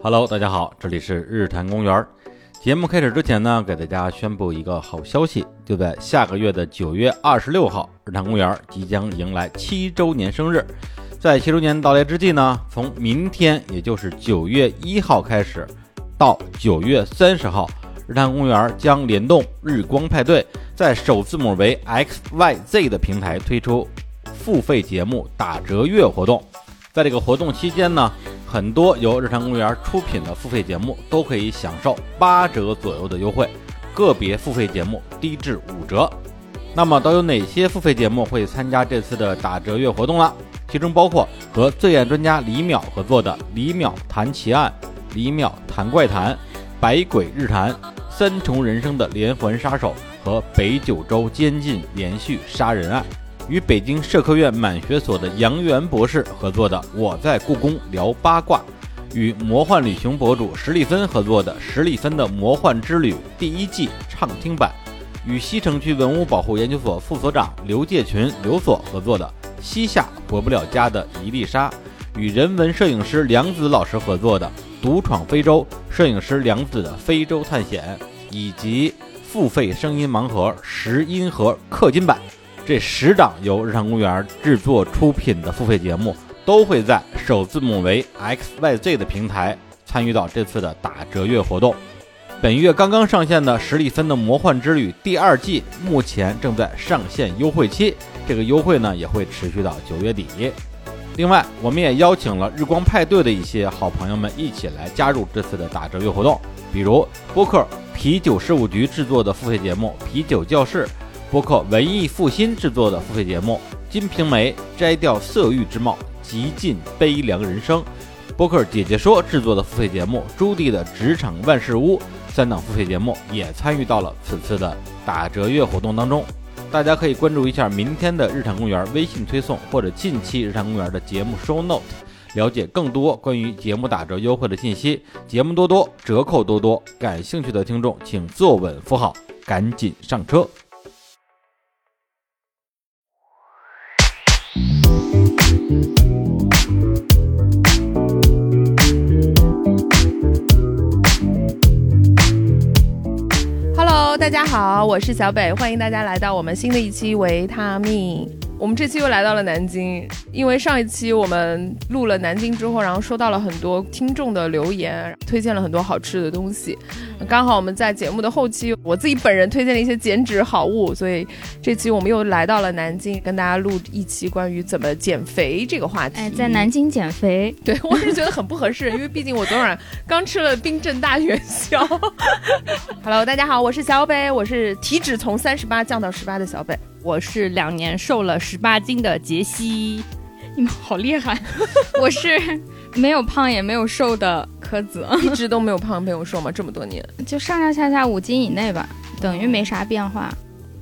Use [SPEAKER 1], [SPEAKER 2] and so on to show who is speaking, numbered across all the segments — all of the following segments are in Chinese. [SPEAKER 1] Hello，大家好，这里是日坛公园儿。节目开始之前呢，给大家宣布一个好消息，就在下个月的九月二十六号，日坛公园儿即将迎来七周年生日。在七周年到来之际呢，从明天，也就是九月一号开始，到九月三十号，日坛公园儿将联动日光派对，在首字母为 XYZ 的平台推出付费节目打折月活动。在这个活动期间呢，很多由日坛公园出品的付费节目都可以享受八折左右的优惠，个别付费节目低至五折。那么都有哪些付费节目会参加这次的打折月活动啦？其中包括和罪案专家李淼合作的《李淼谈奇案》《李淼谈怪谈》《百鬼日谈》《三重人生的连环杀手》和《北九州监禁连续杀人案》。与北京社科院满学所的杨元博士合作的《我在故宫聊八卦》，与魔幻旅行博主石立芬合作的《石立芬的魔幻之旅》第一季畅听版，与西城区文物保护研究所副所长刘介群刘所合作的《西夏回不了家的一粒沙》，与人文摄影师梁子老师合作的《独闯非洲》摄影师梁子的非洲探险，以及付费声音盲盒十音盒氪金版。这十档由日常公园制作出品的付费节目，都会在首字母为 XYZ 的平台参与到这次的打折月活动。本月刚刚上线的《史蒂芬的魔幻之旅》第二季，目前正在上线优惠期，这个优惠呢也会持续到九月底。另外，我们也邀请了日光派对的一些好朋友们一起来加入这次的打折月活动，比如播客啤酒事务局制作的付费节目《啤酒教室》。播客文艺复兴制作的付费节目《金瓶梅》摘掉色欲之帽，极尽悲凉人生；播客姐姐说制作的付费节目《朱棣的职场万事屋》三档付费节目也参与到了此次的打折月活动当中。大家可以关注一下明天的日常公园微信推送，或者近期日常公园的节目 show note，了解更多关于节目打折优惠的信息。节目多多，折扣多多，感兴趣的听众请坐稳扶好，赶紧上车。
[SPEAKER 2] Hello，大家好，我是小北，欢迎大家来到我们新的一期维他命。我们这期又来到了南京，因为上一期我们录了南京之后，然后收到了很多听众的留言，推荐了很多好吃的东西。刚好我们在节目的后期，我自己本人推荐了一些减脂好物，所以这期我们又来到了南京，跟大家录一期关于怎么减肥这个话题。
[SPEAKER 3] 哎，在南京减肥，
[SPEAKER 2] 对我是觉得很不合适，因为毕竟我昨晚刚吃了冰镇大元宵。Hello，大家好，我是小北，我是体脂从三十八降到十八的小北。
[SPEAKER 4] 我是两年瘦了十八斤的杰西，
[SPEAKER 3] 你们好厉害！ 我是没有胖也没有瘦的柯子，
[SPEAKER 2] 一直都没有胖没有瘦吗？这么多年，
[SPEAKER 3] 就上上下下五斤以内吧，等于没啥变化。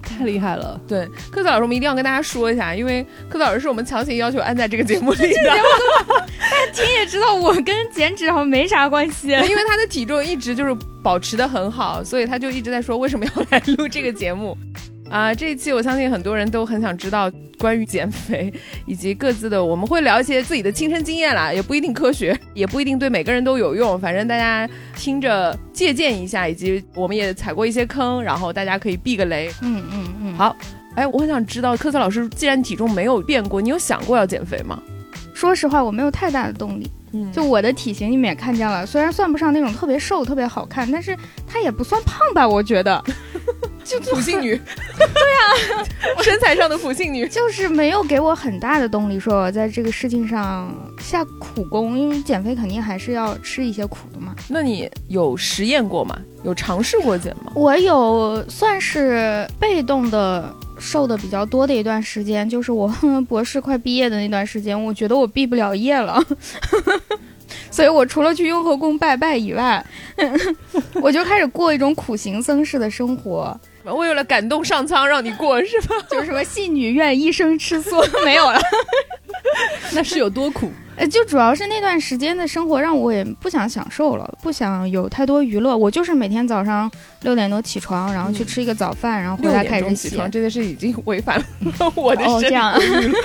[SPEAKER 4] 太厉害了！
[SPEAKER 2] 对科子老师，我们一定要跟大家说一下，因为科子老师是我们强行要求安在这个节目里的，
[SPEAKER 3] 听也知道我跟减脂好像没啥关 系。
[SPEAKER 2] 因为他的体重一直就是保持的很好，所以他就一直在说为什么要来录这个节目。啊，这一期我相信很多人都很想知道关于减肥以及各自的，我们会聊一些自己的亲身经验啦，也不一定科学，也不一定对每个人都有用，反正大家听着借鉴一下，以及我们也踩过一些坑，然后大家可以避个雷。
[SPEAKER 3] 嗯嗯嗯，
[SPEAKER 2] 好哎，我很想知道科特老师，既然体重没有变过，你有想过要减肥吗？
[SPEAKER 3] 说实话，我没有太大的动力。
[SPEAKER 2] 嗯
[SPEAKER 3] 就我的体型你们也看见了，虽然算不上那种特别瘦、特别好看，但是它也不算胖吧，我觉得。就
[SPEAKER 2] 普信女， 对啊， 身材上的普信女。
[SPEAKER 3] 就是没有给我很大的动力，说我在这个事情上下苦功，因为减肥肯定还是要吃一些苦的嘛。
[SPEAKER 2] 那你有实验过吗？有尝试过减吗？
[SPEAKER 3] 我有算是被动的瘦的比较多的一段时间，就是我 博士快毕业的那段时间，我觉得我毕不了业了， 所以我除了去雍和宫拜拜以外， 我就开始过一种苦行僧式的生活，
[SPEAKER 2] 为了感动上苍，让你过是吧？
[SPEAKER 3] 就是什么戏女愿一生吃素没有了。
[SPEAKER 2] 那是有多 苦？
[SPEAKER 3] 呃，就主要是那段时间的生活让我也不想享受了，不想有太多娱乐。我就是每天早上六点多起床，然后去吃一个早饭，然后回
[SPEAKER 5] 嗯六
[SPEAKER 3] 来
[SPEAKER 5] 点
[SPEAKER 3] 开
[SPEAKER 5] 钟
[SPEAKER 3] 始
[SPEAKER 5] 起
[SPEAKER 3] 写。
[SPEAKER 5] 床这件事已经违 反了我的
[SPEAKER 3] 哦
[SPEAKER 5] 生
[SPEAKER 3] 这样啊
[SPEAKER 5] 理规律了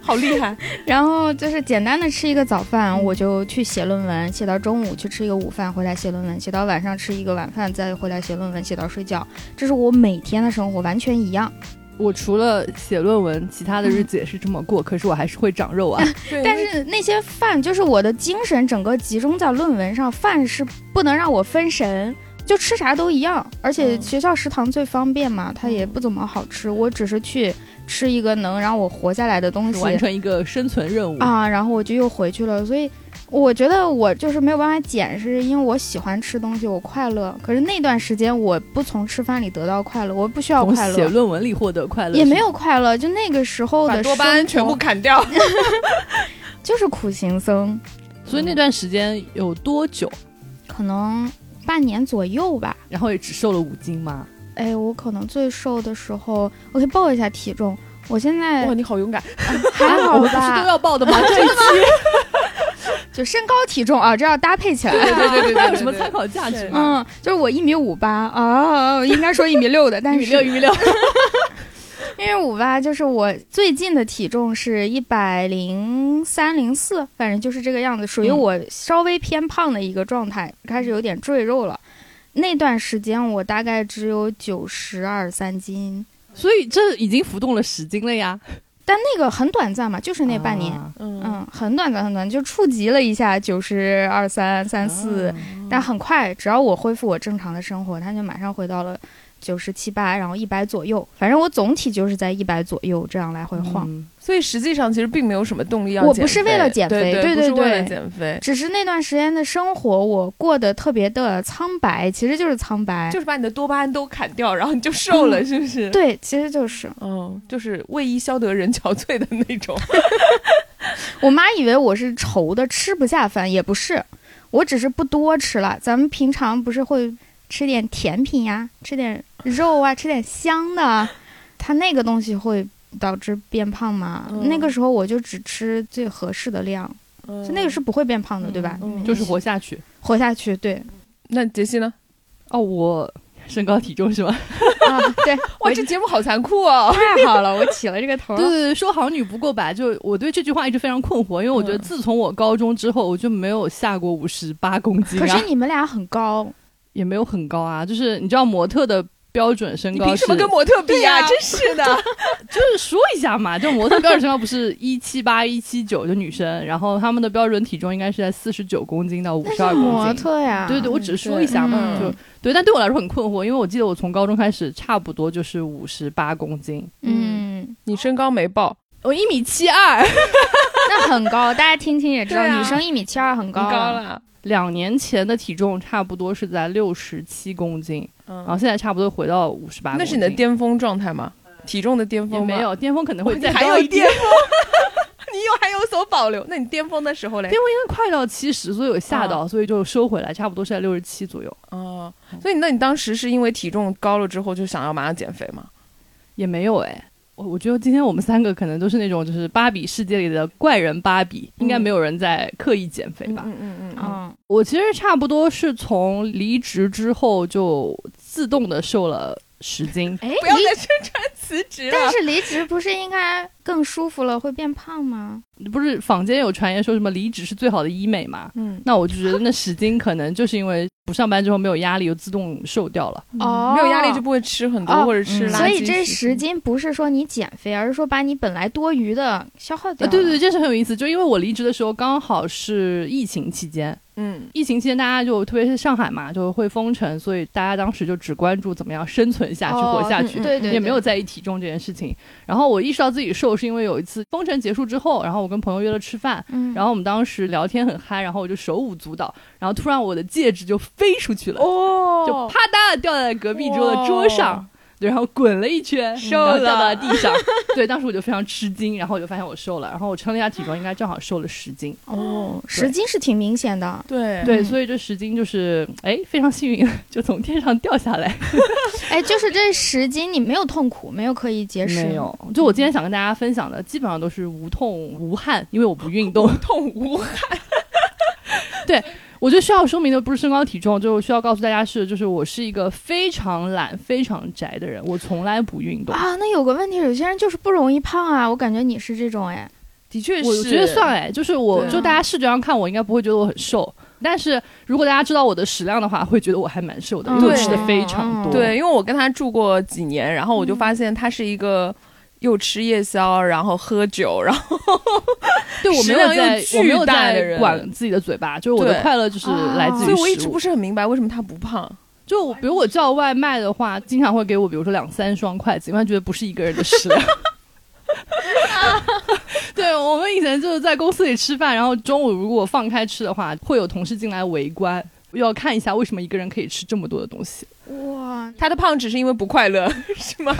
[SPEAKER 5] 好厉害！
[SPEAKER 3] 然后就是简单的吃一个早
[SPEAKER 5] 嗯
[SPEAKER 3] 饭，我就去写论文，写到中午去吃一个午饭，回来写论文，写到晚上吃一个晚饭，再回来写论文，写到睡觉。这是我每天的生活，完全一样。
[SPEAKER 2] 我除了写论文，其他的日子也是这么过，可是我还是会长肉 啊。
[SPEAKER 5] 对
[SPEAKER 3] 但
[SPEAKER 5] 因为
[SPEAKER 3] 是那些饭，就是我的精神整个集中在论文上，饭是不能让我分神。就吃啥都一样，而且
[SPEAKER 5] 嗯
[SPEAKER 3] 学校食堂最方便嘛，它也不怎么好吃。我只是去吃一个能让我活下来的东西，
[SPEAKER 2] 完成一个生存任务，
[SPEAKER 3] 啊，然后我就又回去了。所以我觉得我就是没有办法减，是因为我喜欢吃东西，我快乐。可是那段时间我不从吃饭里得到快乐，我不需要
[SPEAKER 2] 从
[SPEAKER 3] 快
[SPEAKER 2] 写
[SPEAKER 3] 乐，
[SPEAKER 2] 论文里获得快乐，
[SPEAKER 3] 也没有快乐。就那个时候
[SPEAKER 5] 把
[SPEAKER 3] 的
[SPEAKER 5] 多巴胺
[SPEAKER 3] 生
[SPEAKER 5] 全
[SPEAKER 3] 活
[SPEAKER 5] 部砍掉，
[SPEAKER 3] 就是苦行僧，
[SPEAKER 2] 所以那段时间有多久？
[SPEAKER 3] 可能半年左右吧。
[SPEAKER 2] 然后也只瘦了五斤吗？
[SPEAKER 3] 哎，我可能最瘦的时候，我可以报一下体重。我现在
[SPEAKER 5] 哇，你好勇敢！
[SPEAKER 3] 还好
[SPEAKER 2] 不是都
[SPEAKER 3] 吧，
[SPEAKER 2] 要报的吗？这一期
[SPEAKER 3] 就身高体重啊，这要搭配起来。
[SPEAKER 5] 对对对
[SPEAKER 2] 还
[SPEAKER 5] 对，
[SPEAKER 2] 有什么参考价值
[SPEAKER 5] 是
[SPEAKER 2] 吗？
[SPEAKER 3] 嗯，就是我一米五八啊，应该说一米六的，但
[SPEAKER 2] 一
[SPEAKER 3] 是
[SPEAKER 2] 米六，一米六，
[SPEAKER 3] 因为五八就是我最近的体重是一百零三零四，反正就是这个样子，属于
[SPEAKER 2] 嗯
[SPEAKER 3] 我稍微偏胖的一个状态，开始有点赘肉了。那段时间我大概只有九十二三斤，
[SPEAKER 2] 所以这已经浮动了十斤了呀，
[SPEAKER 3] 但那个很短暂嘛，就是那半年，
[SPEAKER 2] 啊
[SPEAKER 5] 嗯，
[SPEAKER 3] 嗯，很短暂，很短，就触及了一下九十二三三
[SPEAKER 5] 哦
[SPEAKER 3] 四，
[SPEAKER 2] 嗯
[SPEAKER 3] 但很快，只要我恢复我正常的生活，它就马上回到了九十七八，然后一百左右，反正我总体就是在一百左右这样来回晃。
[SPEAKER 2] 嗯
[SPEAKER 5] 所以实际上其实并没有什么动力要减
[SPEAKER 3] 我
[SPEAKER 5] 肥。
[SPEAKER 3] 不是为了减肥
[SPEAKER 5] 嗯对
[SPEAKER 3] 对
[SPEAKER 5] 不是
[SPEAKER 3] 对
[SPEAKER 5] 为了
[SPEAKER 3] 对
[SPEAKER 5] 减肥，
[SPEAKER 3] 只是那段时间的生活，我过得特别的苍白，其实就是苍白。
[SPEAKER 5] 就是把你的多巴胺都砍掉，然后你就瘦了，是不是？
[SPEAKER 3] 对，其实就是
[SPEAKER 5] 嗯，就是为伊消得人憔悴的那种。
[SPEAKER 3] 我妈以为我是愁的吃不下饭，也不是，我只是不多吃了。咱们平常不是会吃点甜品呀，吃点肉啊，吃点香的啊，它那个东西会导致变胖嘛。
[SPEAKER 5] 嗯
[SPEAKER 3] 那个时候我就只吃最合适的量，就那个是不会变胖的，对吧？
[SPEAKER 5] 嗯
[SPEAKER 2] 就是活下去。
[SPEAKER 3] 活下去，对
[SPEAKER 5] 那杰西呢？
[SPEAKER 2] 哦，我身高体重是 吗？
[SPEAKER 3] 啊，对，
[SPEAKER 5] 哇，这节目好残酷哦！
[SPEAKER 3] 太好了，我起了这个头儿。
[SPEAKER 2] 对对对，说好女不过百，就我对这句话一直非常困惑，因为我
[SPEAKER 3] 嗯
[SPEAKER 2] 觉得自从我高中之后，我就没有下过五十八公斤、啊，
[SPEAKER 3] 可是你们俩很高，
[SPEAKER 2] 也没有很高啊，就是你知道模特的标准身
[SPEAKER 5] 你
[SPEAKER 2] 高
[SPEAKER 5] 凭
[SPEAKER 2] 是，
[SPEAKER 5] 什么跟模特比
[SPEAKER 2] 对啊
[SPEAKER 5] 真是的。
[SPEAKER 2] 就是说一下嘛，就模特标准身高不是一七八一七九的女生，然后她们的标准体重应该是在四十九公斤到五
[SPEAKER 3] 那
[SPEAKER 2] 十二
[SPEAKER 3] 是
[SPEAKER 2] 公斤。
[SPEAKER 3] 模特
[SPEAKER 5] 嗯
[SPEAKER 3] 呀，
[SPEAKER 2] 对对，我只是说一下嘛，
[SPEAKER 3] 嗯
[SPEAKER 2] 就对，但对我来说很困惑，因为我记得我从高中开始差不多就是五十八公斤，
[SPEAKER 3] 嗯，
[SPEAKER 5] 你身高没报，
[SPEAKER 2] 我哦一米七二，
[SPEAKER 3] 那很高，大家听听也知道，
[SPEAKER 5] 对啊
[SPEAKER 3] 女生一米七二很高
[SPEAKER 5] 高
[SPEAKER 3] 啊
[SPEAKER 5] 了。
[SPEAKER 2] 两年前的体重差不多是在六十七公斤，然后
[SPEAKER 5] 嗯，
[SPEAKER 2] 现在差不多回到五十八。
[SPEAKER 5] 那是你的巅峰状态吗？体重的巅
[SPEAKER 2] 也
[SPEAKER 5] 峰吗
[SPEAKER 2] 没，有巅峰，可能
[SPEAKER 5] 哇
[SPEAKER 2] 会
[SPEAKER 5] 你
[SPEAKER 2] 再
[SPEAKER 5] 还
[SPEAKER 2] 高
[SPEAKER 5] 有
[SPEAKER 2] 一
[SPEAKER 5] 巅
[SPEAKER 2] 点。
[SPEAKER 5] 峰， 你又还有所保留。那你巅峰的时候嘞
[SPEAKER 2] 巅？峰因为快到七十，所以有吓到，所以就收回来，差不多是在六十七左右。
[SPEAKER 5] 哦，所以那你当时是因为体重高了之后就想要马上减肥吗？
[SPEAKER 2] 也没有哎，我我觉得今天我们三个可能都是那种就是芭比世界里的怪人芭比，应该没有人在刻意减肥吧？
[SPEAKER 5] 嗯
[SPEAKER 3] 嗯，。
[SPEAKER 2] 我其实差不多是从离职之后就自动的瘦了十斤
[SPEAKER 3] 哎，
[SPEAKER 5] 不要
[SPEAKER 3] 离
[SPEAKER 5] 再宣传辞职
[SPEAKER 3] 但
[SPEAKER 5] 了。
[SPEAKER 3] 是离职不是应该更舒服了，会变胖吗？
[SPEAKER 2] 不是坊间有传言说什么离职是最好的医美嘛？
[SPEAKER 5] 嗯，
[SPEAKER 2] 那我就觉得那十斤可能就是因为不上班之后没有压力，就自动瘦掉了。
[SPEAKER 3] 哦
[SPEAKER 5] 没有压力就不会吃很多
[SPEAKER 3] 哦
[SPEAKER 5] 或者吃
[SPEAKER 2] 嗯
[SPEAKER 5] 垃圾
[SPEAKER 3] 所以这
[SPEAKER 5] 食
[SPEAKER 3] 十
[SPEAKER 5] 品
[SPEAKER 3] 斤不是说你减肥，而是说把你本来多余的消耗
[SPEAKER 2] 啊，
[SPEAKER 3] 掉了。
[SPEAKER 2] 对对，这是很有意思。就因为我离职的时候刚好是疫情期间，
[SPEAKER 5] 嗯，
[SPEAKER 2] 疫情期间大家就特别是上海嘛，就会封城，所以大家当时就只关注怎么样生存下去、
[SPEAKER 3] 哦
[SPEAKER 2] 活下去
[SPEAKER 5] 嗯嗯，
[SPEAKER 3] 对对，
[SPEAKER 2] 也没有
[SPEAKER 3] 对
[SPEAKER 2] 在意体重这件事情。然后我意识到自己瘦，是因为有一次封城结束之后，然后我跟朋友约了吃饭。
[SPEAKER 3] 嗯，
[SPEAKER 2] 然后我们当时聊天很嗨，然后我就手舞足蹈，然后突然我的戒指就飞出去了，
[SPEAKER 5] 哦
[SPEAKER 2] 嗯就啪嗒掉在隔壁桌的桌上，对，然后滚了一圈，
[SPEAKER 5] 瘦
[SPEAKER 2] 然后
[SPEAKER 5] 了
[SPEAKER 2] 掉到了地上。对，当时我就非常吃惊，然后我就发现我瘦了，然后我称了一下体重，应该正好瘦了十斤。
[SPEAKER 5] 哦，
[SPEAKER 3] 十斤是挺明显的。
[SPEAKER 2] 嗯
[SPEAKER 5] 对
[SPEAKER 2] 对，所以这十斤就是哎非常幸运，就从天上掉下来。
[SPEAKER 3] 哎，就是这十斤你没有痛苦，没有刻意节食，
[SPEAKER 2] 没有，就我今天想跟大家分享的，基本上都是无痛无汗，因为我 不运动。
[SPEAKER 5] 痛无汗。
[SPEAKER 2] 我觉得需要说明的不是身高体重，就是我需要告诉大家是，就是我是一个非常懒、非常宅的人，我从来不运动。
[SPEAKER 3] 啊。那有个问题，有些人就是不容易胖啊，我感觉你是这种哎。
[SPEAKER 5] 的确是，
[SPEAKER 2] 我觉得算哎，就是我、
[SPEAKER 5] 对啊
[SPEAKER 2] 就大家视觉上看我应该不会觉得我很瘦，但是如果大家知道我的食量的话，会觉得我还蛮瘦的，因为我
[SPEAKER 5] 对
[SPEAKER 2] 吃的非常多。
[SPEAKER 5] 嗯对，因为我跟他住过几年，然后我就
[SPEAKER 3] 嗯
[SPEAKER 5] 发现他是一个又吃夜宵，然后喝酒，然后
[SPEAKER 2] 对我没
[SPEAKER 5] 食
[SPEAKER 2] 有
[SPEAKER 5] 量又
[SPEAKER 2] 在
[SPEAKER 5] 巨
[SPEAKER 2] 我没有
[SPEAKER 5] 大的
[SPEAKER 2] 在
[SPEAKER 5] 人
[SPEAKER 2] 管自己的嘴巴，就是我的
[SPEAKER 5] 对啊
[SPEAKER 2] 快乐就是来自于
[SPEAKER 5] 所以我一直
[SPEAKER 2] 食物
[SPEAKER 5] 不是很明白为什么他不胖。
[SPEAKER 2] 就我比如我叫外卖的话，经常会给我比如说两三双筷子，因为他觉得不是一个人的食量。 对，我们以前就是在公司里吃饭，然后中午如果放开吃的话，会有同事进来围观，又要看一下为什么一个人可以吃这么多的东西。
[SPEAKER 3] 哇，
[SPEAKER 5] 他的胖只是因为不快乐，是吗？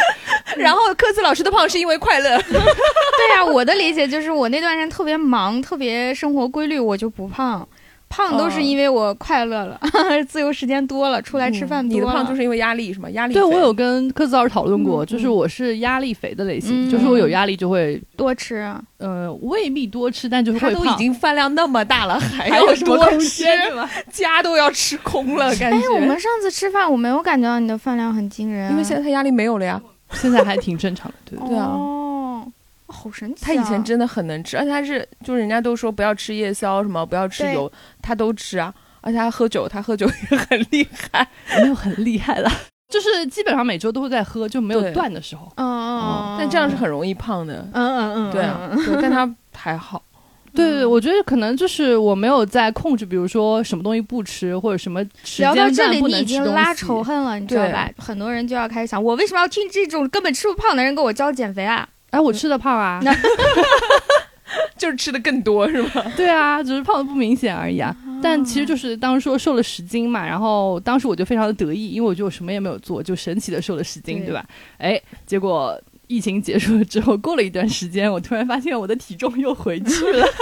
[SPEAKER 5] 然后科斯老师的胖是因为快乐，
[SPEAKER 3] 对呀、我的理解就是我那段时间特别忙，特别生活规律，我就不胖，胖都是因为我快乐了， 自由时间多了，出来嗯吃饭
[SPEAKER 5] 嗯你
[SPEAKER 3] 多
[SPEAKER 5] 的
[SPEAKER 3] 了。
[SPEAKER 5] 胖就是因为压力，是吗？压力
[SPEAKER 2] 对
[SPEAKER 5] 肥
[SPEAKER 2] 我有跟科子老师讨论过，
[SPEAKER 3] 嗯
[SPEAKER 2] 就是我是压力肥的类型，
[SPEAKER 3] 嗯
[SPEAKER 2] 就是我有压力就会，
[SPEAKER 3] 多吃，啊
[SPEAKER 2] 呃，未必多吃，但就是
[SPEAKER 5] 他
[SPEAKER 2] 会
[SPEAKER 5] 都已
[SPEAKER 2] 胖。
[SPEAKER 5] 经饭量那么大了，还
[SPEAKER 2] 还
[SPEAKER 5] 要
[SPEAKER 2] 有什么
[SPEAKER 5] 多
[SPEAKER 2] 空
[SPEAKER 5] 吃，
[SPEAKER 2] 间是吧？
[SPEAKER 5] 家都要吃空了，感觉。
[SPEAKER 3] 哎，我们上次吃饭我没有感觉到你的饭量很惊人啊，
[SPEAKER 5] 因为现在他压力没有了呀，
[SPEAKER 2] 现在还挺正常的，对。
[SPEAKER 5] 对啊
[SPEAKER 3] 哦，好神奇、啊！
[SPEAKER 5] 他以前真的很能吃，而且他是就是人家都说不要吃夜宵什么，不要吃
[SPEAKER 3] 对
[SPEAKER 5] 油，他都吃啊，而且他喝酒，他喝酒也很厉害。
[SPEAKER 2] 没有很厉害了，就是基本上每周都会在喝，就没有
[SPEAKER 5] 对
[SPEAKER 2] 断的时候。
[SPEAKER 3] 嗯，嗯嗯，
[SPEAKER 5] 哦但这样是很容易胖的，
[SPEAKER 3] 嗯嗯嗯，嗯
[SPEAKER 5] 对啊，对但他还好，
[SPEAKER 2] 对对，我觉得可能就是我没有在控制，比如说什么东西不吃，或者什么时
[SPEAKER 3] 聊到
[SPEAKER 2] 间
[SPEAKER 3] 这
[SPEAKER 2] 段
[SPEAKER 3] 里，
[SPEAKER 2] 不
[SPEAKER 3] 你
[SPEAKER 2] 能
[SPEAKER 3] 已
[SPEAKER 2] 吃
[SPEAKER 3] 经
[SPEAKER 2] 东西。
[SPEAKER 3] 拉仇恨了，你知道吧？很多人就要开始想，我为什么要听这种根本吃不胖的人给我教减肥啊？
[SPEAKER 2] 哎，我吃的胖啊，
[SPEAKER 3] 那
[SPEAKER 5] 就是吃的更多是吧？
[SPEAKER 2] 对啊，只是胖的不明显而已啊。但其实就是当时说瘦了十斤嘛，然后当时我就非常的得意，因为我觉得我什么也没有做，就神奇的瘦了十斤，
[SPEAKER 3] 对
[SPEAKER 2] 对吧？哎，结果疫情结束了之后，过了一段时间，我突然发现我的体重又回去了。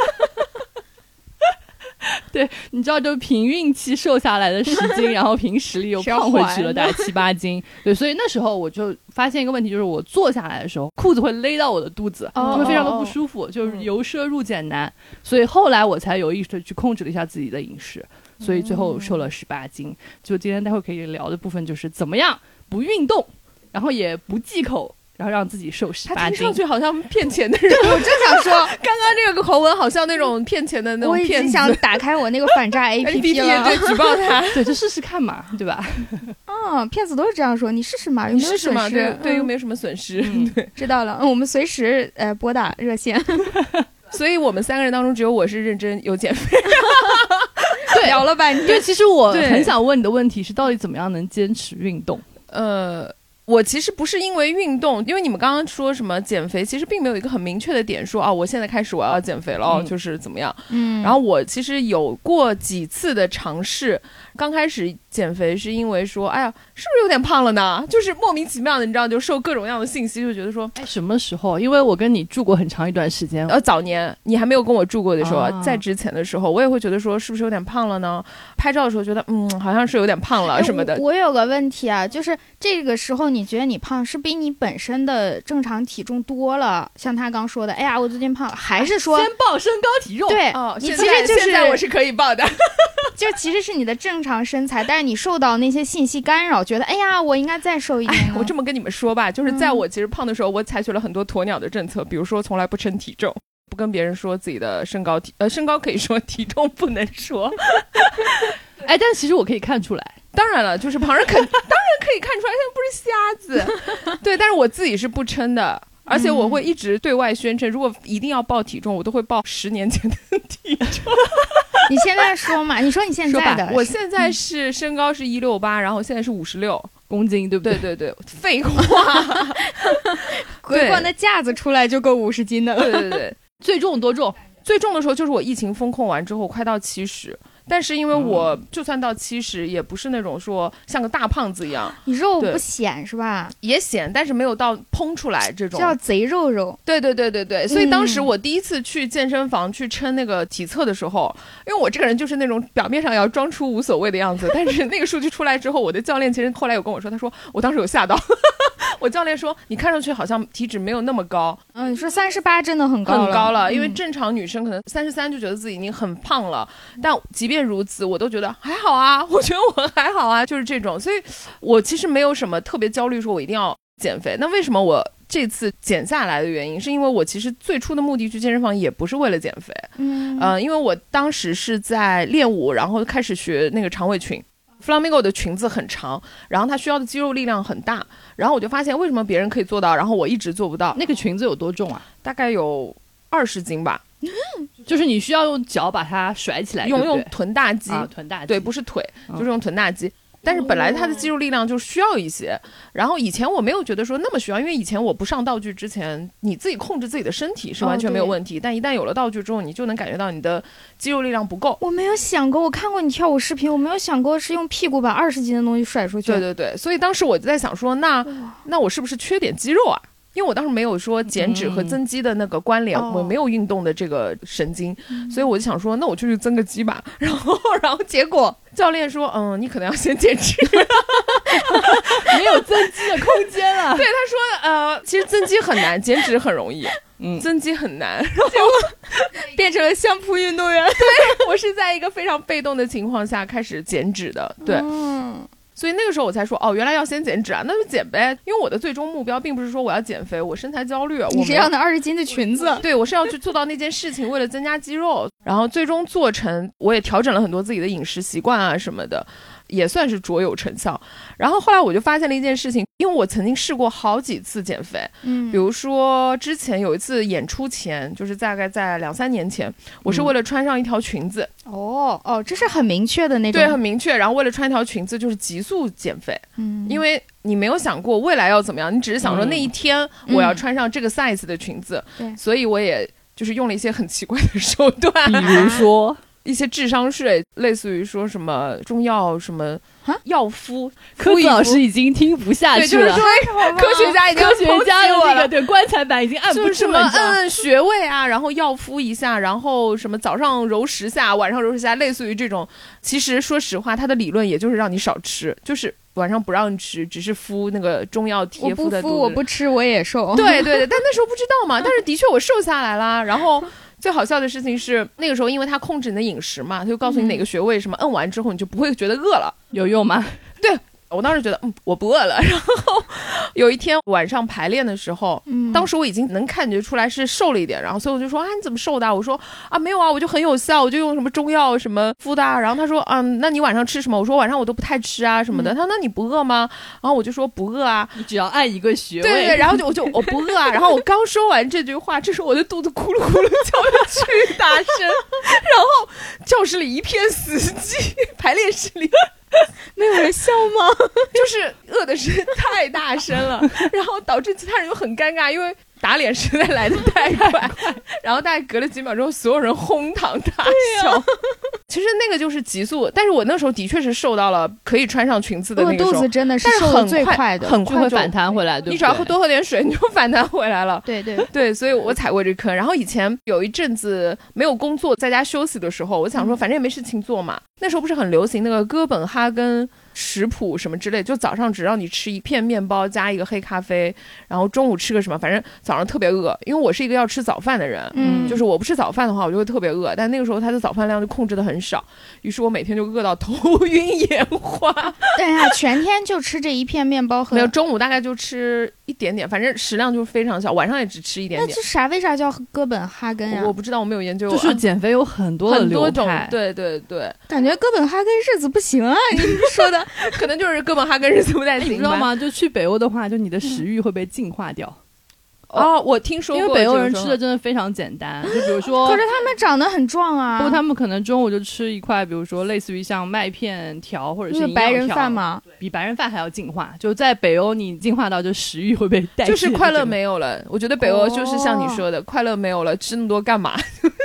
[SPEAKER 2] 对，你知道，就凭运气瘦下来的十斤，然后凭实力又胖回去了，大概七八斤。对，所以那时候我就发现一个问题，就是我坐下来的时候，裤子会勒到我的肚子，
[SPEAKER 3] 哦
[SPEAKER 2] 就会非常的
[SPEAKER 3] 哦
[SPEAKER 2] 不
[SPEAKER 3] 哦
[SPEAKER 2] 舒服，就是
[SPEAKER 5] 嗯
[SPEAKER 2] 由奢入俭难。所以后来我才有意识的去控制了一下自己的饮食，所以最后瘦了十八斤。就今天待会可以聊的部分就是怎么样不运动，然后也不忌口，然后让自己瘦十
[SPEAKER 5] 他
[SPEAKER 2] 八
[SPEAKER 5] 听
[SPEAKER 2] 斤
[SPEAKER 5] 上。去好像骗钱的人，我正想说，刚刚这个口吻好像那种骗钱 的那哎种
[SPEAKER 3] 我已
[SPEAKER 5] 骗
[SPEAKER 3] 经
[SPEAKER 5] 子。
[SPEAKER 3] 想打开我那个反诈 APP 了。
[SPEAKER 5] 对，举报 他，
[SPEAKER 2] 对，啊就试试看嘛，对吧？
[SPEAKER 3] 嗯，骗子都是这样说，你试试嘛，有
[SPEAKER 5] 你
[SPEAKER 3] 没有
[SPEAKER 5] 试试
[SPEAKER 3] 损
[SPEAKER 5] 嘛，
[SPEAKER 3] 失？
[SPEAKER 5] 对对，又
[SPEAKER 3] 嗯
[SPEAKER 5] 没有什么损失。
[SPEAKER 2] 嗯
[SPEAKER 3] 知道了。嗯，我们随时呃拨打热线。
[SPEAKER 5] 所以我们三个人当中，只有我是认真 有减肥。
[SPEAKER 3] 聊了吧，你
[SPEAKER 2] 对，其实我
[SPEAKER 5] 对
[SPEAKER 2] 很想问你的问题是，到底怎么样能坚持运动？
[SPEAKER 5] 呃，我其实不是因为运动，因为你们刚刚说什么减肥，其实并没有一个很明确的点说啊，我现在开始我要减肥了，哦
[SPEAKER 2] 嗯
[SPEAKER 5] 就是怎么样。
[SPEAKER 3] 嗯
[SPEAKER 5] 然后我其实有过几次的尝试，刚开始减肥是因为说，哎呀，是不是有点胖了呢？就是莫名其妙的，你知道，就受各种各样的信息，就觉得说，
[SPEAKER 2] 哎，什么时候？因为我跟你住过很长一段时
[SPEAKER 3] 嗯
[SPEAKER 2] 间，
[SPEAKER 5] 呃，早年你还没有跟我住过的时候，
[SPEAKER 2] 啊
[SPEAKER 5] 在之前的时候，我也会觉得说，是不是有点胖了呢？拍照的时候觉得，嗯，好像是有点胖了
[SPEAKER 3] 哎
[SPEAKER 5] 什么的。
[SPEAKER 3] 我我有个问题啊，就是这个时候你觉得你胖是比你本身的正常体重多了，像他刚说的，哎呀，我最近胖了，还是说
[SPEAKER 2] 先报身高体重。
[SPEAKER 3] 对、
[SPEAKER 5] 哦，
[SPEAKER 3] 哎你
[SPEAKER 5] 现
[SPEAKER 3] 其
[SPEAKER 5] 在
[SPEAKER 3] 实就
[SPEAKER 5] 现在我是可以报的，
[SPEAKER 3] 就其实是你的正常身材，但是你受到那些信息干扰，觉得哎呀，我应该再瘦一点
[SPEAKER 5] 哎
[SPEAKER 3] 呢、，
[SPEAKER 5] 我这么跟你们说吧，就是在
[SPEAKER 3] 嗯
[SPEAKER 5] 我其实胖的时候，我采取了很多鸵鸟的政策，比如说从来不称体重，不跟别人说自己的身高体，呃，身高可以说，体重不能说。
[SPEAKER 2] 哎，但其实我可以看出来，
[SPEAKER 5] 当然了，就是旁人肯当然可以看出来，现在不是瞎子，对，但是我自己是不称的。而且我
[SPEAKER 3] 嗯
[SPEAKER 5] 会一直对外宣称，如果一定要报体重，我都会报十年前的体重。
[SPEAKER 3] 你现在说嘛，你说你现
[SPEAKER 2] 说吧
[SPEAKER 3] 在的，嗯
[SPEAKER 5] 我现在是身高是一六八，然后现在是五十六。
[SPEAKER 2] 公斤对不
[SPEAKER 5] 对？对对，废话。
[SPEAKER 3] 鬼罐的架子出来就够五十斤的了。
[SPEAKER 5] 对对对，
[SPEAKER 2] 最重多重？
[SPEAKER 5] 最重的时候就是我疫情封控完之后，快到七十。但是因为我就算到七十，也不是那种说像个大胖子一样，
[SPEAKER 3] 你肉
[SPEAKER 5] 对
[SPEAKER 3] 不显是吧？
[SPEAKER 5] 也显，但是没有到嘭出来这种。
[SPEAKER 3] 叫贼肉肉，
[SPEAKER 5] 对对对对对，所以当时
[SPEAKER 3] 嗯
[SPEAKER 5] 我第一次去健身房去称那个体测的时候，因为我这个人就是那种表面上要装出无所谓的样子，但是那个数据出来之后，我的教练其实后来有跟我说，他说我当时有吓到， 我教练说你看上去好像体脂没有那么高，
[SPEAKER 3] 嗯，你说三十八真的很高
[SPEAKER 5] 很高了，
[SPEAKER 3] 嗯
[SPEAKER 5] 因为正常女生可能三十三就觉得自己已经很胖了，但即便如此，我都觉得还好啊， 我觉得我还好啊，就是这种，所以我其实没有什么特别焦虑，说我一定要减肥。那为什么我这次减下来的原因，是因为我其实最初的目的去健身房也不是为了减肥，
[SPEAKER 3] 嗯
[SPEAKER 5] 呃，因为我当时是在练舞，然后开始学那个长尾裙。Flamingo 的裙子很长，然后它需要的肌肉力量很大，然后我就发现为什么别人可以做到，然后我一直做不到，
[SPEAKER 2] 那个裙子有多重啊？
[SPEAKER 5] 大概有二十斤吧，
[SPEAKER 2] 就是你需要用脚把它甩起来，
[SPEAKER 5] 用
[SPEAKER 2] 对不
[SPEAKER 5] 用
[SPEAKER 2] 对
[SPEAKER 5] 臀大肌，
[SPEAKER 2] 啊臀大肌，
[SPEAKER 5] 对，不是腿，
[SPEAKER 2] 嗯
[SPEAKER 5] 就是用臀大肌。但是本来
[SPEAKER 3] 哦
[SPEAKER 5] 他的肌肉力量就需要一些，然后以前我没有觉得说那么需要，因为以前我不上道具之前，你自己控制自己的身体是
[SPEAKER 3] 哦
[SPEAKER 5] 完全没有
[SPEAKER 3] 对
[SPEAKER 5] 问题，但一旦有了道具之后，你就能感觉到你的肌肉力量不够。
[SPEAKER 3] 我没有想过，我看过你跳舞视频，我没有想过是用屁股把二十斤的东西甩出去。
[SPEAKER 5] 对对对，所以当时我就在想说，那
[SPEAKER 3] 哇
[SPEAKER 5] 那我是不是缺点肌肉啊？因为我当时没有说减脂和
[SPEAKER 2] 嗯
[SPEAKER 5] 增肌的那个关联，
[SPEAKER 3] 哦嗯
[SPEAKER 5] 我没有运动的这个神经，所以我就想说，那我就去增个肌吧。 然后，然后结果教练说，嗯，你可能要先减脂。
[SPEAKER 2] 没有增肌的空间 了。
[SPEAKER 5] 对，他说呃，其实增肌很难，减脂很容易，
[SPEAKER 2] 嗯，
[SPEAKER 5] 增肌很 难。
[SPEAKER 3] 变成了相扑运动员。
[SPEAKER 5] 我是在一个非常被动的情况下开始减脂的，对，
[SPEAKER 3] 嗯，
[SPEAKER 5] 所以那个时候我才说，哦，原来要先减脂啊，那就减呗。因为我的最终目标并不是说我要减肥，我身材焦虑，
[SPEAKER 3] 你
[SPEAKER 5] 我
[SPEAKER 3] 是
[SPEAKER 5] 没
[SPEAKER 3] 要那二十斤的裙子。
[SPEAKER 5] 对，我是要去做到那件事情，为了增加肌肉，然后最终做成。我也调整了很多自己的饮食习惯啊什么的，也算是卓有成效。然后后来我就发现了一件事情，因为我曾经试过好几次减肥，
[SPEAKER 3] 嗯
[SPEAKER 5] 比如说之前有一次演出前，就是大概在两三年前，
[SPEAKER 2] 嗯
[SPEAKER 5] 我是为了穿上一条裙子，
[SPEAKER 3] 哦哦，这是很明确的那种。
[SPEAKER 5] 对，很明确。然后为了穿一条裙子，就是急速减肥，
[SPEAKER 3] 嗯，
[SPEAKER 5] 因为你没有想过未来要怎么样，你只是想说
[SPEAKER 2] 嗯
[SPEAKER 5] 那一天我要穿上这个 size 的裙子，
[SPEAKER 3] 对
[SPEAKER 5] 所以我也就是用了一些很奇怪的手段，
[SPEAKER 2] 比 如说，
[SPEAKER 5] 一些智商税，类似于说什么中药什么
[SPEAKER 3] 啊
[SPEAKER 5] 药敷，
[SPEAKER 2] 科子老师已经听不下
[SPEAKER 5] 对，
[SPEAKER 2] 去
[SPEAKER 5] 就是
[SPEAKER 2] 了
[SPEAKER 5] 说。科学家已经
[SPEAKER 2] 科学家
[SPEAKER 5] 抨
[SPEAKER 2] 的
[SPEAKER 5] 击我
[SPEAKER 2] 那
[SPEAKER 5] 了
[SPEAKER 2] 个。对棺材板已经按不
[SPEAKER 5] 就是什
[SPEAKER 2] 住
[SPEAKER 5] 么
[SPEAKER 2] 了，你知道吗
[SPEAKER 5] 摁穴位啊，然后药敷一下，然后什么早上揉十下，晚上揉十下，类似于这种。其实说实话，它的理论也就是让你少吃，就是晚上不让吃，只是敷那个中药贴
[SPEAKER 3] 我不
[SPEAKER 5] 敷在
[SPEAKER 3] 敷，
[SPEAKER 5] 肚子
[SPEAKER 3] 我不吃，我也瘦。
[SPEAKER 5] 对对对，但那时候不知道嘛，但是的确我瘦下来啦。然后最好笑的事情是，那个时候因为他控制你的饮食嘛，他就告诉你
[SPEAKER 3] 嗯
[SPEAKER 5] 哪个穴位什么，摁完之后你就不会觉得饿了。
[SPEAKER 2] 有用吗？
[SPEAKER 5] 我当时觉得，嗯，我不饿了。 然后有一天晚上排练的时候，
[SPEAKER 3] 嗯，
[SPEAKER 5] 当时我已经能感觉出来是瘦了一点，然后所以我就说啊你怎么瘦的啊？我说啊没有啊，我就很有效，我就用什么中药什么敷的啊。然后他说嗯，那你晚上吃什么？我说晚上我都不太吃啊什么的。
[SPEAKER 3] 嗯
[SPEAKER 5] 他说那你不饿吗？然后我就说不饿啊。
[SPEAKER 2] 你只要按一个穴位，
[SPEAKER 5] 对对对，然后就我就我不饿啊。然后我刚说完这句话，这时候我的肚子咕噜咕噜叫的巨大声，然后教室里一片死寂，排练室里
[SPEAKER 3] 没有人笑吗？
[SPEAKER 5] 就是饿的是太大声了，然后导致其他人又很尴尬，因为打脸实在来的太快，然后大概隔了几秒钟，所有人哄堂大笑。其实那个就是急速，但是我那时候的确是瘦到了可以穿上裙子的
[SPEAKER 3] 饿
[SPEAKER 5] 那个时
[SPEAKER 3] 肚
[SPEAKER 5] 候
[SPEAKER 3] 子，真的
[SPEAKER 5] 但是
[SPEAKER 3] 瘦的
[SPEAKER 5] 很
[SPEAKER 3] 最
[SPEAKER 5] 快
[SPEAKER 3] 快的，
[SPEAKER 5] 很
[SPEAKER 2] 就
[SPEAKER 5] 快
[SPEAKER 2] 会
[SPEAKER 5] 就
[SPEAKER 2] 反弹回来，对不对
[SPEAKER 5] 你只要喝多喝点水，你就反弹回来了。
[SPEAKER 3] 对对，
[SPEAKER 5] 对，所以我踩过这坑。然后以前有一阵子没有工作，在家休息的时候，我想说
[SPEAKER 3] 嗯
[SPEAKER 5] 反正也没事情做嘛。那时候不是很流行那个哥本哈根食谱什么之类，就早上只让你吃一片面包加一个黑咖啡，然后中午吃个什么，反正早上特别饿，因为我是一个要吃早饭的人。
[SPEAKER 3] 嗯，
[SPEAKER 5] 就是我不吃早饭的话，我就会特别饿。但那个时候他的早饭量就控制的很少，于是我每天就饿到头晕眼花。
[SPEAKER 3] 等一下，哎全天就吃这一片面包和
[SPEAKER 5] 没有，中午大概就吃一点点，反正食量就是非常小，晚上也只吃一点
[SPEAKER 3] 那
[SPEAKER 5] 点。
[SPEAKER 3] 这啥？为啥叫哥本哈根呀
[SPEAKER 5] 我？不知道，我没有研究啊。
[SPEAKER 2] 就是减肥有很多的
[SPEAKER 5] 很多
[SPEAKER 2] 流
[SPEAKER 5] 种
[SPEAKER 2] 派，，
[SPEAKER 5] 对对对，
[SPEAKER 3] 感觉哥本哈根日子不行啊！你说 的
[SPEAKER 5] 可能就是哥本哈根人不太
[SPEAKER 2] 哎你
[SPEAKER 5] 行
[SPEAKER 2] 知道
[SPEAKER 5] 吧？
[SPEAKER 2] 吗？就去北欧的话，就你的食欲会被净化掉，
[SPEAKER 5] 哦，我听说
[SPEAKER 2] 因
[SPEAKER 5] 过，
[SPEAKER 2] 为北欧人吃的，真的非常简单，就比 如
[SPEAKER 5] 哦
[SPEAKER 2] 说，
[SPEAKER 3] 可是他们长得很壮啊，
[SPEAKER 2] 不过他们可能中午就吃一块，比如说类似于像麦片条或者
[SPEAKER 3] 就是是白人饭
[SPEAKER 2] 嘛，
[SPEAKER 3] 嘛。
[SPEAKER 2] 比白人饭还要进化。就在北欧，你进化到就食欲会被代谢，
[SPEAKER 5] 就是快乐。没有了。我觉
[SPEAKER 2] 哦
[SPEAKER 5] 得北欧就是像你说的，快乐没有了，吃那么多干嘛？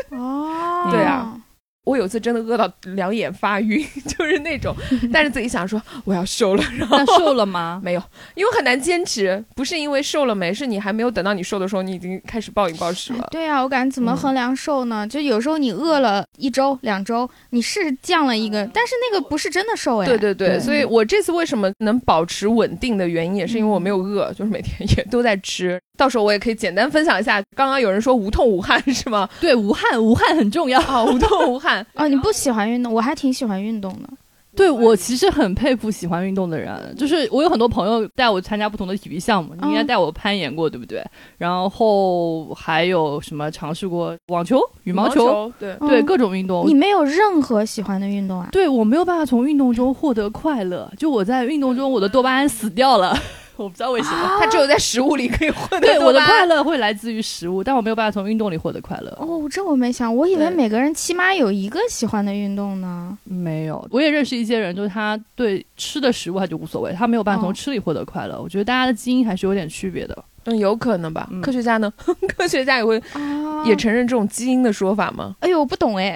[SPEAKER 3] 哦
[SPEAKER 5] 对啊，我有一次真的饿到两眼发晕， 就是那 种，但是自己想说我要瘦了，然后
[SPEAKER 2] 那瘦了吗？
[SPEAKER 5] 没有，因为很难坚持，不是因为瘦了没，是你还没有等到你瘦的时候，你已经开始暴饮暴食了。
[SPEAKER 3] 对啊，我感觉怎么衡量瘦呢？就有时候你饿了一周、两周，你是降了一个，但是那个不是真的瘦哎。
[SPEAKER 5] 对对对，
[SPEAKER 2] 对
[SPEAKER 5] 所以我这次为什么能保持稳定的原因，也是因为我没有饿，就是每天也都在吃。到时候我也可以简单分享一下，刚刚有人说无痛无汗是吗？
[SPEAKER 2] 对，无汗，无汗很重要。
[SPEAKER 5] 啊，无痛无 汗，
[SPEAKER 3] 哦，你不喜欢运动，我还挺喜欢运动的。
[SPEAKER 2] 对我其实很佩服喜欢运动的人，就是我有很多朋友带我参加不同的体育项目，你应该
[SPEAKER 3] 嗯
[SPEAKER 2] 带我攀岩过，对不对？然后还有什么尝试过网球、羽毛球，
[SPEAKER 5] 对。
[SPEAKER 2] 对、
[SPEAKER 3] 嗯
[SPEAKER 2] 各种运动
[SPEAKER 3] 你。没有任何喜欢的运动啊？
[SPEAKER 2] 对我没有办法从运动中获得快乐，就我在运动中我的多巴胺死掉了， 我不知道为什么。
[SPEAKER 3] 啊
[SPEAKER 5] 它只有在食物里可以获得
[SPEAKER 2] 对我
[SPEAKER 5] 多
[SPEAKER 2] 的
[SPEAKER 5] 巴胺
[SPEAKER 2] 快乐会来自于食物，但我没有办法从运动里获得快乐。
[SPEAKER 3] 哦，这我没想，我以为
[SPEAKER 5] 对
[SPEAKER 3] 每个人起码有一个喜欢的运动呢。
[SPEAKER 2] 没有，我也认识一些人，就是他对吃的食物他就无所谓，他没有办法
[SPEAKER 3] 哦
[SPEAKER 2] 从吃里获得快乐。我觉得大家的基因还是有点区别的。
[SPEAKER 5] 嗯，有可能吧。
[SPEAKER 2] 嗯
[SPEAKER 5] 科学家呢？ 科学家也会
[SPEAKER 3] 啊
[SPEAKER 5] 也承认这种基因的说法吗？
[SPEAKER 3] 哎呦，我不懂 哎，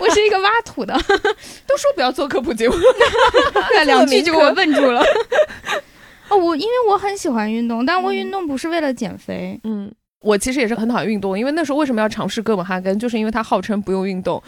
[SPEAKER 3] 我是一个挖土的，
[SPEAKER 5] 都说不要做科普节目，
[SPEAKER 3] 那两句就给我
[SPEAKER 5] 做
[SPEAKER 3] 问住了。哦，我因为我很喜欢运动，但我运动不是为了减肥。
[SPEAKER 5] 嗯， 我其实也是很讨厌运动，因为那时候为什么要尝试哥本哈根，就是因为它号称不用运动。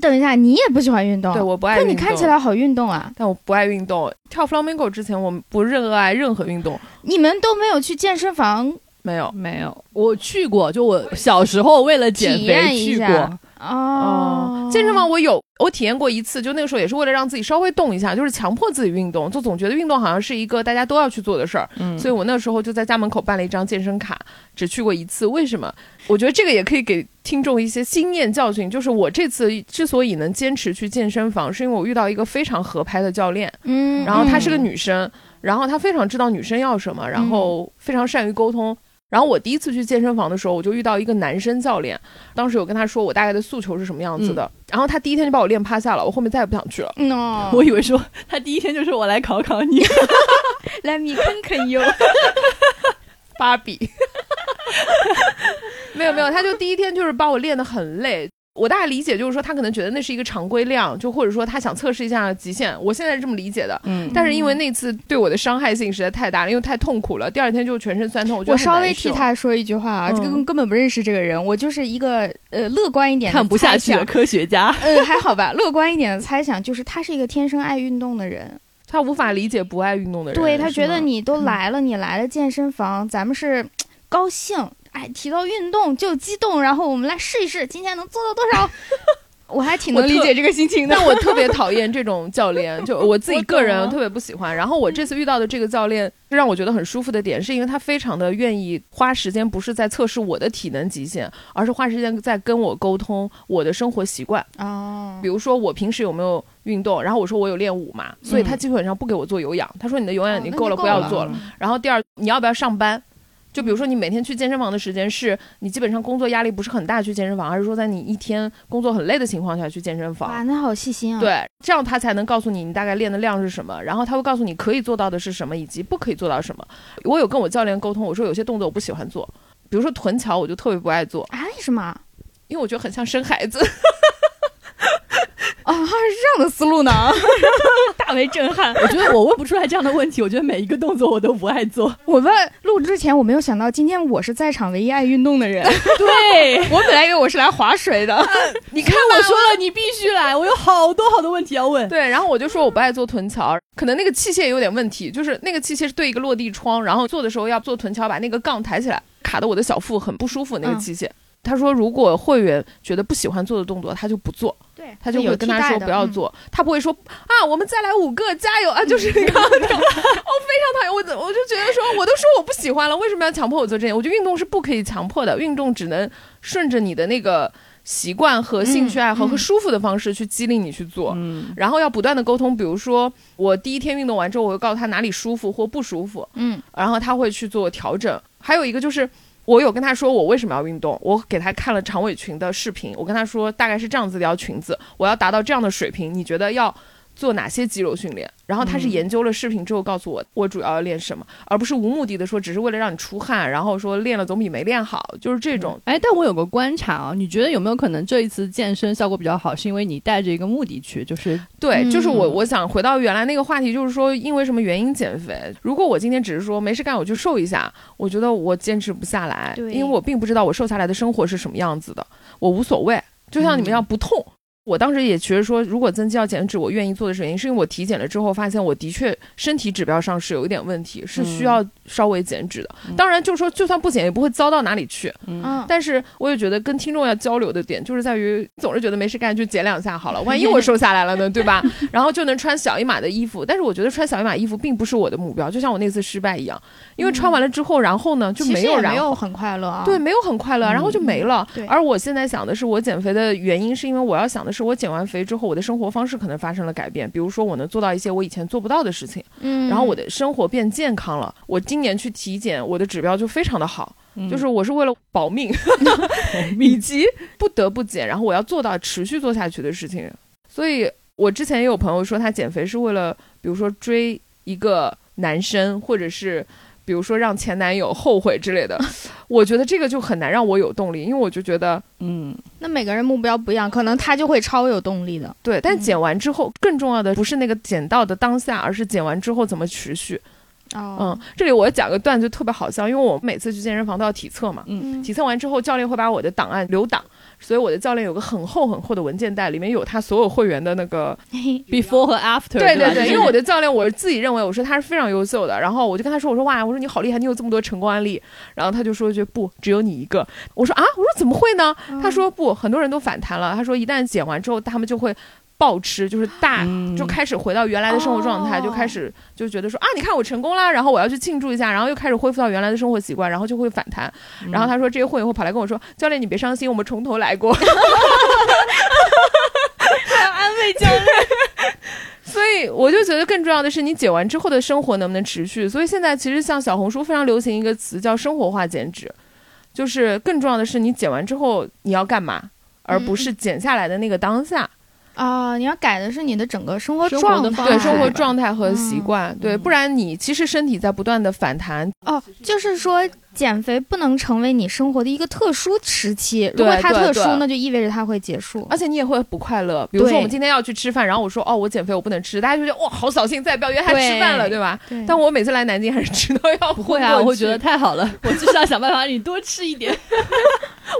[SPEAKER 3] 等一下，你也不喜欢运动？
[SPEAKER 5] 对，我不爱
[SPEAKER 3] 哦那
[SPEAKER 5] 运动。
[SPEAKER 3] 你看起，来好运动啊！
[SPEAKER 5] 但我不爱运动。跳 flamenco 之前，我不热爱任何运动，
[SPEAKER 3] 你们都没有去健身房
[SPEAKER 5] 没有。
[SPEAKER 2] 没有，我去过，就我小时候为了减
[SPEAKER 3] 体验
[SPEAKER 2] 肥
[SPEAKER 3] 一
[SPEAKER 2] 去
[SPEAKER 3] 下
[SPEAKER 2] 过。
[SPEAKER 3] 哦？
[SPEAKER 5] 健身房我有，我体验过一次，就那个时候也是为了让自己稍微动一下，就是强迫自己运动，就总觉得运动好像是一个大家都要去做的事儿，
[SPEAKER 2] 嗯，
[SPEAKER 5] 所以我那时候就在家门口办了一张健身卡，只去过一次。为什么？我觉得这个也可以给听众一些经验教训，就是我这次之所以能坚持去健身房，是因为我遇到一个非常合拍的教练，
[SPEAKER 3] 嗯，
[SPEAKER 5] 然后她是个
[SPEAKER 3] 嗯
[SPEAKER 5] 女生，然后她非常知道女生要什么，然后非常善于沟通。然后我第一次去健身房的时候，我就遇到一个男生教练，当时有跟他说我大概的诉求是什么样子的，然后他第一天就把我练趴下了，我后面再也不想去了。
[SPEAKER 3] 嗯 哦，
[SPEAKER 2] 我以为说他第一天就是我来考考你，
[SPEAKER 3] let me 坑坑 you。
[SPEAKER 5] 芭比， 没有没有，他就第一天就是把我练得很累。我大概理解就是说，他可能觉得那是一个常规量，就或者说他想测试一下极限。我现在是这么理解的，
[SPEAKER 2] 嗯
[SPEAKER 5] 但是因为那次对我的伤害性实在太大了，因为太痛苦了，第二天就全身酸痛。我觉得
[SPEAKER 3] 我
[SPEAKER 5] 很
[SPEAKER 3] 稍
[SPEAKER 5] 难
[SPEAKER 3] 微替
[SPEAKER 5] 受
[SPEAKER 3] 他说一句话啊，
[SPEAKER 5] 嗯
[SPEAKER 3] 这个根本不认识这个人，我就是一个呃乐观一点的
[SPEAKER 2] 看不下去的
[SPEAKER 3] 猜想。
[SPEAKER 2] 科学家，
[SPEAKER 3] 呃，还好吧，乐观一点的猜想就是他是一个天生爱运动的人，
[SPEAKER 5] 他无法理解不爱运动的人，
[SPEAKER 3] 对他
[SPEAKER 5] 是
[SPEAKER 3] 觉得
[SPEAKER 5] 吗嗯
[SPEAKER 3] 你都来了，你来了健身房，咱们是嘖高兴，哎，提到运动就激动，然后我们来试一试今天能做到多 少。我还挺能
[SPEAKER 5] 我特
[SPEAKER 3] 理解这个 心情的
[SPEAKER 5] 但。我特别讨厌这种 教练，就我自己个
[SPEAKER 3] 我
[SPEAKER 5] 人
[SPEAKER 3] 懂
[SPEAKER 5] 特别不喜欢。然后我这次遇到的这个教练，让我觉得很舒服的点，是因为他非常的愿意花时间，不是在测试我的体能极限，而是花时间在跟我沟通我的生活习惯。
[SPEAKER 3] 哦
[SPEAKER 5] 比，如说我平时有没有运动，然后我说我有练舞嘛，所以他
[SPEAKER 2] 嗯
[SPEAKER 5] 基本上不给我做有氧，他说你的有氧已经够了，不
[SPEAKER 3] 哦那就
[SPEAKER 5] 要
[SPEAKER 3] 够
[SPEAKER 5] 做了。
[SPEAKER 2] 了
[SPEAKER 5] 然后第二，你要不要上班？就比如说，你每天去健身房的时间是你基本上工作压力不是很大去健身房，还是说在你一天工作很累的情况下去健身房？
[SPEAKER 3] 哇，那好细心啊！，
[SPEAKER 5] 对，这样他才能告诉你你大概练的量是什么，然后他会告诉你可以做到的是什么，以及不可以做到什么。我有跟我教练沟通，我说有些动作我不喜欢做，比如说臀桥，我就特别不爱做，
[SPEAKER 3] 啊，为什么？
[SPEAKER 5] 因为我觉得很像生孩子。
[SPEAKER 3] 啊，还是这样的思路呢， 大为震撼。
[SPEAKER 2] 我觉得我问不出来这样的问题，我觉得每一个动作我都不爱做。
[SPEAKER 3] 我在录之前，我没有想到今天我是在场唯一爱运动的人。
[SPEAKER 2] 对，
[SPEAKER 3] 我本来以为我是来划水的，
[SPEAKER 5] 你看啊
[SPEAKER 2] 我说了你必须来，我有好多好多问题要问。
[SPEAKER 5] 对，然后我就说我不爱做臀桥，可能那个器械有点问题，就是那个器械是对一个落地窗，然后做的时候要做臀桥，把那个杠抬起来，卡的我的小腹很不舒服。那个
[SPEAKER 3] 嗯
[SPEAKER 5] 器械，他说如果会员觉得不喜欢做的动作，他就不做。
[SPEAKER 3] 对
[SPEAKER 5] 他就会跟他说不
[SPEAKER 3] 嗯
[SPEAKER 5] 要。做，他不会说啊，我们再来五个，加油啊！
[SPEAKER 3] 嗯
[SPEAKER 5] 就是刚 刚那种，我非常讨厌，我怎我就觉得说，我都说我不喜欢了，为什么要强迫我做这些？我觉得运动是不可以强迫的，运动只能顺着你的那个习惯和兴趣爱好
[SPEAKER 3] 嗯嗯
[SPEAKER 5] 和舒服的方式去激励你去做。
[SPEAKER 2] 嗯，
[SPEAKER 5] 然后要不断的沟通，比如说我第一天运动完之后，我会告诉他哪里舒服或不舒服，
[SPEAKER 3] 嗯，
[SPEAKER 5] 然后他会去做调整。还有一个就是，我有跟他说我为什么要运动，我给他看了长尾裙的视频，我跟他说大概是这样子的条裙子，我要达到这样的水平，你觉得要做哪些肌肉训练，然后他是
[SPEAKER 2] 嗯
[SPEAKER 5] 研究了视频之后告诉我我主要要练什么，而不是无目的的说只是为了让你出汗，然后说练了总比没练好，就是这种。
[SPEAKER 2] 哎，但我有个观察啊，你觉得有没有可能这一次健身效果比较好，是因为你带着一个目的去，就是
[SPEAKER 5] 对，就是我
[SPEAKER 2] 嗯
[SPEAKER 5] 我想回到原来那个话题，就是说因为什么原因减肥？如果我今天只是说没事干我去瘦一下，我觉得我坚持不下来，
[SPEAKER 3] 对
[SPEAKER 5] 因为我并不知道我瘦下来的生活是什么样子的，我无所谓。就像你们
[SPEAKER 2] 嗯
[SPEAKER 5] 要不痛。我当时也觉得说，如果增肌要减脂，我愿意做的事情，是因为我体检了之后发现，我的确身体指标上是有一点问题，是需要稍微减脂的。
[SPEAKER 2] 嗯
[SPEAKER 5] 当然，就是说就算不减，也不会糟到哪里去。
[SPEAKER 2] 嗯，
[SPEAKER 3] 嗯，
[SPEAKER 5] 但是我也觉得跟听众要交流的点，就是在于总是觉得没事干就减两下好了，万一我瘦下来了呢，对吧？ 然后就能穿小一码的衣服，但是我觉得穿小一码衣服并不是我的目标，就像我那次失败一样，因为穿完了之后，然后呢就
[SPEAKER 3] 其
[SPEAKER 5] 没
[SPEAKER 3] 实
[SPEAKER 5] 有
[SPEAKER 3] 也
[SPEAKER 5] 然
[SPEAKER 3] 没
[SPEAKER 5] 后
[SPEAKER 3] 有很快乐啊。
[SPEAKER 5] 对，没有很快乐，然后就没了。
[SPEAKER 3] 对
[SPEAKER 5] 而我现在想的是，我减肥的原因是因为我要想的是，我减完肥之后，我的生活方式可能发生了改变，比如说我能做到一些我以前做不到的事情，
[SPEAKER 3] 嗯，
[SPEAKER 5] 然后我的生活变健康了。我今年去体检，我的指标就非常的好，
[SPEAKER 3] 嗯
[SPEAKER 2] 嗯
[SPEAKER 5] 就是我是为了 保命，以及不得不减，然后我要做到持续做下去的事情。所以我之前也有朋友说，他减肥是为了，比如说追一个男生，或者是比如说让前男友后悔之 类的。我觉得这个就很难让我有动力，因为我就觉得
[SPEAKER 2] 嗯，
[SPEAKER 3] 那每个人目标不一样，可能他就会超有动力的。
[SPEAKER 5] 对。但
[SPEAKER 3] 嗯
[SPEAKER 5] 减完之后，更重要的不是那个减到的当下，而是减完之后怎么持续。嗯
[SPEAKER 3] 哦，，
[SPEAKER 5] 这里我讲个段子特别好笑，因为我每次去健身房都要体测嘛。
[SPEAKER 3] 嗯
[SPEAKER 5] 体测完之后，教练会把我的档案留档，所以我的教练有个很厚很厚的文件袋，里面有他所有会员的那个。
[SPEAKER 2] before 和 after，
[SPEAKER 5] 对
[SPEAKER 2] 对吧
[SPEAKER 5] 对，
[SPEAKER 2] 就是
[SPEAKER 5] 因为我的教练，我自己认为我说他是非常优秀的，然后我就跟他说，我说哇，我说你好厉害，你有这么多成功案例。然后他就说一句不，只有你一个。我说啊，我说怎么会呢？
[SPEAKER 2] 嗯
[SPEAKER 5] 他说不，很多人都反弹了。他说一旦减完之后，他们就会暴吃，就是大。
[SPEAKER 2] 嗯
[SPEAKER 5] 就开始回到原来的生活状态，
[SPEAKER 3] 哦
[SPEAKER 5] 就开始就觉得说啊，你看我成功啦，然后我要去庆祝一下，然后又开始恢复到原来的生活习惯，然后就会反弹。
[SPEAKER 2] 嗯
[SPEAKER 5] 然后他说这些会员会跑来跟我说，教练你别伤心，我们从头来过。
[SPEAKER 3] 安慰教练，
[SPEAKER 5] 所以我就觉得更重要的是你减完之后的生活能不能持续。所以现在其实像小红书非常流行一个词叫生活化减脂，就是更重要的是你减完之后你要干嘛，而不
[SPEAKER 2] 嗯
[SPEAKER 5] 是减下来的那个当下。
[SPEAKER 3] 啊，你要改的是你的整个生活
[SPEAKER 2] 生活
[SPEAKER 3] 状
[SPEAKER 2] 的
[SPEAKER 3] 态，
[SPEAKER 2] 方
[SPEAKER 5] 对
[SPEAKER 2] 式
[SPEAKER 5] 生活
[SPEAKER 2] 吧
[SPEAKER 5] 状态和习惯，对，
[SPEAKER 2] 嗯
[SPEAKER 5] 不然你其实身体在不断的反弹，
[SPEAKER 3] 哦，就是说减肥不能成为你生活的一个特殊时期，如
[SPEAKER 5] 对
[SPEAKER 3] 果它
[SPEAKER 5] 对
[SPEAKER 3] 特殊
[SPEAKER 5] 对，
[SPEAKER 3] 那就意味着它会结束。
[SPEAKER 5] 而且你也会不快乐。比如说
[SPEAKER 3] 对
[SPEAKER 5] 我们今天要去吃饭，然后我说哦我减肥我不能吃，大家就觉得哇哦好扫兴，再也不要约他吃饭了，
[SPEAKER 3] 对
[SPEAKER 5] 对吧？
[SPEAKER 3] 对
[SPEAKER 5] 但我每次来南京还是吃到要
[SPEAKER 2] 不
[SPEAKER 5] 不
[SPEAKER 2] 会啊，我会觉得太好了，我就是要想办法让你多吃一点。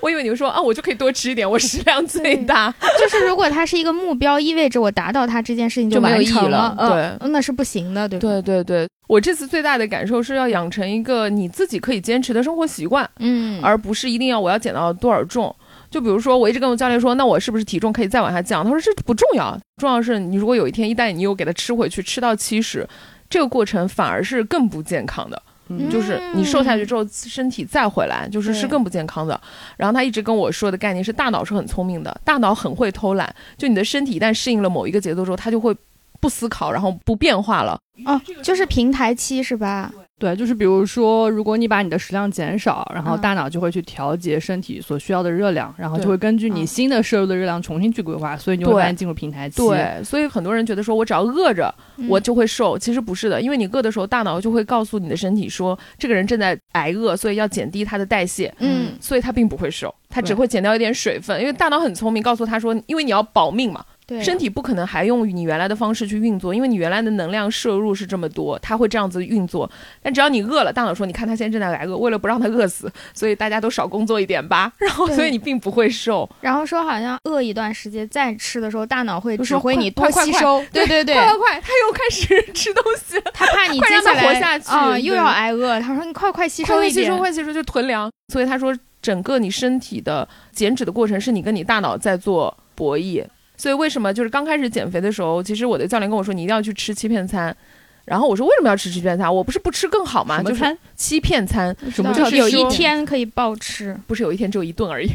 [SPEAKER 5] 我以为你会说啊我就可以多吃一点，我食 量最大，
[SPEAKER 3] 就是如果它是一个目标，意味着我达到它这件事情
[SPEAKER 5] 就没有
[SPEAKER 3] 完
[SPEAKER 5] 意义
[SPEAKER 3] 成
[SPEAKER 5] 了
[SPEAKER 3] 嗯，那是不行的，对吧？
[SPEAKER 5] 对对对，我这次最大的感受是要养成一个你自己可以坚持的生活习惯，
[SPEAKER 3] 嗯，
[SPEAKER 5] 而不是一定要我要减到多少重。就比如说，我一直跟我教练说，那我是不是体重可以再往下降？他说这不重要，重要的是你如果有一天一旦你又给它吃回去，吃到七十，这个过程反而是更不健康的。
[SPEAKER 3] 嗯
[SPEAKER 5] 就是你瘦下去之后，身体再回来，就是是
[SPEAKER 3] 对
[SPEAKER 5] 更不健康的。然后他一直跟我说的概念是，大脑是很聪明的，大脑很会偷懒。就你的身体一旦适应了某一个节奏之后，它就会不思考，然后不变化了。
[SPEAKER 3] 哦，就是平台期是吧？
[SPEAKER 2] 对，就是比如说，如果你把你的食量减少，然后
[SPEAKER 3] 嗯
[SPEAKER 2] 大脑就会去调节身体所需要的热量，然后就
[SPEAKER 5] 对
[SPEAKER 2] 会根据你
[SPEAKER 3] 嗯
[SPEAKER 2] 新的摄入的热量重新去规划，所以你就会
[SPEAKER 5] 对
[SPEAKER 2] 发现进入平台期。
[SPEAKER 5] 对，所以很多人觉得说我只要饿着
[SPEAKER 3] 嗯
[SPEAKER 5] 我就会瘦，其实不是的，因为你饿的时候，大脑就会告诉你的身体说，这个人正在挨饿，所以要减低他的代谢，
[SPEAKER 3] 嗯
[SPEAKER 5] 所以他并不会瘦，他只
[SPEAKER 2] 对
[SPEAKER 5] 会减掉一点水分，因为大脑很聪明，告诉他说，因为你要保命嘛，
[SPEAKER 3] 对
[SPEAKER 5] 身体不可能还用你原来的方式去运作，因为你原来的能量摄入是这么多，它会这样子运作。但只要你饿了，大脑说你看他现在正在挨饿，为了不让他饿死， 所以大家都少工作一点吧。然后，
[SPEAKER 3] 对
[SPEAKER 5] 所以你并不会瘦。
[SPEAKER 3] 然后说好像饿一段时间再吃的时候，大脑会
[SPEAKER 5] 就
[SPEAKER 3] 指
[SPEAKER 5] 说
[SPEAKER 3] 挥
[SPEAKER 5] 快
[SPEAKER 3] 你
[SPEAKER 5] 快
[SPEAKER 3] 多
[SPEAKER 5] 快
[SPEAKER 3] 吸
[SPEAKER 5] 快
[SPEAKER 3] 收，对对对，
[SPEAKER 5] 快快快，他又开始吃东西了，
[SPEAKER 3] 他怕你
[SPEAKER 5] 快
[SPEAKER 3] 接
[SPEAKER 5] 让
[SPEAKER 3] 下
[SPEAKER 5] 他
[SPEAKER 3] 来
[SPEAKER 5] 活下去
[SPEAKER 3] 啊、又
[SPEAKER 5] 对
[SPEAKER 3] 要挨饿。他说你快快吸
[SPEAKER 5] 快
[SPEAKER 3] 收
[SPEAKER 5] 快
[SPEAKER 3] 一
[SPEAKER 5] 吸
[SPEAKER 3] 点
[SPEAKER 5] 收，，快吸收就囤粮。所以他说，整个你身体的减脂的过程是你跟你大脑在做博弈。所以为什么就是刚开始减肥的时候，其实我的教练跟我说你一定要去吃欺骗餐，然后我说为什么要吃欺骗餐？我不是不吃更好吗？
[SPEAKER 2] 什么
[SPEAKER 5] 就是
[SPEAKER 2] 餐？
[SPEAKER 5] 欺骗餐，
[SPEAKER 2] 什么
[SPEAKER 3] 知道
[SPEAKER 5] 就是
[SPEAKER 3] 有
[SPEAKER 5] 说
[SPEAKER 3] 一天可以暴吃？
[SPEAKER 5] 不是有一天只有一顿而已。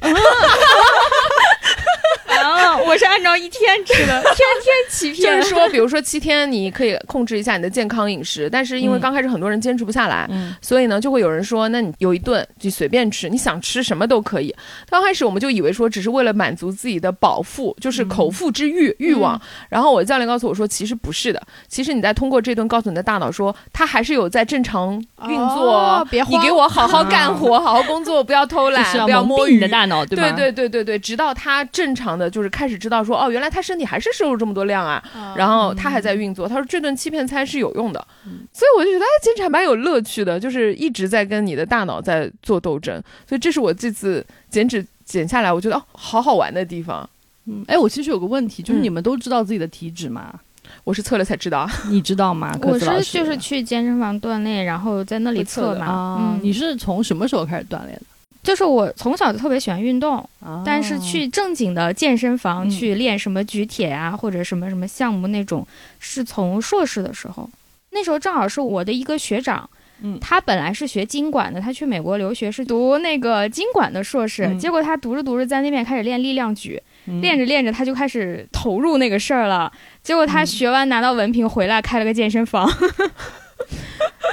[SPEAKER 3] 样，我是按照一天吃的，天天欺
[SPEAKER 5] 就
[SPEAKER 3] 骗。
[SPEAKER 5] 是说，比如说七天，你可以控制一下你的健康饮食，但是因为
[SPEAKER 2] 嗯
[SPEAKER 5] 刚开始很多人坚持不下来，
[SPEAKER 2] 嗯，
[SPEAKER 5] 所以呢，就会有人说，那你有一顿就随便吃，你想吃什么都可以。刚开始我们就以为说，只是为了满足自己的饱腹，就是口腹之欲、欲望。然后我的教练告诉我说，其实不是的，其实你在通过这顿告诉你的大脑说，它还是有在正常运作哦，
[SPEAKER 3] 哦别慌
[SPEAKER 5] 你给我好好干活，好好工作，不要偷
[SPEAKER 2] 就
[SPEAKER 5] 懒
[SPEAKER 2] 是，啊要
[SPEAKER 5] 不要
[SPEAKER 2] 蒙
[SPEAKER 5] 摸
[SPEAKER 2] 蔽你
[SPEAKER 5] 鱼
[SPEAKER 2] 的大脑，对吧？
[SPEAKER 5] 对对对对，直到他正常的就是开始知道说，哦，原来他身体还是摄入这么多量啊，
[SPEAKER 3] 哦
[SPEAKER 5] 然后他还在运作。他说这顿欺骗餐是有用的，
[SPEAKER 3] 嗯
[SPEAKER 5] 所以我就觉得哎，减产蛮有乐趣的，就是一直在跟你的大脑在做斗争。所以这是我这次减脂减下来，我觉得、哦、好好玩的地方。
[SPEAKER 2] 嗯，哎，我其实有个问题，就是
[SPEAKER 5] 嗯
[SPEAKER 2] 你们都知道自己的体脂吗？
[SPEAKER 5] 我是测了才知道啊，
[SPEAKER 2] 你知道 吗？
[SPEAKER 3] 我
[SPEAKER 2] 柯子老
[SPEAKER 3] 是
[SPEAKER 2] 师
[SPEAKER 3] 就是去健身房锻炼，然后在那里
[SPEAKER 2] 会测
[SPEAKER 3] 测
[SPEAKER 2] 的
[SPEAKER 3] 嘛。
[SPEAKER 2] 啊，
[SPEAKER 3] 嗯，
[SPEAKER 2] 你是从什么时候开始锻炼的？
[SPEAKER 3] 就是我从小就特别喜欢运动，
[SPEAKER 2] 啊
[SPEAKER 3] 但是去正经的健身房
[SPEAKER 2] 嗯
[SPEAKER 3] 去练什么举铁啊，或者什么什么项目那种，是从硕士的时候。那时候正好是我的一个学长，
[SPEAKER 2] 嗯
[SPEAKER 3] 他本来是学经管的，他去美国留学是读那个经管的硕士，
[SPEAKER 2] 嗯
[SPEAKER 3] 结果他读着读着在那边开始练力量举，
[SPEAKER 2] 嗯
[SPEAKER 3] 练着练着他就开始投入那个事儿了。结果他学完拿到文凭回来开了个健身房，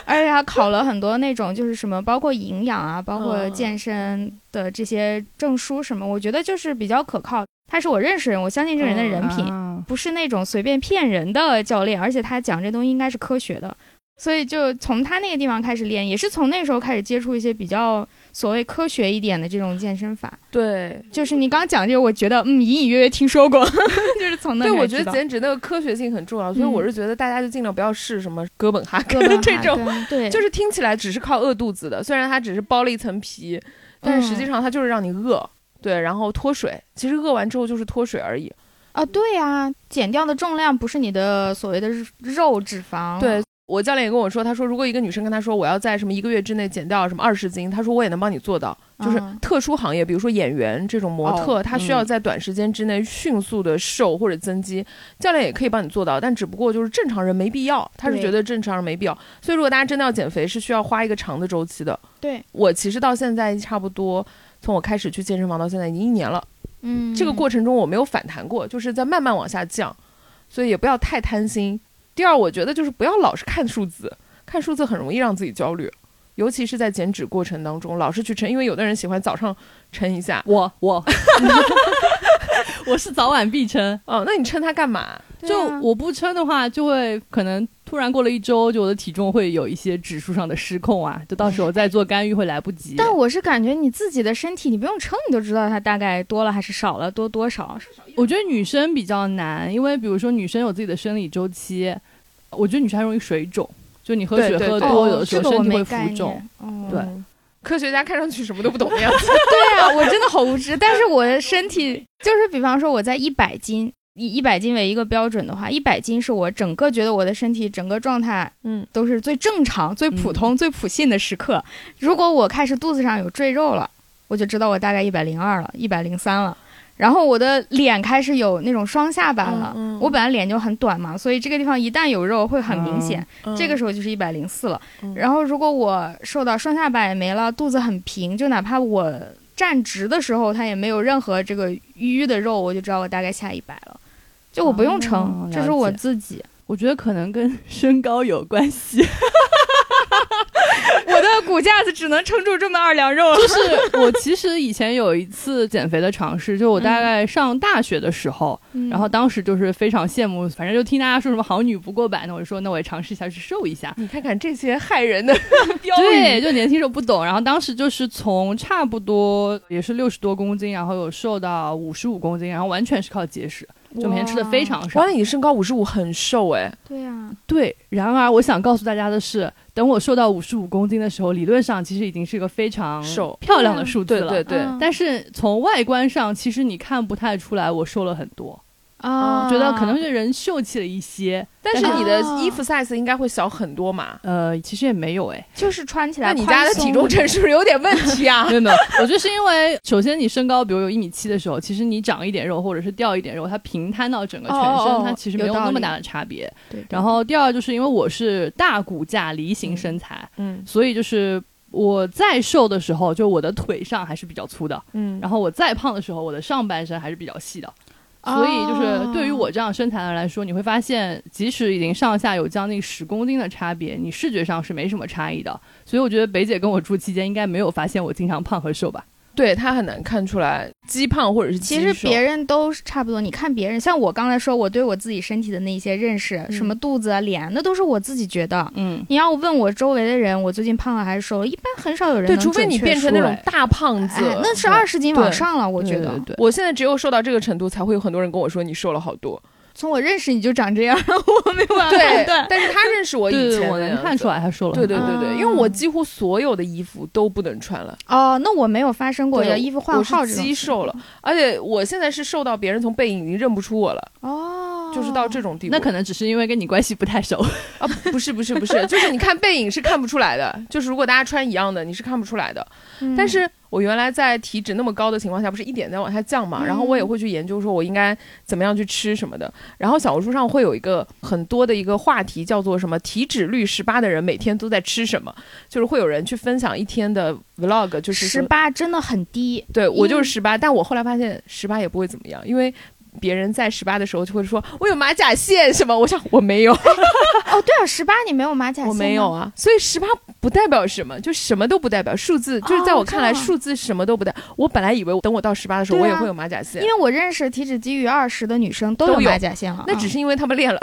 [SPEAKER 3] 而且还考了很多那种就是什么包括营养啊，包括
[SPEAKER 5] 嗯
[SPEAKER 3] 健身的这些证书什么，我觉得就是比较可靠。他是我认识人，我相信这人的人品，
[SPEAKER 2] 啊
[SPEAKER 3] 不是那种随便骗人的教练，而且他讲这东西应该是科学的，所以就从他那个地方开始练，也是从那时候开始接触一些比较所谓科学一点的这种健身法。
[SPEAKER 5] 对。
[SPEAKER 3] 就是你刚讲这个，我觉得嗯，隐隐约约听说过， 就是从那
[SPEAKER 5] 对，
[SPEAKER 3] 里
[SPEAKER 5] 我
[SPEAKER 3] 知
[SPEAKER 5] 觉得
[SPEAKER 3] 道
[SPEAKER 5] 减脂那个科学性很重要，所以
[SPEAKER 3] 嗯
[SPEAKER 5] 我是觉得大家就尽量不要试什么哥本哈
[SPEAKER 3] 哥本
[SPEAKER 5] 根这
[SPEAKER 3] 哈
[SPEAKER 5] 种，
[SPEAKER 3] 根 对，
[SPEAKER 5] 就是听起来只是靠饿肚子的，虽然它只是包了一层皮，但
[SPEAKER 3] 嗯
[SPEAKER 5] 是实际上它就是让你饿，对，然后脱水。其实饿完之后就是脱水而已。
[SPEAKER 3] 啊，对啊，减掉的重量不是你的所谓的肉肉脂肪，
[SPEAKER 5] 对我教练也跟我说，他说如果一个女生跟他说我要在什么一个月之内减掉什么二十斤，他说我也能帮你做到。就是
[SPEAKER 3] 嗯
[SPEAKER 5] 特殊行业，比如说演员这种模特，
[SPEAKER 2] 哦
[SPEAKER 5] 他需要在短时间之内迅速的瘦或者增肌，教练也可以帮你做到，但只不过就是正常人没必要，他是
[SPEAKER 3] 对
[SPEAKER 5] 觉得正常人没必要。所以如果大家真的要减肥，是需要花一个长的周期的。
[SPEAKER 3] 对，
[SPEAKER 5] 我其实到现在差不多，从我开始去健身房到现在已经一年了。
[SPEAKER 3] 嗯，
[SPEAKER 5] 这个过程中我没有反弹过，就是在慢慢往下降，所以也不要太贪心。第二，我觉得就是不要老是看数字，看数字很容易让自己焦虑，尤其是在减脂过程当中，老是去称，因为有的人喜欢早上称一下，
[SPEAKER 2] 我我 我是早晚必称，
[SPEAKER 5] 哦，那你称它干嘛？
[SPEAKER 3] 对
[SPEAKER 2] 就
[SPEAKER 3] 啊
[SPEAKER 2] 我不称的话，就会可能突然过了一周，就我的体重会有一些指数上的失控啊，就到时候再做干预会来不及。
[SPEAKER 3] 但我是感觉你自己的身体，你不用称，你就知道它大概多了还是少了，多多少。
[SPEAKER 2] 我觉得女生比较难，因为比如说女生有自己的生理周期，我觉得女生还容易水肿，就你喝
[SPEAKER 5] 对
[SPEAKER 2] 水
[SPEAKER 5] 对
[SPEAKER 2] 喝
[SPEAKER 5] 对
[SPEAKER 2] 呃多，
[SPEAKER 3] 哦
[SPEAKER 2] 有的时
[SPEAKER 3] 这
[SPEAKER 2] 候
[SPEAKER 3] 个我
[SPEAKER 2] 身体
[SPEAKER 3] 没
[SPEAKER 2] 会
[SPEAKER 3] 概
[SPEAKER 2] 浮肿。嗯
[SPEAKER 3] 念。哦
[SPEAKER 2] 对
[SPEAKER 5] 嗯科学家看上去什么都不懂的样 子。
[SPEAKER 3] 对啊，我真的好无知。但是我的身体，就是比方说我在一百斤，以一百斤为一个标准的话，一百斤是我整个觉得我的身体整个状态
[SPEAKER 5] 嗯，
[SPEAKER 3] 都是最正常、最普通、最普信的时刻。如果我开始肚子上有赘肉了，我就知道我大概一百零二了，一百零三了。然后我的脸开始有那种双下巴了，
[SPEAKER 5] 嗯嗯
[SPEAKER 3] 我本来脸就很短嘛，所以这个地方一旦有肉会很明显。这个
[SPEAKER 5] 是
[SPEAKER 3] 时候就是一百零四了。
[SPEAKER 5] 嗯
[SPEAKER 3] 然后如果我瘦到双下巴也没了，肚子很平，就哪怕我站直的时候，它也没有任何这个淤的肉，我就知道我大概下一百了。就我不用称，
[SPEAKER 2] 哦
[SPEAKER 3] 这是我
[SPEAKER 2] 了解
[SPEAKER 3] 自己。
[SPEAKER 2] 我觉得可能跟身高有关 系，
[SPEAKER 3] 我的骨架子只能撑住这么二两肉了。
[SPEAKER 2] 就是我其实以前有一次减肥的尝试，就我大概上大学的时候，
[SPEAKER 5] 嗯
[SPEAKER 2] 然后当时就是非常羡慕，反正就听大家说什么好女不过百，那我就说那我也尝试一下去瘦一下。
[SPEAKER 5] 你看看这些害人的标
[SPEAKER 2] 对，
[SPEAKER 5] 语，
[SPEAKER 2] 就年轻时候不懂，然后当时就是从差不多也是六十多公斤，然后有瘦到五十五公斤，然后完全是靠节食，就每天吃的非常少
[SPEAKER 5] 完了，。你身高五十五很瘦哎，
[SPEAKER 3] 对啊，
[SPEAKER 2] 对，然而我想告诉大家的是，等我瘦到五十五公斤的时候，理论上其实已经是个非常
[SPEAKER 5] 瘦
[SPEAKER 2] 漂亮的数字
[SPEAKER 5] 对
[SPEAKER 2] 了。
[SPEAKER 5] 对对，
[SPEAKER 3] 嗯
[SPEAKER 2] 但是从外观上，其实你看不太出来我瘦了很多，
[SPEAKER 5] 嗯
[SPEAKER 3] 啊，
[SPEAKER 2] 觉得可能是人秀气了一些。
[SPEAKER 5] 但是
[SPEAKER 2] 但是
[SPEAKER 5] 你的衣服 size 应该会小很多嘛？
[SPEAKER 2] 呃，其实也没有哎，
[SPEAKER 3] 就是穿起来
[SPEAKER 5] 那
[SPEAKER 3] 啊宽
[SPEAKER 5] 你
[SPEAKER 3] 松。
[SPEAKER 5] 家的体重秤是不是有点问题啊
[SPEAKER 2] 没？有没有，我觉得是因为首先你身高，比如有一米七的时候，其实你长一点肉或者是掉一点肉，它平摊到整个全身，
[SPEAKER 5] 哦哦哦
[SPEAKER 2] 它其实没有那么大的差别。
[SPEAKER 3] 对，对
[SPEAKER 2] 然后第二就是因为我是大骨架梨形身材，
[SPEAKER 5] 嗯
[SPEAKER 2] 所以就是我再瘦的时候，就我的腿上还是比较粗的，
[SPEAKER 5] 嗯
[SPEAKER 2] 然后我再胖的时候，我的上半身还是比较细的。所以
[SPEAKER 5] 哦
[SPEAKER 2] 就是对于我这样身材的人来说，你会发现，即使已经上下有将近十公斤的差别，你视觉上是没什么差异的。所以我觉得北姐跟我住期间，应该没有发现我经常胖和瘦吧？
[SPEAKER 5] 对他很难看出来肌胖或者是
[SPEAKER 3] 其
[SPEAKER 5] 肌
[SPEAKER 3] 实
[SPEAKER 5] 瘦。
[SPEAKER 3] 别人都是差不多，你看别人，像我刚才说，我对我自己身体的那些认识，
[SPEAKER 5] 嗯
[SPEAKER 3] 什么肚子啊、脸啊，那都是我自己觉得。
[SPEAKER 2] 嗯，
[SPEAKER 3] 你要问我周围的人，我最近胖了还是瘦了，一般很少有人
[SPEAKER 5] 对，
[SPEAKER 3] 能
[SPEAKER 5] 除非
[SPEAKER 3] 准
[SPEAKER 5] 你
[SPEAKER 3] 确
[SPEAKER 5] 变成
[SPEAKER 3] 说
[SPEAKER 5] 那种
[SPEAKER 3] 哎
[SPEAKER 5] 大胖子，
[SPEAKER 3] 哎那是
[SPEAKER 5] 对
[SPEAKER 3] 二十斤往
[SPEAKER 5] 对
[SPEAKER 3] 上了，我觉得。
[SPEAKER 2] 对对对
[SPEAKER 5] 我现在只有瘦到这个程度，才会有很多人跟我说你瘦了好 多。
[SPEAKER 3] 从我认识你就长这样，我没有办法判断。
[SPEAKER 5] 但是他认识我以
[SPEAKER 2] 对对
[SPEAKER 5] 前
[SPEAKER 2] 对，
[SPEAKER 5] 的
[SPEAKER 2] 我能
[SPEAKER 5] 样
[SPEAKER 2] 看
[SPEAKER 5] 子
[SPEAKER 2] 出。来她瘦了
[SPEAKER 5] 对
[SPEAKER 2] 很多。
[SPEAKER 5] 对对
[SPEAKER 3] 嗯
[SPEAKER 5] 对，因为我几乎所有的衣服都不能穿了，
[SPEAKER 3] 哦，那我没有发生过
[SPEAKER 5] 对
[SPEAKER 3] 要衣服换
[SPEAKER 5] 我
[SPEAKER 3] 号
[SPEAKER 5] 是
[SPEAKER 3] 这种
[SPEAKER 5] 肌
[SPEAKER 3] 事
[SPEAKER 5] 瘦了，而且我现在是瘦到别人从背影已经认不出我了，
[SPEAKER 3] 哦，
[SPEAKER 5] 就是到这种地步。
[SPEAKER 2] 那可能只是因为跟你关系不太熟。
[SPEAKER 5] 啊，不是不是不是，就是你看背影是看不出来的，就是如果大家穿一样的，你是看不出来的。
[SPEAKER 3] 嗯，
[SPEAKER 5] 但是我原来在体脂那么高的情况下，不是一点在往下降嘛，
[SPEAKER 3] 嗯
[SPEAKER 5] 然后我也会去研究说我应该怎么样去吃什么的。然后小红书上会有一个很多的一个话题，叫做什么体脂率十八的人每天都在吃什么，就是会有人去分享一天的 vlog，就是
[SPEAKER 3] 十
[SPEAKER 5] 说
[SPEAKER 3] 八真的很低，
[SPEAKER 5] 对我就是
[SPEAKER 3] 嗯
[SPEAKER 5] 十八，但我后来发现十八也不会怎么样，因为。别人在十八的时候就会说：“我有马甲线什么？”我想我没有，
[SPEAKER 3] 哦，对啊，十八你没有马甲线吗，
[SPEAKER 5] 我没有啊，所以十八不代表什么，就什么都不代表。数字就是在
[SPEAKER 3] 哦
[SPEAKER 5] 我看来，
[SPEAKER 3] 这样
[SPEAKER 5] 数字什么都不代。我本来以为等我到十八的时候，我
[SPEAKER 3] 对啊
[SPEAKER 5] 也会有马甲线
[SPEAKER 3] 因，为我认识体脂低于二十的女生都有
[SPEAKER 5] 都有
[SPEAKER 3] 马甲线了，啊
[SPEAKER 5] 那只
[SPEAKER 3] 是
[SPEAKER 5] 是因为他们练了。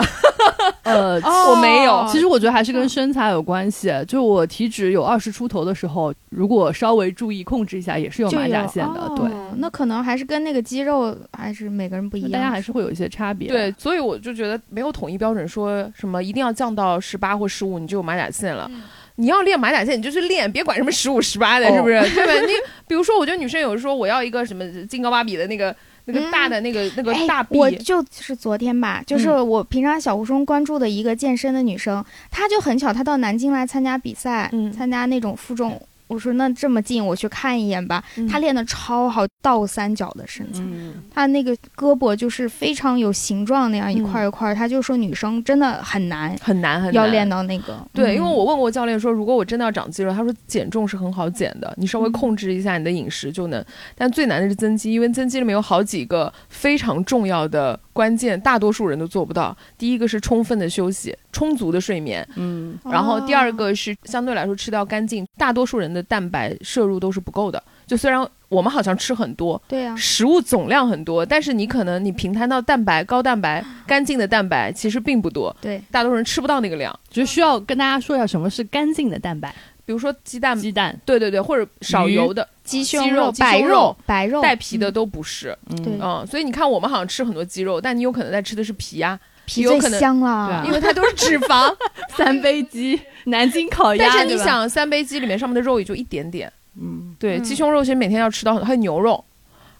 [SPEAKER 2] 呃，
[SPEAKER 3] 哦
[SPEAKER 5] 我没有
[SPEAKER 2] 其实我觉得还是跟身材有关系。就我体脂有二十出头的时候，如果稍微注意控制一下，也是有
[SPEAKER 3] 就
[SPEAKER 2] 马甲线的。
[SPEAKER 3] 哦
[SPEAKER 2] 对，
[SPEAKER 3] 那可能还是跟那个肌肉还是每个人不一样，
[SPEAKER 2] 大家还是会有一些差
[SPEAKER 3] 嗯
[SPEAKER 2] 别。
[SPEAKER 5] 对，，所以我就觉得没有统一标准，说什么一定要降到十八或十五你就有马甲线
[SPEAKER 3] 嗯
[SPEAKER 5] 了。你要练马甲线，你就去练，别管什么十五、十八的，
[SPEAKER 2] 哦
[SPEAKER 5] 是不是？对吧？你比如说，我觉得女生有时候我要一个什么金刚芭比的那个那个
[SPEAKER 3] 嗯
[SPEAKER 5] 大的那个那个
[SPEAKER 3] 哎
[SPEAKER 5] 大臂，
[SPEAKER 3] 我就是昨天吧，就是我平常小红书关注的一个健身的女生，她就很巧，她到南京来参加比赛，
[SPEAKER 5] 嗯
[SPEAKER 3] 参加那种负重。我说那这么近，我去看一眼吧。
[SPEAKER 5] 嗯
[SPEAKER 3] 她练的超好，倒三角的身材，
[SPEAKER 2] 嗯，
[SPEAKER 3] 她那个胳膊就是非常有形状那样一块一块。她就说女生真的很难
[SPEAKER 5] 很难很难
[SPEAKER 3] 要练到那个。嗯
[SPEAKER 5] 对，因为我问过教练说，如果我真的要长肌肉，他说减重是很好减的，你稍微控制一下你的饮食就能。但最难的是增肌，因为增肌里面有好几个非常重要的关键，大多数人都做不到。第一个是充分的休息，充足的睡眠，
[SPEAKER 2] 嗯，
[SPEAKER 5] 然后第二
[SPEAKER 3] 哦
[SPEAKER 5] 个是相对来说吃的要干净，大多数人的蛋白摄入都是不够的。就虽然我们好像吃很多，
[SPEAKER 3] 对啊，
[SPEAKER 5] 食物总量很多，但是你可能你平摊到蛋白、高蛋白、干净的蛋白其实并不多，
[SPEAKER 3] 对，
[SPEAKER 5] 大多数人吃不到那个量。
[SPEAKER 2] 就需要跟大家说一下什么是干净的蛋白，
[SPEAKER 5] 比如说鸡蛋
[SPEAKER 2] 鸡蛋，
[SPEAKER 5] 对对对，或者少
[SPEAKER 2] 鱼
[SPEAKER 5] 油的、
[SPEAKER 3] 鸡
[SPEAKER 5] 鸡
[SPEAKER 3] 胸
[SPEAKER 5] 肉
[SPEAKER 3] 肉、
[SPEAKER 5] 鸡
[SPEAKER 3] 白
[SPEAKER 5] 胸
[SPEAKER 3] 肉
[SPEAKER 5] 肉、
[SPEAKER 3] 白肉
[SPEAKER 5] 带皮的
[SPEAKER 3] 嗯
[SPEAKER 5] 都不是，
[SPEAKER 2] 嗯
[SPEAKER 3] 对
[SPEAKER 5] 嗯所以你看我们好像吃很多鸡肉，但你有可能在吃的是皮啊，
[SPEAKER 3] 皮
[SPEAKER 5] 有
[SPEAKER 3] 最
[SPEAKER 5] 可能
[SPEAKER 3] 香
[SPEAKER 2] 对啊
[SPEAKER 3] 了
[SPEAKER 5] 因。为它都是脂肪。
[SPEAKER 2] 三杯鸡，南京烤鸭，
[SPEAKER 5] 但是你
[SPEAKER 2] 对吧，
[SPEAKER 5] 想，三杯鸡里面上面的肉也就一点点。
[SPEAKER 2] 嗯，
[SPEAKER 5] 对，
[SPEAKER 3] 嗯
[SPEAKER 5] 鸡胸肉其实每天要吃到很多，还有牛肉，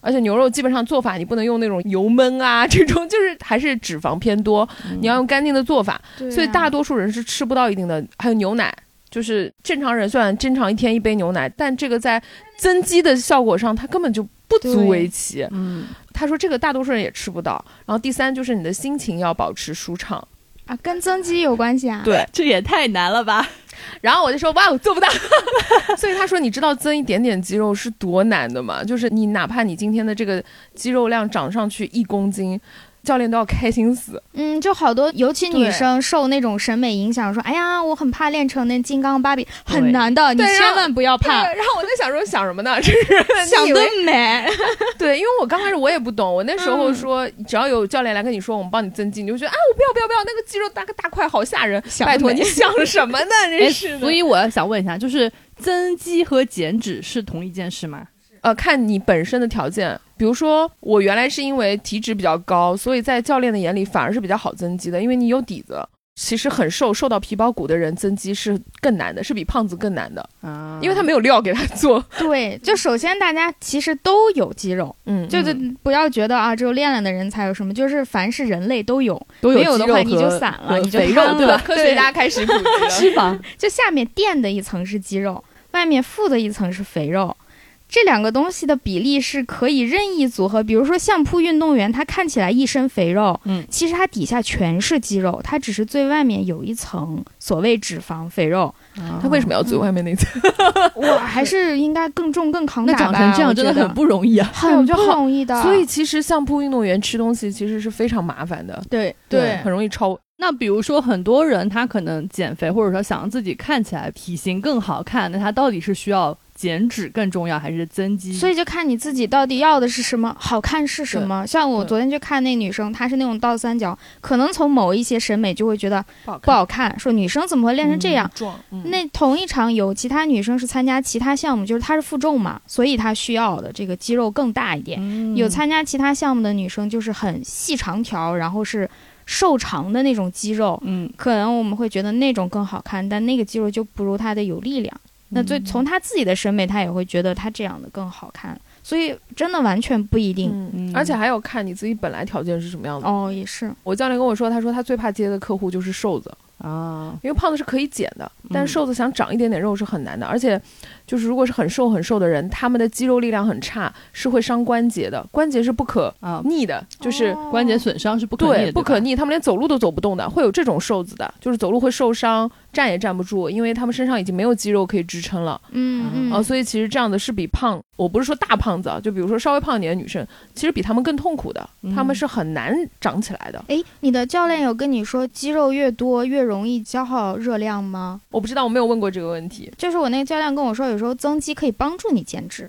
[SPEAKER 5] 而且牛肉基本上做法你不能用那种油焖啊，这种就是还是脂肪偏多，你要用干净的做法。
[SPEAKER 3] 对
[SPEAKER 5] 所以
[SPEAKER 3] 啊
[SPEAKER 5] 大多数人是吃不到一定的，还有牛奶，就是正常人虽然正常一天一杯牛奶，但这个在增肌的效果上，它根本就不足
[SPEAKER 3] 对
[SPEAKER 5] 为奇。
[SPEAKER 2] 嗯，
[SPEAKER 5] 他说这个大多数人也吃不到。然后第三就是你的心情要保持舒畅，
[SPEAKER 3] 啊，跟增肌有关系啊。
[SPEAKER 5] 对。
[SPEAKER 2] 这也太难了吧？
[SPEAKER 5] 然后我就说哇，我做不到。 所以他说，你知道增一点点肌肉是多难的吗？就是你哪怕你今天的这个肌肉量涨上去一公斤。教练都要开心死，
[SPEAKER 3] 嗯，就好多，尤其
[SPEAKER 5] 对
[SPEAKER 3] 女生受那种审美影响，说：“哎呀，我很怕练成那金刚芭比，
[SPEAKER 2] 对
[SPEAKER 3] 很难的，你
[SPEAKER 5] 对然后
[SPEAKER 3] 千万不要
[SPEAKER 5] 对。
[SPEAKER 3] 怕。
[SPEAKER 5] 然后我在想说想什么 呢？就是
[SPEAKER 3] 想
[SPEAKER 5] 你以
[SPEAKER 3] 得
[SPEAKER 5] 为
[SPEAKER 3] 美，
[SPEAKER 5] 对，因为我刚开始我也不懂，我那时候
[SPEAKER 3] 嗯
[SPEAKER 5] 说只要有教练来跟你说我们帮你增肌，你就觉得啊我不要不要不要，那个肌肉大个大块好吓人，
[SPEAKER 3] 想
[SPEAKER 5] 拜托
[SPEAKER 3] 得
[SPEAKER 5] 你
[SPEAKER 3] 美
[SPEAKER 5] 想什么 呢？真
[SPEAKER 2] 哎
[SPEAKER 5] 是的。
[SPEAKER 2] 所以我想问一下，就是增肌和减脂是同一件事吗？
[SPEAKER 5] 呃，看你本身的条件。比如说，我原来是因为体脂比较高，所以在教练的眼里反而是比较好增肌的，因为你有底子。其实很瘦，瘦到皮包骨的人增肌是更难的，是比胖子更难的，
[SPEAKER 3] 嗯
[SPEAKER 2] 啊，
[SPEAKER 5] 因为他没有料给他 做。
[SPEAKER 3] 对，就首先大家其实都有肌肉，
[SPEAKER 5] 嗯，
[SPEAKER 3] 就是
[SPEAKER 5] 嗯
[SPEAKER 3] 不要觉得啊，只有练了的人才有什么，就是凡是人类都有，
[SPEAKER 2] 都
[SPEAKER 3] 没有
[SPEAKER 2] 肌
[SPEAKER 3] 的
[SPEAKER 2] 肉
[SPEAKER 3] 话你就
[SPEAKER 2] 和
[SPEAKER 3] 散了
[SPEAKER 2] 和
[SPEAKER 3] 你就
[SPEAKER 2] 肥
[SPEAKER 3] 瘫
[SPEAKER 2] 肉
[SPEAKER 3] 了
[SPEAKER 2] 对 吧？
[SPEAKER 5] 科学家 开始普及了。
[SPEAKER 2] 肪，
[SPEAKER 3] 就下面垫的一层是肌肉，外面附的一层是肥肉。这两个东西的比例是可以任意组合。比如说相扑运动员，他看起来一身肥肉，
[SPEAKER 2] 嗯
[SPEAKER 3] 其实他底下全是肌肉，他只是最外面有一层所谓脂肪肥肉。
[SPEAKER 2] 啊
[SPEAKER 5] 他为什么要
[SPEAKER 3] 嗯
[SPEAKER 5] 最外面那层？
[SPEAKER 3] 我还是应该更重更扛
[SPEAKER 2] 那
[SPEAKER 3] 打吧。
[SPEAKER 2] 长成这样
[SPEAKER 3] 我
[SPEAKER 2] 真
[SPEAKER 3] 觉
[SPEAKER 2] 的
[SPEAKER 3] 得
[SPEAKER 2] 很不容易啊！
[SPEAKER 5] 对我
[SPEAKER 3] 很
[SPEAKER 5] 觉得
[SPEAKER 3] 不
[SPEAKER 5] 好
[SPEAKER 3] 容易的。
[SPEAKER 5] 所以其实相扑运动员吃东西其实是非常麻烦的，
[SPEAKER 3] 对
[SPEAKER 5] 很容易超。
[SPEAKER 2] 那比如说，很多人他可能减肥，或者说想让自己看起来体型更好看，那他到底是需要减脂更重要，还是增肌？
[SPEAKER 3] 所以就看你自己到底要的是什么，好看是什么。像我
[SPEAKER 2] 对
[SPEAKER 3] 昨天去看那女生，她是那种倒三角，可能从某一些审美就会觉得
[SPEAKER 2] 不好
[SPEAKER 3] 不好看，说女生怎么会练成这样？
[SPEAKER 2] 壮，嗯
[SPEAKER 3] 那同一场有其他女生是参加其他项目，就是她是负重嘛，所以她需要的这个肌肉更大一点。
[SPEAKER 2] 嗯
[SPEAKER 3] 有参加其他项目的女生就是很细长条，然后是瘦长的那种肌肉，
[SPEAKER 2] 嗯，
[SPEAKER 3] 可能我们会觉得那种更好看，但那个肌肉就不如她的有力量。那
[SPEAKER 2] 嗯
[SPEAKER 3] 最从他自己的审美，他也会觉得他这样的更好看，所以真的完全不一定。
[SPEAKER 5] 嗯
[SPEAKER 2] 嗯，
[SPEAKER 5] 而且还要看你自己本来条件是什么样的。
[SPEAKER 3] 哦，也是，
[SPEAKER 5] 我教练跟我说，他说他最怕接的客户就是瘦子，
[SPEAKER 2] 啊，
[SPEAKER 5] 因为胖子是可以减的，但
[SPEAKER 2] 嗯
[SPEAKER 5] 是瘦子想长一点点肉是很难的。而且，就是如果是很瘦很瘦的人，他们的肌肉力量很差，是会伤关节的，关节是不可
[SPEAKER 2] 啊，
[SPEAKER 5] 逆的，就是。
[SPEAKER 3] 哦
[SPEAKER 2] 关节损伤是不可逆的，
[SPEAKER 5] 对，
[SPEAKER 2] 对
[SPEAKER 5] 不可
[SPEAKER 2] 吧。
[SPEAKER 5] 逆，他们连走路都走不动的，会有这种瘦子的，就是走路会受伤，站也站不住，因为他们身上已经没有肌肉可以支撑了。
[SPEAKER 3] 嗯嗯
[SPEAKER 5] 啊，所以其实这样的是比胖，我不是说大胖子啊，就比如说稍微胖一点的女生，其实比她们更痛苦的，她
[SPEAKER 2] 嗯
[SPEAKER 5] 们是很难长起来的。
[SPEAKER 3] 哎，你的教练有跟你说肌肉越多越容易消耗热量吗？
[SPEAKER 5] 我不知道，我没有问过这个问题。
[SPEAKER 3] 就是我那个教练跟我说，有时候增肌可以帮助你减脂，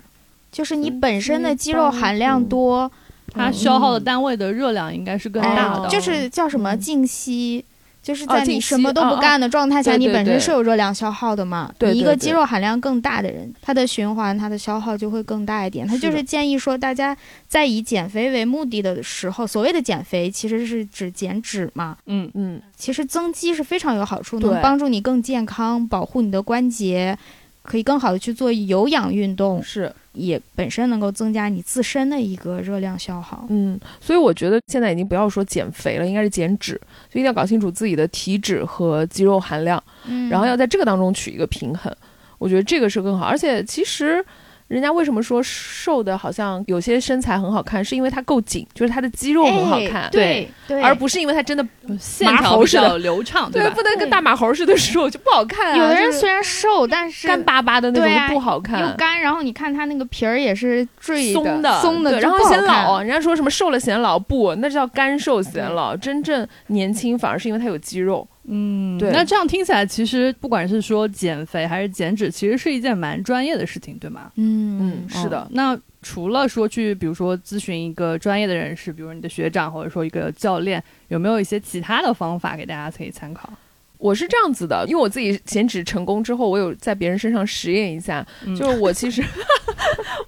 [SPEAKER 3] 就是你本身的肌肉含量多，
[SPEAKER 2] 它消耗的单位的热量应该是更
[SPEAKER 3] 哎
[SPEAKER 2] 大的，
[SPEAKER 3] 就是叫什么
[SPEAKER 5] 嗯
[SPEAKER 3] 静息。就是
[SPEAKER 5] 哦
[SPEAKER 3] 在
[SPEAKER 5] 静
[SPEAKER 3] 你
[SPEAKER 5] 息
[SPEAKER 3] 什么都
[SPEAKER 5] 哦
[SPEAKER 3] 不
[SPEAKER 5] 哦
[SPEAKER 3] 干的状态下，
[SPEAKER 5] 对
[SPEAKER 3] 你
[SPEAKER 5] 对
[SPEAKER 3] 本身
[SPEAKER 5] 对
[SPEAKER 3] 是有热量消耗的嘛。
[SPEAKER 5] 对
[SPEAKER 3] 你一
[SPEAKER 5] 对
[SPEAKER 3] 个
[SPEAKER 5] 对
[SPEAKER 3] 肌肉含量更大的人，他的循环、他的消耗就会更大一点。他
[SPEAKER 5] 是
[SPEAKER 3] 就
[SPEAKER 5] 的
[SPEAKER 3] 是建议说，大家在以减肥为目的的时候，所谓的减肥其实是指减脂嘛。
[SPEAKER 2] 嗯，
[SPEAKER 5] 嗯，
[SPEAKER 3] 其实增肌是非常有好处，
[SPEAKER 5] 对
[SPEAKER 3] 能帮助你更健康，保护你的关节，可以更好的去做有氧运动，
[SPEAKER 5] 是，
[SPEAKER 3] 也本身能够增加你自身的一个热量消耗。
[SPEAKER 5] 嗯，所以我觉得现在已经不要说减肥了，应该是减脂，就一定要搞清楚自己的体脂和肌肉含量，
[SPEAKER 3] 嗯
[SPEAKER 5] 然后要在这个当中取一个平衡。我觉得这个是更好，而且其实。人家为什么说瘦的好像有些身材很好看，是因为它够紧，就是它的肌肉很好
[SPEAKER 3] 哎
[SPEAKER 5] 看，
[SPEAKER 3] 对对，
[SPEAKER 5] 而不是因为它真的
[SPEAKER 2] 线
[SPEAKER 5] 麻
[SPEAKER 2] 条
[SPEAKER 5] 猴
[SPEAKER 2] 比
[SPEAKER 5] 似的
[SPEAKER 2] 较流 畅，
[SPEAKER 5] 对，
[SPEAKER 2] 吧
[SPEAKER 5] 不？能跟大马猴似的瘦就不好看啊。
[SPEAKER 3] 有的人
[SPEAKER 5] 就是
[SPEAKER 3] 虽然瘦，但是
[SPEAKER 5] 干巴巴的那
[SPEAKER 3] 对啊
[SPEAKER 5] 种就不好看，
[SPEAKER 3] 又干，然后你看它那个皮儿也是坠
[SPEAKER 5] 松
[SPEAKER 3] 的、松
[SPEAKER 5] 的，对
[SPEAKER 3] 就
[SPEAKER 5] 然后
[SPEAKER 3] 不好
[SPEAKER 5] 显
[SPEAKER 3] 看
[SPEAKER 5] 老。人家说什么瘦了显老，不，那叫干瘦显老。真正年轻反而是因为他有肌肉。
[SPEAKER 2] 嗯，
[SPEAKER 5] 对
[SPEAKER 2] 那这样听起来，其实不管是说减肥还是减脂，其实是一件蛮专业的事情，对吗？
[SPEAKER 3] 嗯
[SPEAKER 5] 嗯，，是的
[SPEAKER 2] 嗯，那除了说去，比如说咨询一个专业的人士，比如你的学长或者说一个教练，有没有一些其他的方法给大家可以参考？
[SPEAKER 5] 我是这样子的，因为我自己减脂成功之后，我有在别人身上实验一下，
[SPEAKER 2] 嗯
[SPEAKER 5] 就是我 其实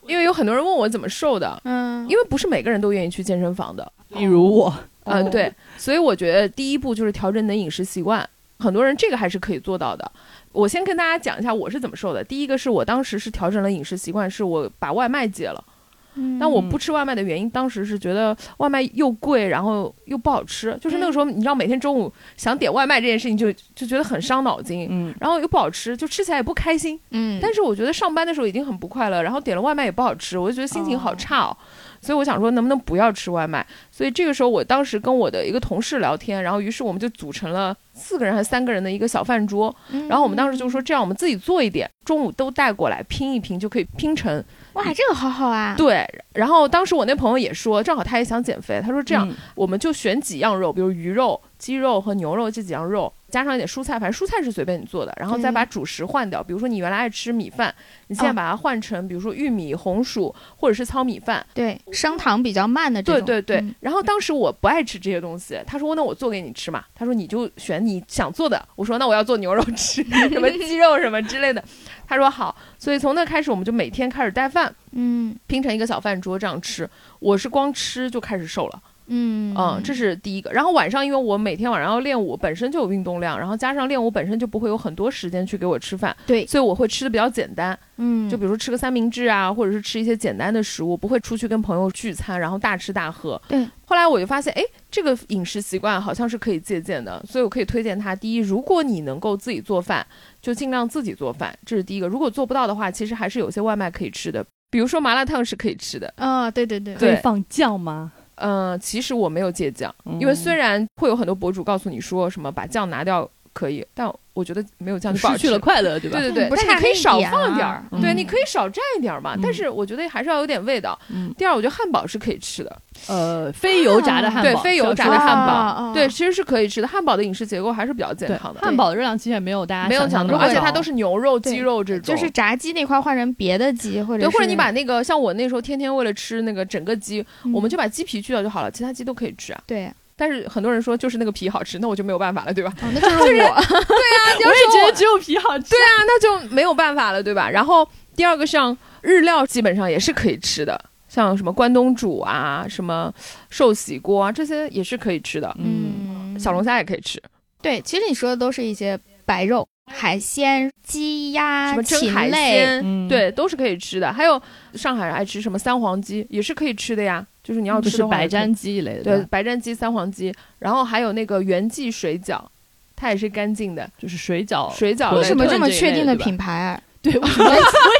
[SPEAKER 5] 因为有很多人问我怎么瘦的，
[SPEAKER 3] 嗯，
[SPEAKER 5] 因为不是每个人都愿意去健身房的。
[SPEAKER 2] 例如我，
[SPEAKER 3] 哦
[SPEAKER 5] 嗯，对，所以我觉得第一步就是调整你的饮食习惯，很多人这个还是可以做到的。我先跟大家讲一下我是怎么瘦的。第一个是我当时是调整了饮食习惯，是我把外卖戒了。
[SPEAKER 3] 嗯
[SPEAKER 5] 但我不吃外卖的原因，当时是觉得外卖又贵，然后又不好吃。就是
[SPEAKER 3] 嗯
[SPEAKER 5] 那个时候，你知道每天中午想点外卖这件事情就，就觉得很伤脑筋，
[SPEAKER 2] 嗯，
[SPEAKER 5] 然后又不好吃，就吃起来也不开心。
[SPEAKER 3] 嗯，
[SPEAKER 5] 但是我觉得上班的时候已经很不快乐，然后点了外卖也不好吃，我就觉得心情好差哦。所以我想说，能不能不要吃外卖？所以这个时候，我当时跟我的一个同事聊天，然后于是我们就组成了四个人还是三个人的一个小饭桌。
[SPEAKER 3] 嗯，
[SPEAKER 5] 然后我们当时就说，这样我们自己做一点，中午都带过来拼一拼，就可以拼成。
[SPEAKER 3] 哇，这个好好 啊，
[SPEAKER 5] 对。然后当时我那朋友也说，正好他也想减肥，他说这样
[SPEAKER 2] 嗯
[SPEAKER 5] 我们就选几样肉，比如鱼肉、鸡肉和牛肉这几样肉，加上一点蔬菜，反正蔬菜是随便你做的，然后再
[SPEAKER 3] 对
[SPEAKER 5] 把主食换掉。比如说你原来爱吃米饭，你现在
[SPEAKER 3] 哦
[SPEAKER 5] 把它换成比如说玉米、红薯或者是糙米饭。
[SPEAKER 3] 对，升糖比较慢的这
[SPEAKER 5] 对
[SPEAKER 3] 种，
[SPEAKER 5] 对对。
[SPEAKER 3] 嗯
[SPEAKER 5] 然后当时我不爱吃这些东西，他说那我做给你吃嘛，他说你就选你想做的。我说那我要做牛肉吃， 什么鸡肉什么之类的。他说好，所以从那开始我们就每天开始带饭，
[SPEAKER 3] 嗯
[SPEAKER 5] 拼成一个小饭桌这样吃。我是光吃就开始瘦了。
[SPEAKER 3] 嗯
[SPEAKER 5] 嗯，这是第一个。然后晚上，因为我每天晚上要练舞，本身就有运动量，然后加上练舞本身就不会有很多时间去给我吃饭，
[SPEAKER 3] 对
[SPEAKER 5] 所以我会吃的比较简单，
[SPEAKER 3] 嗯，
[SPEAKER 5] 就比如说吃个三明治啊，或者是吃一些简单的食物，不会出去跟朋友聚餐，然后大吃大喝。
[SPEAKER 3] 对。
[SPEAKER 5] 后来我就发现，哎，这个饮食习惯好像是可以借鉴的，所以我可以推荐他。第一，如果你能够自己做饭，就尽量自己做饭，这是第一个。如果做不到的话，其实还是有些外卖可以吃的。比如说麻辣烫是可以吃的，
[SPEAKER 3] 啊，对对对，
[SPEAKER 2] 可以
[SPEAKER 5] 对
[SPEAKER 2] 放酱吗？
[SPEAKER 5] 嗯、其实我没有戒酱，
[SPEAKER 2] 嗯
[SPEAKER 5] 因为虽然会有很多博主告诉你说什么把酱拿掉可以，但我觉得没有酱就不好
[SPEAKER 2] 失去
[SPEAKER 5] 吃
[SPEAKER 2] 了。快乐，对吧？
[SPEAKER 5] 对对对，
[SPEAKER 3] 不是
[SPEAKER 5] 但你可以
[SPEAKER 3] 差那一
[SPEAKER 5] 少
[SPEAKER 3] 点
[SPEAKER 5] 放点
[SPEAKER 3] 儿
[SPEAKER 5] 儿，对，
[SPEAKER 2] 嗯
[SPEAKER 5] 你可以少蘸一点儿嘛。
[SPEAKER 2] 嗯
[SPEAKER 5] 但是我觉得还是要有点味道。
[SPEAKER 2] 嗯，
[SPEAKER 5] 第二，我觉得汉堡是可以吃的，
[SPEAKER 2] 呃，非油炸的汉堡，
[SPEAKER 5] 对，非油炸
[SPEAKER 2] 小
[SPEAKER 5] 的
[SPEAKER 2] 时候
[SPEAKER 5] 汉堡，
[SPEAKER 3] 啊啊
[SPEAKER 5] 对，其实是可以吃的。汉堡的饮食结构还是比较健
[SPEAKER 2] 哦对
[SPEAKER 5] 康的，
[SPEAKER 2] 汉堡的热量其实也没有大家
[SPEAKER 5] 没有
[SPEAKER 2] 想
[SPEAKER 5] 想
[SPEAKER 2] 的那
[SPEAKER 5] 到，
[SPEAKER 2] 么高，
[SPEAKER 5] 而且它都是牛肉、鸡肉这种，
[SPEAKER 3] 就是炸鸡那块换成别的鸡，或者
[SPEAKER 5] 对，或者
[SPEAKER 3] 是
[SPEAKER 5] 你把那个像我那时候天天为了吃那个整个鸡，
[SPEAKER 3] 嗯
[SPEAKER 5] 我们就把鸡皮去掉就好了，其他鸡都可以吃啊。
[SPEAKER 3] 对，
[SPEAKER 5] 但是很多人说就是那个皮好吃，那我就没有办法了，对吧？
[SPEAKER 3] 哦，那就是 我，
[SPEAKER 5] 大 家
[SPEAKER 2] 我也觉
[SPEAKER 5] 说
[SPEAKER 2] 得只有皮好吃。
[SPEAKER 5] 对啊，那就没有办法了，对吧？然后第二个像日料基本上也是可以吃的，像什么关东煮啊、什么寿喜锅啊，这些也是可以吃的。
[SPEAKER 2] 嗯，
[SPEAKER 3] 嗯，
[SPEAKER 5] 小龙虾也可以吃，
[SPEAKER 3] 对，其实你说的都是一些白肉、海鲜、鸡
[SPEAKER 5] 什
[SPEAKER 3] 鸭、
[SPEAKER 5] 么蒸
[SPEAKER 3] 啊禽
[SPEAKER 5] 海
[SPEAKER 3] 类，
[SPEAKER 5] 鲜，
[SPEAKER 2] 嗯
[SPEAKER 5] 对，都是可以吃的。还有上海人爱吃什么三黄鸡，也是可以吃的呀。就是你要
[SPEAKER 2] 就
[SPEAKER 5] 吃
[SPEAKER 2] 嗯是
[SPEAKER 5] 的话
[SPEAKER 2] 白
[SPEAKER 5] 也可以
[SPEAKER 2] 斩鸡一类的，
[SPEAKER 5] 对，
[SPEAKER 2] 吧，
[SPEAKER 5] 白斩鸡、三黄鸡，然后还有那个袁记水饺，它也是干净的
[SPEAKER 2] 就是水饺。
[SPEAKER 5] 水饺类的。
[SPEAKER 2] 我
[SPEAKER 3] 为什么这么
[SPEAKER 2] 对
[SPEAKER 3] 确定的
[SPEAKER 2] 对吧
[SPEAKER 3] 品牌啊？
[SPEAKER 2] 对，我想我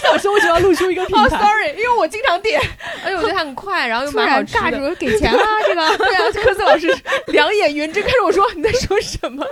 [SPEAKER 2] 想说，我只要露出一 个品
[SPEAKER 5] 哦、s o
[SPEAKER 2] 牌，
[SPEAKER 5] r r y 因为我经常点，而且我觉得它很快，然后又
[SPEAKER 3] 突
[SPEAKER 5] 蛮好
[SPEAKER 3] 然
[SPEAKER 5] 吃
[SPEAKER 3] 尬
[SPEAKER 5] 的。
[SPEAKER 3] 住，给 钱了这个。
[SPEAKER 5] 对 啊，科斯老 师两眼圆睁看着我说 你在说什么？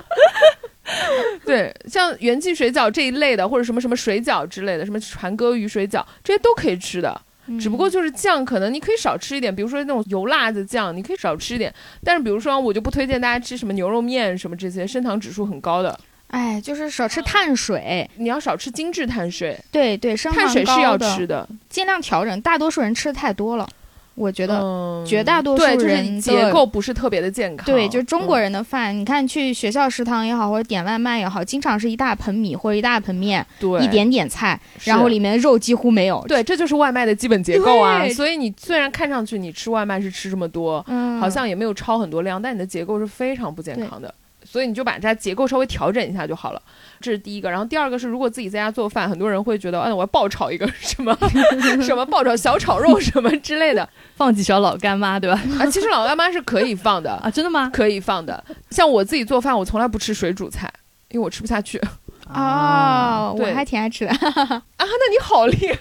[SPEAKER 5] 对，像元记水饺这一类的，或者什么什么水饺之类的，什么船哥鱼水饺，这些都可以吃的。
[SPEAKER 3] 嗯
[SPEAKER 5] 只不过就是酱，可能你可以少吃一点，比如说那种油辣子酱，你可以少吃一点。但是比如说，我就不推荐大家吃什么牛肉面什么这些升糖指数很高的，
[SPEAKER 3] 哎，就是少
[SPEAKER 5] 啊
[SPEAKER 3] 吃碳水，
[SPEAKER 5] 你要少吃精致碳水，
[SPEAKER 3] 对对，升
[SPEAKER 5] 碳
[SPEAKER 3] 糖
[SPEAKER 5] 水是
[SPEAKER 3] 高
[SPEAKER 5] 要
[SPEAKER 3] 的
[SPEAKER 5] 吃的。
[SPEAKER 3] 尽量调整。大多数人吃的太多了，我觉得。
[SPEAKER 5] 嗯，
[SPEAKER 3] 呃绝大多数
[SPEAKER 5] 对，就是
[SPEAKER 3] 人
[SPEAKER 5] 结
[SPEAKER 3] 的
[SPEAKER 5] 构不是特别的健康。
[SPEAKER 3] 对，就是中国
[SPEAKER 5] 嗯、
[SPEAKER 3] 人的饭，你看去学校食堂也好，或者点外卖也好，经常是一大盆米或者一大盆面，
[SPEAKER 5] 对
[SPEAKER 3] 一点点菜，然
[SPEAKER 5] 是
[SPEAKER 3] 后里面肉几乎没有。，
[SPEAKER 5] 对，这就是外卖的基本结构啊。
[SPEAKER 3] 对
[SPEAKER 5] 所以你虽然看上去你吃外卖是吃这么多，
[SPEAKER 3] 嗯，
[SPEAKER 5] 好像也没有超很多量，但你的结构是非常不健康的。所以你就把它结构稍微调整一下就好了，这是第一个。然后第二个是，如果自己在家做饭，很多人会觉得，嗯，我要爆炒一个什么 什么爆炒小炒肉什么之类的
[SPEAKER 2] 放几勺老干妈，对吧？
[SPEAKER 5] 啊。其实老干妈是可以放的，
[SPEAKER 2] 啊，真的吗？
[SPEAKER 5] 可以放的。像我自己做饭，我从来不吃水煮菜，因为我吃不下去。
[SPEAKER 3] 哦，我
[SPEAKER 5] 嗯对
[SPEAKER 3] 还挺爱吃的。
[SPEAKER 5] 啊，那你好厉害！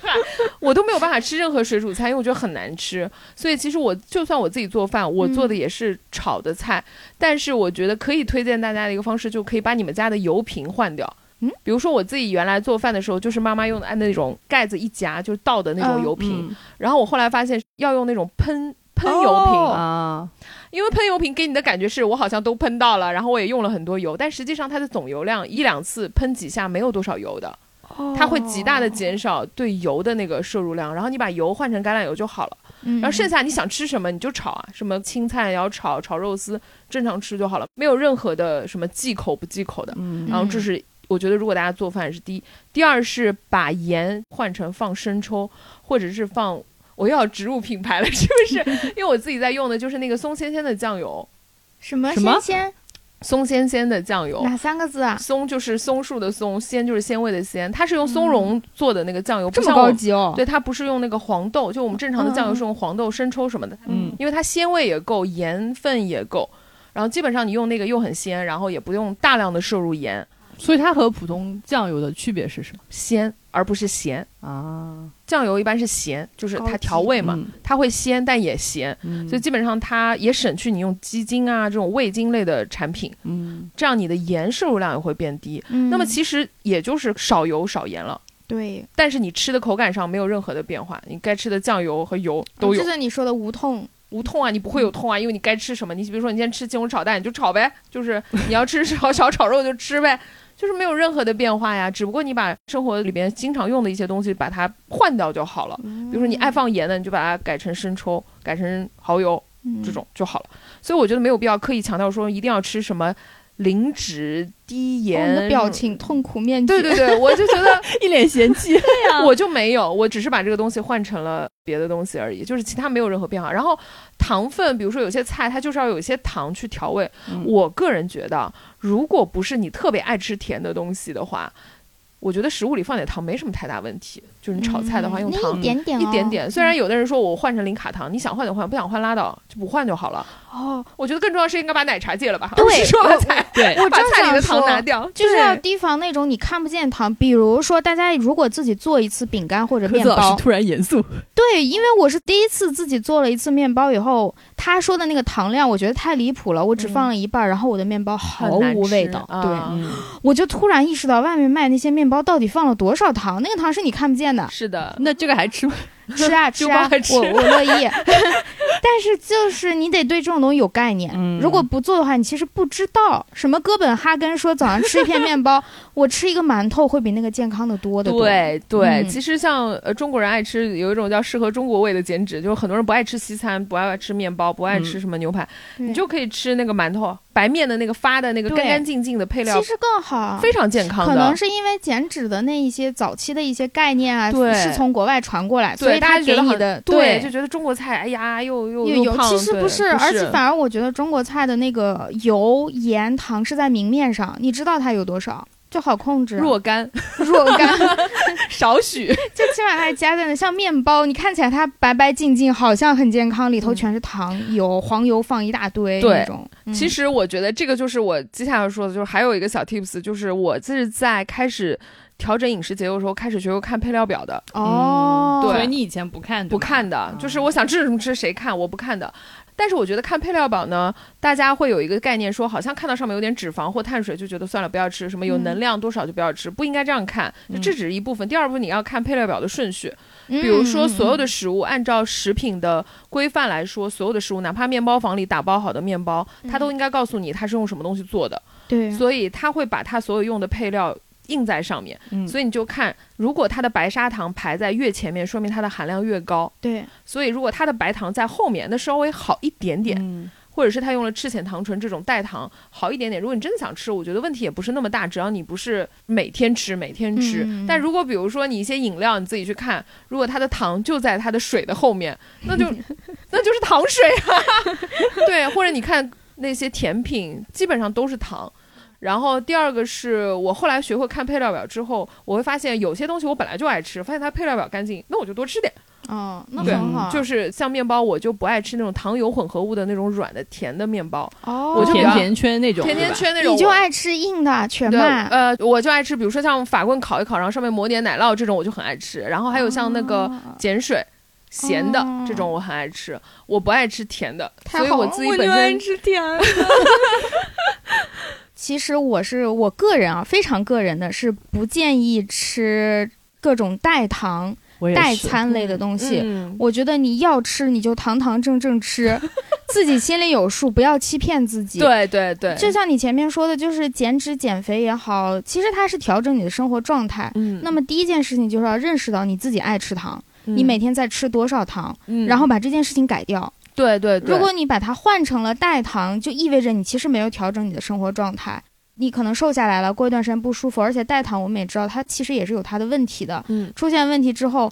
[SPEAKER 5] 我都没有办法吃任何水煮菜，因为我觉得很难吃。所以其实我就算我自己做饭，我做的也是炒的菜，但是我觉得可以推荐大家的一个方式，就可以把你们家的油瓶换掉。
[SPEAKER 3] 嗯，
[SPEAKER 5] 比如说我自己原来做饭的时候，就是妈妈用的按那种盖子一夹就是倒的那种
[SPEAKER 3] 嗯
[SPEAKER 5] 油瓶，
[SPEAKER 2] 嗯
[SPEAKER 5] 然后我后来发现要用那种喷喷油瓶，
[SPEAKER 2] 啊，
[SPEAKER 5] 因为喷油瓶给你的感觉是我好像都喷到了，然后我也用了很多油，但实际上它的总油量一两次喷几下没有多少油的。 它会极大
[SPEAKER 3] 哦
[SPEAKER 5] 的减少对油的那个摄入量，然后你把油换成橄榄油就好了。
[SPEAKER 3] 嗯，
[SPEAKER 5] 然后剩下你想吃什么你就炒啊，什么青菜也要炒，炒肉丝正常吃就好了，没有任何的什么忌口不忌口的。
[SPEAKER 2] 嗯
[SPEAKER 5] 然后这是我觉得如果大家做饭是第一，第二是把盐换成放生抽，或者是放我又要植入品牌了， 是不是？因为我自己在用的就是那个松鲜鲜的酱油，
[SPEAKER 3] 什么
[SPEAKER 2] 什么
[SPEAKER 3] 新鲜
[SPEAKER 5] 松鲜鲜的酱油。
[SPEAKER 3] 哪三个字啊？
[SPEAKER 5] 松就是松树的松，鲜就是鲜味的鲜，它是用松茸做的那个酱油，
[SPEAKER 3] 嗯
[SPEAKER 5] 不
[SPEAKER 3] 这么
[SPEAKER 5] 像我
[SPEAKER 3] 高级哦？嗯
[SPEAKER 5] 对，它不是用那个黄豆，就我们正常的酱油是用黄豆、生抽什么的，
[SPEAKER 2] 嗯
[SPEAKER 5] 因为它鲜味也够，盐分也够，然后基本上你用那个又很鲜，然后也不用大量的摄入盐，
[SPEAKER 2] 所以它和普通酱油的区别是什么
[SPEAKER 5] 鲜而不是咸。
[SPEAKER 2] 啊？嗯
[SPEAKER 5] 酱油一般是咸，就是
[SPEAKER 3] 高
[SPEAKER 5] 它
[SPEAKER 3] 级嗯
[SPEAKER 5] 调味
[SPEAKER 2] 对
[SPEAKER 5] 嘛，它会鲜但也咸，
[SPEAKER 2] 嗯，
[SPEAKER 5] 所以基本上它也省去你用鸡精啊这种味精类的产品，
[SPEAKER 2] 嗯，
[SPEAKER 5] 这样你的盐摄入量也会变低。
[SPEAKER 3] 嗯，
[SPEAKER 5] 那么其实也就是少油少盐了，
[SPEAKER 3] 对
[SPEAKER 5] 但是你吃的口感上没有任何的变化，你该吃的酱油和油都有
[SPEAKER 3] 哦就。是你说的无痛，
[SPEAKER 5] 无痛啊，你不会有
[SPEAKER 3] 嗯
[SPEAKER 5] 痛啊，因为你该吃什么，你比如说你今天吃金红炒蛋，你就炒呗，就是你要吃小小炒肉就吃呗， 就是没有任何的变化呀，只不过你把生活里边经常用的一些东西把它换掉就好了。
[SPEAKER 3] 比
[SPEAKER 5] 比如说你爱放盐的，你就把它改成生抽，改成蚝油
[SPEAKER 3] 嗯
[SPEAKER 5] 这
[SPEAKER 3] 哦
[SPEAKER 5] 种就好了。所以我觉得没有必要刻意强调说一定要吃什么零脂低
[SPEAKER 3] 哦
[SPEAKER 5] 盐。
[SPEAKER 3] 你的表。情痛苦面具，
[SPEAKER 5] 对对对，我就觉得
[SPEAKER 2] 一脸嫌弃。
[SPEAKER 3] 嗯
[SPEAKER 5] 我就没有，我只是把这个东西换成了别的东西而已，就是其他没有任何变化。然后糖分，比如说有些菜它就是要有一些糖去调味。
[SPEAKER 2] 嗯
[SPEAKER 5] 我个人觉得，如果不是你特别爱吃甜的东西的话，我觉得食物里放点糖没什么太大问题，就是你炒菜的话用
[SPEAKER 3] 嗯
[SPEAKER 5] 糖
[SPEAKER 3] 那一点点、哦，
[SPEAKER 5] 一点点。虽然有的人说我换成零卡糖，你想换就换，不想换拉倒，就不换就好了。
[SPEAKER 3] 哦，
[SPEAKER 5] 我觉得更重要是应该把奶茶戒了吧，
[SPEAKER 3] 对
[SPEAKER 5] 而不 是说把菜
[SPEAKER 2] 对，
[SPEAKER 3] 我
[SPEAKER 5] 把
[SPEAKER 3] 正
[SPEAKER 5] 菜里的
[SPEAKER 3] 想
[SPEAKER 5] 糖
[SPEAKER 3] 说
[SPEAKER 5] 拿掉，
[SPEAKER 3] 就是
[SPEAKER 5] 对
[SPEAKER 3] 要提防那种你看不见糖，比如说大家如果自己做一次饼干或者
[SPEAKER 2] 柯
[SPEAKER 3] 面
[SPEAKER 2] 子老
[SPEAKER 3] 包
[SPEAKER 2] 师，突然严肃，
[SPEAKER 3] 对，因为我是第一次自己做了一次面包以后，他说的那个糖量我觉得太离谱了，我只
[SPEAKER 5] 嗯
[SPEAKER 3] 放了一半儿，然后我的面包毫
[SPEAKER 5] 很难
[SPEAKER 3] 无味
[SPEAKER 5] 吃
[SPEAKER 3] 道，
[SPEAKER 5] 啊，
[SPEAKER 3] 对，
[SPEAKER 2] 嗯
[SPEAKER 3] 我就突然意识到外面卖那些面包到底放了多少糖，那个糖是你看不见的
[SPEAKER 5] 是的，
[SPEAKER 2] 那这个还吃吗？
[SPEAKER 3] 吃啊
[SPEAKER 5] 就
[SPEAKER 3] 吃啊
[SPEAKER 5] 光，吃
[SPEAKER 3] 我我乐意， 但是就是你得对这种东西有概念，
[SPEAKER 2] 嗯
[SPEAKER 3] 如果不做的话，你其实不知道什么哥本哈根说早上吃一片面包， 我吃一个馒头会比那个健康的多的多，
[SPEAKER 5] 对对，
[SPEAKER 3] 嗯
[SPEAKER 5] 其实像呃中国人爱吃有一种叫适合中国胃的减脂，就是很多人不爱吃西餐，不爱吃面包，不爱吃
[SPEAKER 2] 嗯
[SPEAKER 5] 什么牛排，
[SPEAKER 3] 对
[SPEAKER 5] 你就可以吃那个馒头，白面的那个发的那个
[SPEAKER 3] 对
[SPEAKER 5] 干干净净的配料
[SPEAKER 3] 其，实更好，
[SPEAKER 5] 非常健康
[SPEAKER 3] 可能
[SPEAKER 5] 的。
[SPEAKER 3] 是因为减脂的那一些早期的一些概念啊，
[SPEAKER 5] 对
[SPEAKER 3] 是从国外传过来，所
[SPEAKER 5] 对，
[SPEAKER 3] 以
[SPEAKER 5] 大家
[SPEAKER 3] 它
[SPEAKER 5] 觉
[SPEAKER 3] 给
[SPEAKER 5] 得
[SPEAKER 3] 你
[SPEAKER 5] 很
[SPEAKER 3] 的
[SPEAKER 5] 对，就觉得中国菜，哎呀，又又
[SPEAKER 3] 有
[SPEAKER 5] 又
[SPEAKER 3] 有，
[SPEAKER 5] 胖。
[SPEAKER 3] 其实
[SPEAKER 5] 对
[SPEAKER 3] 不
[SPEAKER 5] 不
[SPEAKER 3] 是，而且反而我觉得中国菜的那个油、盐、糖是在明面上，你知道它有多少就好控制啊。
[SPEAKER 5] 若干
[SPEAKER 3] 若干，
[SPEAKER 5] 少许，
[SPEAKER 3] 就起码它加在那，像面包，你看起来它白白净净，好像很健康，里头
[SPEAKER 5] 嗯
[SPEAKER 3] 全是糖、油、黄油放一大堆
[SPEAKER 5] 对
[SPEAKER 3] 那种。嗯
[SPEAKER 5] 其实我觉得这个就是我接下来说的，就是还有一个小 tips，就是我这是在开始调整饮食结构的时候，开始学会看配料表的，
[SPEAKER 3] 哦，
[SPEAKER 5] 对
[SPEAKER 2] 所以你以嗯前不看，
[SPEAKER 5] 不
[SPEAKER 2] 对吗
[SPEAKER 5] 看的，
[SPEAKER 3] 嗯
[SPEAKER 5] 就是我想吃什么吃谁看，我不看的。但是我觉得看配料表呢，大家会有一个概念说，好像看到上面有点脂肪或碳水，就觉得算了，不要吃什么有
[SPEAKER 3] 嗯
[SPEAKER 5] 能量多少就不要吃，不应该这样看。就
[SPEAKER 2] 嗯
[SPEAKER 5] 这只是一部分，第二部分你要看配料表的顺序。
[SPEAKER 3] 嗯，
[SPEAKER 5] 比如说，所有的食物按照食品的规范来说，所有的食物，哪怕面包房里打包好的面包，它都应该告诉你它是用什么东西做的，
[SPEAKER 3] 嗯对，
[SPEAKER 5] 所以它会把它所有用的配料印在上面。
[SPEAKER 2] 嗯
[SPEAKER 5] 所以你就看，如果它的白砂糖排在越前面，说明它的含量越高；
[SPEAKER 3] 对，
[SPEAKER 5] 所以如果它的白糖在后面，那稍微好一点点，
[SPEAKER 2] 嗯
[SPEAKER 5] 或者是它用了赤藓糖醇这种代糖好一点点。如果你真的想吃，我觉得问题也不是那么大，只要你不是每天吃每天吃。
[SPEAKER 3] 嗯
[SPEAKER 5] 但如果比如说你一些饮料，你自己去看，如果它的糖就在它的水的后面，那就那就是糖水啊。 对，或者你看那些甜品，基本上都是糖。然后第二个是我后来学会看配料表之后，我会发现有些东西我本来就爱吃，发现它配料表干净，那我就多吃点。
[SPEAKER 3] 哦，那
[SPEAKER 5] 对
[SPEAKER 3] 很好，
[SPEAKER 5] 就是像面包，我就不爱吃那种糖油混合物的那种软的甜的面包，
[SPEAKER 3] 哦，
[SPEAKER 5] 我就比
[SPEAKER 2] 甜
[SPEAKER 5] 较
[SPEAKER 2] 甜圈那种，
[SPEAKER 5] 甜甜
[SPEAKER 2] 对吧
[SPEAKER 5] 圈那种我。
[SPEAKER 3] 你就爱吃硬的全
[SPEAKER 5] 对，
[SPEAKER 3] 麦，
[SPEAKER 5] 呃，我就爱吃，比如说像法棍烤一烤，然后上面抹点奶酪这种，我就很爱吃。然后还有像那个
[SPEAKER 3] 哦
[SPEAKER 5] 碱水。咸的
[SPEAKER 3] 哦
[SPEAKER 5] 这种我很爱吃，我不爱吃甜的，
[SPEAKER 3] 太
[SPEAKER 5] 所以
[SPEAKER 3] 好
[SPEAKER 5] 我
[SPEAKER 3] 了
[SPEAKER 5] 自己本身
[SPEAKER 2] 吃甜，
[SPEAKER 3] 其实我是我个人啊，非常个人的是不建议吃各种代糖、
[SPEAKER 2] 我也
[SPEAKER 3] 代
[SPEAKER 2] 是
[SPEAKER 3] 餐类的东西。
[SPEAKER 5] 嗯
[SPEAKER 3] 我觉得你要吃，你就堂堂正正 吃，自己心里有数，不要欺骗自己。，
[SPEAKER 5] 对对对，
[SPEAKER 3] 就像你前面说的，就是减脂减肥也好，其实它是调整你的生活状态。
[SPEAKER 5] 嗯
[SPEAKER 3] 那么第一件事情就是要认识到你自己爱吃糖，你每天在吃多少糖，
[SPEAKER 5] 嗯
[SPEAKER 3] 然后把这件事情改掉。
[SPEAKER 5] 对对对，
[SPEAKER 3] 如果你把它换成了代糖，就意味着你其实没有调整你的生活状态，你可能瘦下来了，过一段时间不舒服，而且代糖我们也知道它其实也是有它的问题的，
[SPEAKER 5] 嗯
[SPEAKER 3] 出现问题之后，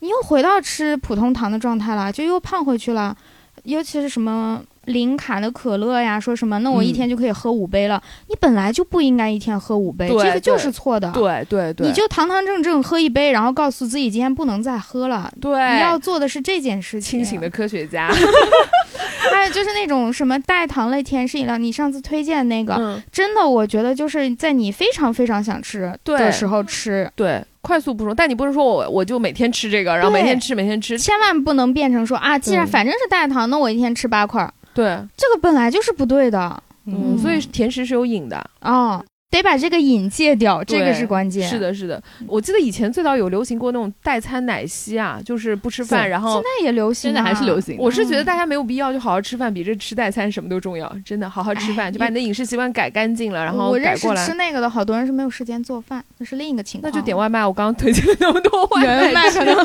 [SPEAKER 3] 你又回到吃普通糖的状态了，就又胖回去了，尤其是什么。零卡的可乐呀，说什么？那我一
[SPEAKER 5] 嗯
[SPEAKER 3] 天就可以喝五杯了。你本来就不应该一天喝五杯，
[SPEAKER 5] 对
[SPEAKER 3] 这个就
[SPEAKER 5] 对
[SPEAKER 3] 是错的。
[SPEAKER 5] 对对对，
[SPEAKER 3] 你就堂堂正正喝一杯，然后告诉自己今天不能再喝了。
[SPEAKER 5] 对
[SPEAKER 3] 你要做的是这件事情。
[SPEAKER 5] 清醒的科学家，
[SPEAKER 3] 还有哎就是那种什么代糖类甜食饮料，你上次推荐那个，
[SPEAKER 5] 嗯
[SPEAKER 3] 真的，我觉得就是在你非常非常想吃
[SPEAKER 5] 对
[SPEAKER 3] 的时候吃，
[SPEAKER 5] 对，快速补充。但你不是说我我就每天吃这个，然后每
[SPEAKER 3] 对
[SPEAKER 5] 天吃每天吃，
[SPEAKER 3] 千万不能变成说啊，既然
[SPEAKER 5] 对
[SPEAKER 3] 反正是代糖，那我一天吃八块儿，
[SPEAKER 5] 对，
[SPEAKER 3] 这个本来就是不对的
[SPEAKER 5] 嗯，
[SPEAKER 2] 嗯，
[SPEAKER 5] 所以甜食是有瘾的，
[SPEAKER 3] 哦，得把这个瘾戒掉，这个
[SPEAKER 5] 对
[SPEAKER 3] 是关键。
[SPEAKER 5] 是，的，是的，我记得以前最早有流行过那种代餐奶昔啊，就是不吃饭，
[SPEAKER 2] 对
[SPEAKER 5] 然
[SPEAKER 3] 现
[SPEAKER 5] 后
[SPEAKER 3] 在也流行、啊
[SPEAKER 2] 现在还是流。行的。
[SPEAKER 5] 我是觉得大家没有必要就好好吃饭，比这吃代餐什么都重要。真的，好好吃饭，
[SPEAKER 3] 哎
[SPEAKER 5] 就把你的饮食习惯改干净了，然后
[SPEAKER 3] 我
[SPEAKER 5] 改
[SPEAKER 3] 认识哦
[SPEAKER 5] 过
[SPEAKER 3] 吃
[SPEAKER 5] 来。
[SPEAKER 3] 那个的好多人是没有时间做饭，那是另一个情
[SPEAKER 5] 那
[SPEAKER 3] 况。
[SPEAKER 5] 就点外卖，我刚刚推荐了那么多外
[SPEAKER 3] 外卖
[SPEAKER 5] 卖，
[SPEAKER 3] 可能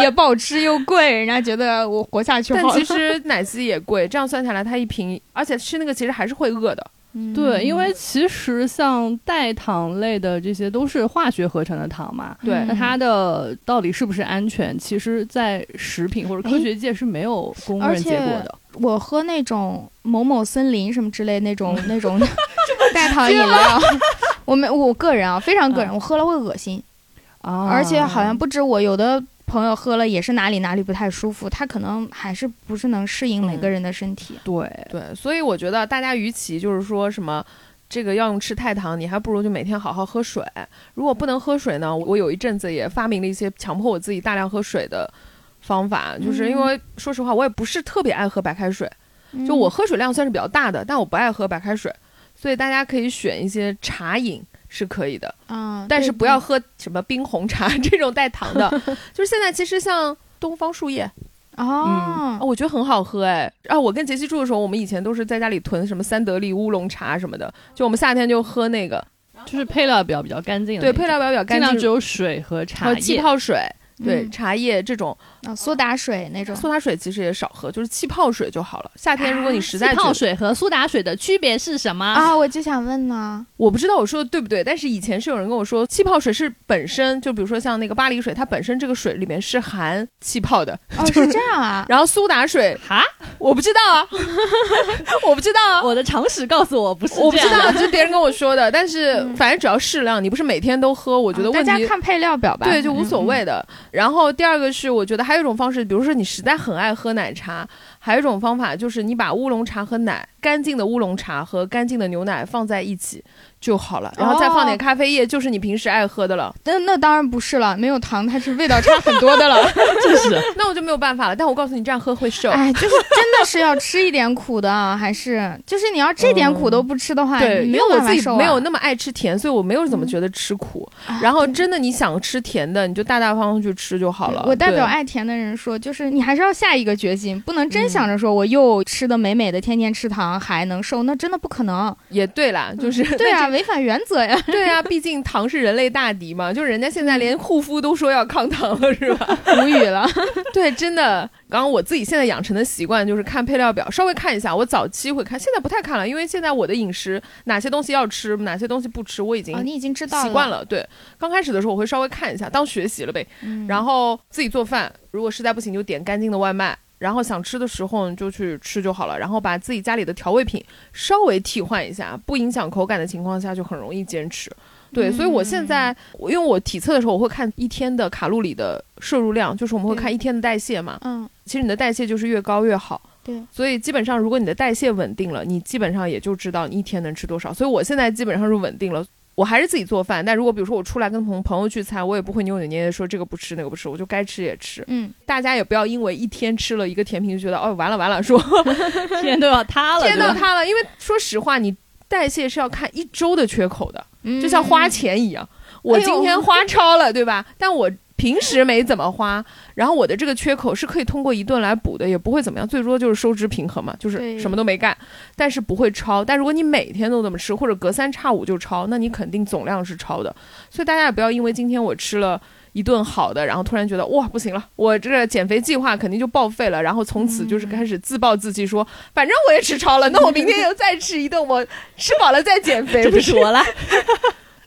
[SPEAKER 3] 也不好吃又贵，人家觉得我活下去好
[SPEAKER 5] 但
[SPEAKER 3] 了。
[SPEAKER 5] 其实奶昔也贵，这样算下来它一瓶，而且吃那个其实还是会饿的。
[SPEAKER 3] 嗯
[SPEAKER 2] 对，因为其实像代糖类的这些都是化学合成的糖嘛，
[SPEAKER 5] 对
[SPEAKER 2] 那它的到底是不是安全，其实，在食品或者科学界是没有公认结果的。
[SPEAKER 3] 我喝 那种某某森林什么之类那种那种代糖饮料，我没我个人啊，非常个人，
[SPEAKER 2] 嗯
[SPEAKER 3] 我喝了会恶心，
[SPEAKER 2] 啊
[SPEAKER 3] 而且好像不止我，有的朋友喝了也是哪里哪里不太舒服，他可能还是不是能适
[SPEAKER 5] 嗯
[SPEAKER 3] 应每个人的身体。
[SPEAKER 2] 对，
[SPEAKER 5] 对，所以我觉得大家与其就是说什么。这个要用吃太糖，你还不如就每天好好喝水。如果不能喝水呢，我有一阵子也发明了一些强迫我自己大量喝水的方法，就是因为说实话，我也不是特别爱喝白开水，
[SPEAKER 3] 嗯
[SPEAKER 5] 就我喝水量算是比较大的，但我不爱喝白开水，所以大家可以选一些茶饮是可以的，
[SPEAKER 3] 嗯，
[SPEAKER 5] 但是
[SPEAKER 3] 对
[SPEAKER 5] 不要喝什么冰红茶 这种带糖 的。就是现在其实像东方树叶
[SPEAKER 2] 嗯
[SPEAKER 5] 啊、
[SPEAKER 3] 哦，
[SPEAKER 5] 我觉得很好喝哎。啊，我跟杰西住的时候，我们以前都是在家里囤什么三得利乌龙茶什么的，就我们夏天就喝那个，
[SPEAKER 2] 就是配料表比较干净的
[SPEAKER 5] 对，
[SPEAKER 2] 那种，
[SPEAKER 5] 配料表比较
[SPEAKER 2] 尽
[SPEAKER 5] 干
[SPEAKER 2] 量只
[SPEAKER 5] 净，
[SPEAKER 2] 有水和茶
[SPEAKER 5] 和气
[SPEAKER 2] 叶。
[SPEAKER 5] 泡水。对
[SPEAKER 3] 嗯
[SPEAKER 5] 茶叶这种
[SPEAKER 3] 啊苏打水那种。
[SPEAKER 5] 苏打水其实也少喝，就是气泡水就好了。夏天如果你实在
[SPEAKER 2] 啊气
[SPEAKER 5] 觉
[SPEAKER 2] 泡
[SPEAKER 5] 得
[SPEAKER 2] 水和苏打水的区别是什么？
[SPEAKER 3] 啊，我就想问呢，
[SPEAKER 5] 我不知道我说的对不对，但是以前是有人跟我说，气泡水是本身就比如说像那个巴黎水，它本身这个水里面是含气泡的，
[SPEAKER 3] 哦，是这样啊，
[SPEAKER 5] 然后苏打水
[SPEAKER 2] 哈，
[SPEAKER 5] 我不知道啊， 我不知道啊。
[SPEAKER 2] 我的常识告诉我不是
[SPEAKER 5] 我不
[SPEAKER 2] 这
[SPEAKER 5] 知
[SPEAKER 2] 样的
[SPEAKER 5] 道，就别人跟我说的，但是
[SPEAKER 3] 嗯
[SPEAKER 5] 反正只要适量，你不是每天都喝，我
[SPEAKER 3] 我
[SPEAKER 5] 觉得
[SPEAKER 3] 大
[SPEAKER 5] 问
[SPEAKER 3] 家
[SPEAKER 5] 题、
[SPEAKER 3] 看配料表吧，嗯
[SPEAKER 5] 对就无所谓的。然后第二个是，我觉得还有一种方式，比如说你实在很爱喝奶茶，还有一种方法就是你把乌龙茶和奶干净的乌龙茶和干净的牛奶放在一起就好了，然后再放点
[SPEAKER 3] 哦
[SPEAKER 5] 咖啡液，就是你平时爱喝的了。
[SPEAKER 3] 那那当然不是了，没有糖它是味道差很多的 了。
[SPEAKER 2] 这是
[SPEAKER 5] 那我就没有办法了。但我告诉你，这样喝会瘦。
[SPEAKER 3] 哎， 就是真的是要吃一点苦的啊，还是就是你要这点苦都不吃的话，
[SPEAKER 5] 嗯对，
[SPEAKER 3] 你没
[SPEAKER 5] 因为
[SPEAKER 3] 有
[SPEAKER 5] 我
[SPEAKER 3] 办
[SPEAKER 5] 自
[SPEAKER 3] 法
[SPEAKER 5] 己
[SPEAKER 3] 瘦啊嗯啊
[SPEAKER 5] 没有那么爱吃甜，所以我没有怎么觉得吃苦。然后真的你想吃甜的，你就大大方方去吃就好了。
[SPEAKER 3] 我代表
[SPEAKER 5] 对
[SPEAKER 3] 爱甜的人说，就是你还是要下一个决心，不能真
[SPEAKER 5] 嗯
[SPEAKER 3] 想着说我又吃的美美的，天天吃糖还能瘦，那真的不可能。
[SPEAKER 5] 也对啦，就是
[SPEAKER 3] 对啊，违反原则呀。
[SPEAKER 5] 对啊，毕竟糖是人类大敌嘛，就是人家现
[SPEAKER 3] 嗯
[SPEAKER 5] 在连护肤都说要抗糖了，是 吧？
[SPEAKER 3] 无语 了。
[SPEAKER 5] 对，真的。刚刚我自己现在养成的习惯就是看配料表，稍微看一下。我早期会看，现在不太看了，因为现在我的饮食哪些东西要吃，哪些东西不吃，我已经
[SPEAKER 3] 哦，你已经知道
[SPEAKER 5] 习惯
[SPEAKER 3] 了。
[SPEAKER 5] 了。对，刚开始的时候我会稍微看一下，当学习了呗。
[SPEAKER 3] 嗯
[SPEAKER 5] 然后自己做饭，如果实在不行就点干净的外卖，然后想吃的时候你就去吃就好了，然后把自己家里的调味品稍微替换一下，不影响口感的情况下就很容易坚持。对，所以我现
[SPEAKER 3] 嗯
[SPEAKER 5] 在我因为我体测的时候我会看一天的卡路里的摄入量，就是我们会
[SPEAKER 3] 对
[SPEAKER 5] 看一天的代谢嘛，
[SPEAKER 3] 嗯，
[SPEAKER 5] 其实你的代谢就是越高越好。
[SPEAKER 3] 对，
[SPEAKER 5] 所以基本上，如果你的代谢稳定了，你基本上也就知道你一天能吃多少。所以我现在基本上是稳定了，我还是自己做饭。但如果比如说我出来跟朋朋友聚餐，我也不会扭扭捏捏说这个不吃那个不吃，我就该吃也吃。
[SPEAKER 3] 嗯，
[SPEAKER 5] 大家也不要因为一天吃了一个甜品就觉得哦完了完了，说
[SPEAKER 2] 天都要塌了，
[SPEAKER 5] 天
[SPEAKER 2] 对
[SPEAKER 5] 到
[SPEAKER 2] 吧
[SPEAKER 5] 它了。因为说实话，你代谢是要看一周的缺口的，
[SPEAKER 3] 嗯
[SPEAKER 5] 就像花。钱一样。我今天花超了，对吧？但我平时没怎么花，然后我的这个缺口是可以通过一顿来补的，也不会怎么样，最多就是收支平衡嘛，就是
[SPEAKER 3] 对
[SPEAKER 5] 什么都没干，但是不会超。但如果你每天都这么吃，或者隔三差五就超，那你肯定总量是超的。所以大家也不要因为今天我吃了。一顿好的，然后突然觉得哇不行了，我这个减肥计划肯定就报废了，然后从此就是开始自暴自弃说，反正我也吃超了，那我明天又再吃一顿，我吃饱了再减肥，
[SPEAKER 2] 这
[SPEAKER 5] 不
[SPEAKER 2] 就是是我啦。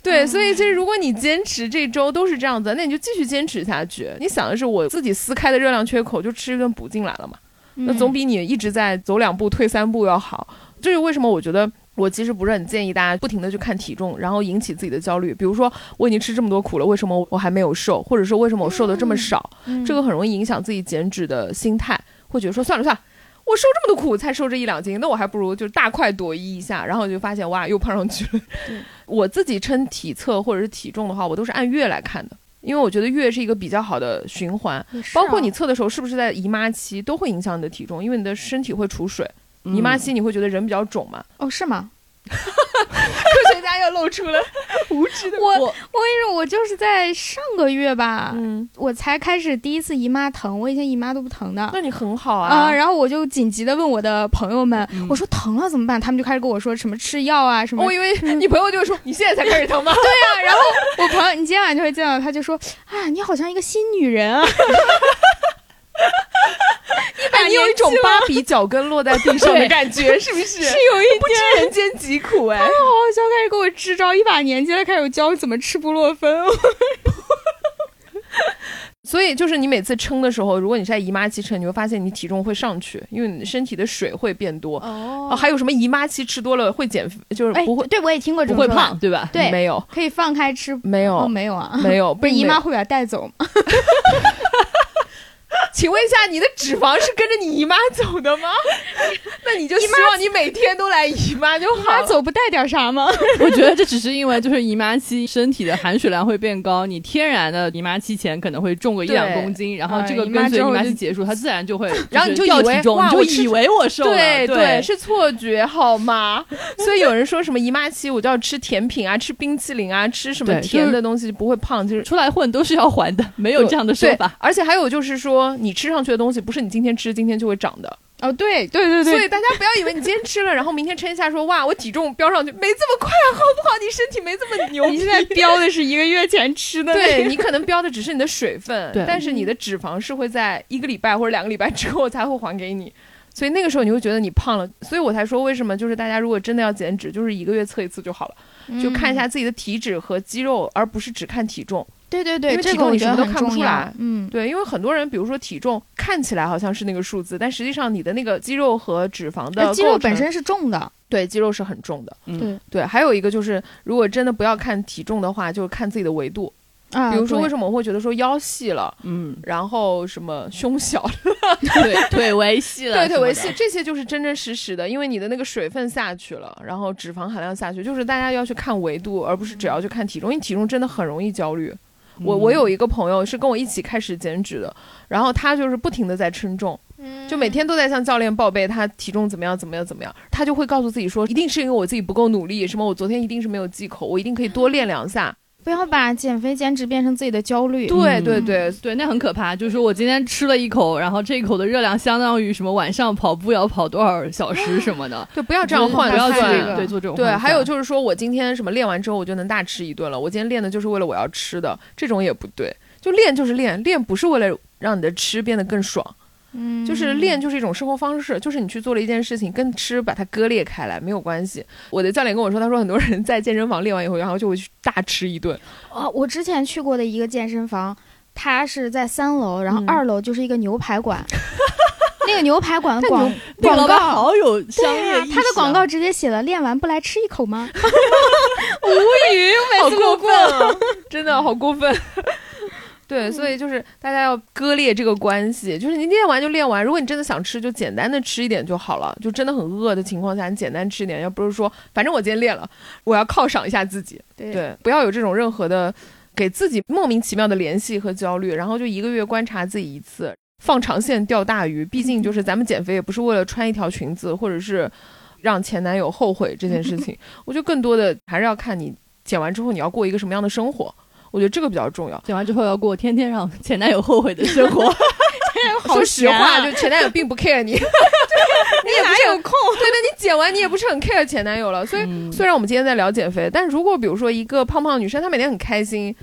[SPEAKER 5] 对，所以这如果你坚持这周都是这样子，那你就继续坚持下去。你想的是我自己撕开的热量缺口，就吃一顿补进来了嘛，
[SPEAKER 3] 嗯
[SPEAKER 5] 那总比你一直在走两步退三步要好。这是为什么？我觉得我其实不是很建议大家不停的去看体重，然后引起自己的焦虑。比如说我已经吃这么多苦了，为什么我还没有瘦，或者说为什么我瘦的这么少？
[SPEAKER 3] 嗯
[SPEAKER 5] 这个很容易影响自己减脂的心态，会觉得说算了算了。我受这么多苦才瘦这一两斤，那我还不如就大快朵颐一下，然后就发现哇，又胖上去了。 我自己称体测或者是体重的话，我都是按月来看的，因为我觉得月是一个比较好的循环。
[SPEAKER 3] 也是啊
[SPEAKER 5] 包括你测的时候是不是在姨妈期，都会影响你的体重，因为你的身体会储水。
[SPEAKER 2] 嗯
[SPEAKER 5] 姨妈期你会觉得人比较肿嘛？
[SPEAKER 3] 哦，是 吗？
[SPEAKER 5] 科学家又露出了 无知的。
[SPEAKER 3] 我我跟你说，我就是在上个月吧，
[SPEAKER 5] 嗯，
[SPEAKER 3] 我才开始第一次姨妈疼，我以前姨妈都不疼的。
[SPEAKER 5] 那你很好
[SPEAKER 3] 啊、
[SPEAKER 5] 啊。
[SPEAKER 3] 然后我就紧急的问我的朋友们，
[SPEAKER 2] 嗯
[SPEAKER 3] 我说疼了怎么办？他们就开始跟我说什么吃药啊什么。
[SPEAKER 5] 我哦以为你朋友就会说你现在才开始疼吗？
[SPEAKER 3] 啊，然后我朋友，你今天晚上就会见到他，就说啊，你好像一个新女人啊，
[SPEAKER 5] 哎你有一种芭比脚跟落在地上的感 觉，是不是？是
[SPEAKER 3] 有一点
[SPEAKER 5] 人间疾苦哎。
[SPEAKER 3] 好好笑，开始给我支哦招，一把年纪了，开始教我怎么吃布洛芬。
[SPEAKER 5] 所以就是你每次称的时候，如果你是在姨妈期称，你会发现你体重会上去，因为你身体的水会变多。
[SPEAKER 3] 哦
[SPEAKER 5] 哦，还有什么姨妈期吃多了会减，就是
[SPEAKER 3] 哎
[SPEAKER 5] 不会、，
[SPEAKER 3] 对我也听过这
[SPEAKER 2] 不会
[SPEAKER 3] 种说法
[SPEAKER 2] 胖，，对吧？
[SPEAKER 3] 对
[SPEAKER 5] 没有
[SPEAKER 3] 可以放开吃。
[SPEAKER 5] 没有、
[SPEAKER 3] 哦，没有啊，
[SPEAKER 5] 没有
[SPEAKER 3] 被
[SPEAKER 5] 被
[SPEAKER 3] 姨妈。会把它带走吗？
[SPEAKER 5] 请问一下，你的脂肪是跟着你姨妈走的吗？ 那你就希望你每天都 来姨妈就好
[SPEAKER 3] 她
[SPEAKER 5] 了。
[SPEAKER 3] 走不带点啥吗？
[SPEAKER 2] 我觉得这只是因为就是姨妈期身体的含水量会变高，你天然的姨妈期前可能会重个一
[SPEAKER 5] 对
[SPEAKER 2] 两公斤，然后
[SPEAKER 3] 哎
[SPEAKER 2] 这个
[SPEAKER 3] 姨妈
[SPEAKER 2] 跟随
[SPEAKER 3] 之
[SPEAKER 2] 姨
[SPEAKER 3] 后
[SPEAKER 2] 妈
[SPEAKER 3] 就
[SPEAKER 2] 期结束，它自然就会，
[SPEAKER 5] 然后你
[SPEAKER 2] 就
[SPEAKER 5] 就
[SPEAKER 2] 掉
[SPEAKER 5] 是以为
[SPEAKER 2] 体重，
[SPEAKER 5] 哇
[SPEAKER 2] 你就
[SPEAKER 5] 我吃
[SPEAKER 2] 以为我瘦了，
[SPEAKER 5] 对
[SPEAKER 2] 啊对，
[SPEAKER 5] 是错觉 好吗？所以有人说什么姨妈期我就要吃甜品啊，吃冰淇淋啊，吃什么
[SPEAKER 2] 对就是
[SPEAKER 5] 甜的东西不会胖，就是
[SPEAKER 2] 出来混都是要还的，没有这样的说
[SPEAKER 5] 对
[SPEAKER 2] 法。，
[SPEAKER 5] 而且还有就是说，你吃上去的东西不是你今天吃今天就会长的，
[SPEAKER 3] 哦，对对对
[SPEAKER 5] 所以大家不要以为你今天吃了，然后明天称一下说哇，我体重飙上去没这么快，啊好不好？你身体没这么 牛
[SPEAKER 3] 你
[SPEAKER 5] 逼啊
[SPEAKER 3] 现。在标的是一个月前吃的，
[SPEAKER 5] 对，你可能标的只是你的水 分
[SPEAKER 2] 对，
[SPEAKER 5] 但是你的脂肪是会在一个礼拜或者两个礼拜之后才会还给你，所以那个时候你会觉得你胖了，所以我才说为什么就是大家如果真的要减脂，就是一个月测一次就好了，
[SPEAKER 3] 嗯
[SPEAKER 5] 就看一下自己的体脂和肌肉，而不是只看体重。
[SPEAKER 3] 对对
[SPEAKER 5] 因
[SPEAKER 3] 对，
[SPEAKER 5] 为
[SPEAKER 3] 这
[SPEAKER 5] 体
[SPEAKER 3] 个
[SPEAKER 5] 重
[SPEAKER 3] 我
[SPEAKER 5] 你
[SPEAKER 3] 觉
[SPEAKER 5] 什
[SPEAKER 3] 得
[SPEAKER 5] 么都
[SPEAKER 3] 很
[SPEAKER 5] 看不
[SPEAKER 3] 重
[SPEAKER 5] 出
[SPEAKER 3] 要
[SPEAKER 5] 来
[SPEAKER 3] 嗯，
[SPEAKER 5] 对，因为很多人，比如说体重看起来好像是那个数字，但实际上你的那个肌肉和脂肪的
[SPEAKER 3] 而哎肌肉
[SPEAKER 5] 构成
[SPEAKER 3] 本身是重的，
[SPEAKER 5] 对肌肉是很重的。
[SPEAKER 2] 嗯
[SPEAKER 3] 对
[SPEAKER 5] 对，还有一个就是，如果真的不要看体重的话，就是看自己的维度。
[SPEAKER 3] 啊，
[SPEAKER 5] 比如说，为
[SPEAKER 3] 什
[SPEAKER 5] 什么我会觉得说腰细了，
[SPEAKER 2] 嗯，
[SPEAKER 5] 然后什么胸小了，
[SPEAKER 2] 腿腿维系了，
[SPEAKER 5] 对对维系，。这些就是真真实实的，因为你的那个水分下去了，然后脂肪含量下去，就是大家要去看维度，而不是只要去看体重，因为体重真的很容易焦虑。我
[SPEAKER 2] 嗯
[SPEAKER 5] 我有一个朋友是跟我一起开始减脂的，然后他就是不停的在称重，
[SPEAKER 3] 么
[SPEAKER 5] 就每天都在向教练报备他体重怎么样怎么样怎么样，他就会告诉自己说，一定是因为我自己不够努力，什么我昨天一定是没有忌口，我一定可以多练两下。
[SPEAKER 3] 不要把减肥减脂变成自己的焦虑，
[SPEAKER 5] 对对对，
[SPEAKER 2] 对，那很可怕。就是说我今天吃了一口，然后这一口的热量相当于什么晚上跑步要跑多少小时什么的，
[SPEAKER 5] 对，不要这样换
[SPEAKER 2] 不要
[SPEAKER 5] 算。
[SPEAKER 2] 做
[SPEAKER 3] 这
[SPEAKER 2] 这
[SPEAKER 3] 个
[SPEAKER 2] 对做这种
[SPEAKER 5] 对，
[SPEAKER 2] 换
[SPEAKER 5] 还有
[SPEAKER 2] 算
[SPEAKER 5] 就是说我今天什么练完之后我就能大吃一顿了，我今天练的就是为了我要吃的，这种也不对。就练就是练，练不是为了让你的吃变得更爽，
[SPEAKER 3] 嗯，
[SPEAKER 5] 就是练就是一种生活方式，就是你去做了一件事情，跟吃把它割裂开来没有关系。我的教练跟我说，他说很多人在健身房练完以后，然后就会去大吃一顿，
[SPEAKER 3] 哦，我之前去过的一个健身房，它是在三楼，然后
[SPEAKER 5] 嗯
[SPEAKER 3] 二楼就是一个牛排 馆，那个牛排馆的广
[SPEAKER 2] 那个
[SPEAKER 3] 广
[SPEAKER 2] 老板
[SPEAKER 3] 告。
[SPEAKER 2] 好有商
[SPEAKER 3] 对
[SPEAKER 2] 业
[SPEAKER 3] 呀、
[SPEAKER 2] 意识啊，
[SPEAKER 3] 他的广告直接写了“练完不来吃一口 吗？”无语，
[SPEAKER 5] 好
[SPEAKER 3] 每次都
[SPEAKER 5] 过分、啊， 真的好过分。 对，所以就是大家要割裂这个关系，就是你练完就练完，如果你真的想吃，就简单的吃一点就好了。就真的很饿的情况下，你简单吃一点，要不是说反正我今天练了，我要犒赏一下自己。
[SPEAKER 3] 对
[SPEAKER 5] 对，不要有这种任何的给自己莫名其妙的联系和焦虑，然后就一个月观察自己一次，放长线钓大鱼。毕竟就是咱们减肥也不是为了穿一条裙子，或者是让前男友后悔这件事 情。我觉得更多的还是要看你减完之后你要过一个什么样的生活，我觉得这个比较重要。
[SPEAKER 2] 减完之后要过天天让前男友后悔的生 活，
[SPEAKER 5] 说实
[SPEAKER 3] 闲啊
[SPEAKER 5] 话，就前男友并不 care 你，
[SPEAKER 3] 你哪有空？
[SPEAKER 5] 对对，你减完你也不是很 care 前男友了，所以
[SPEAKER 2] 嗯
[SPEAKER 5] 虽然我们今天在聊减肥，但如果比如说一个胖胖的女生，她每天很开心，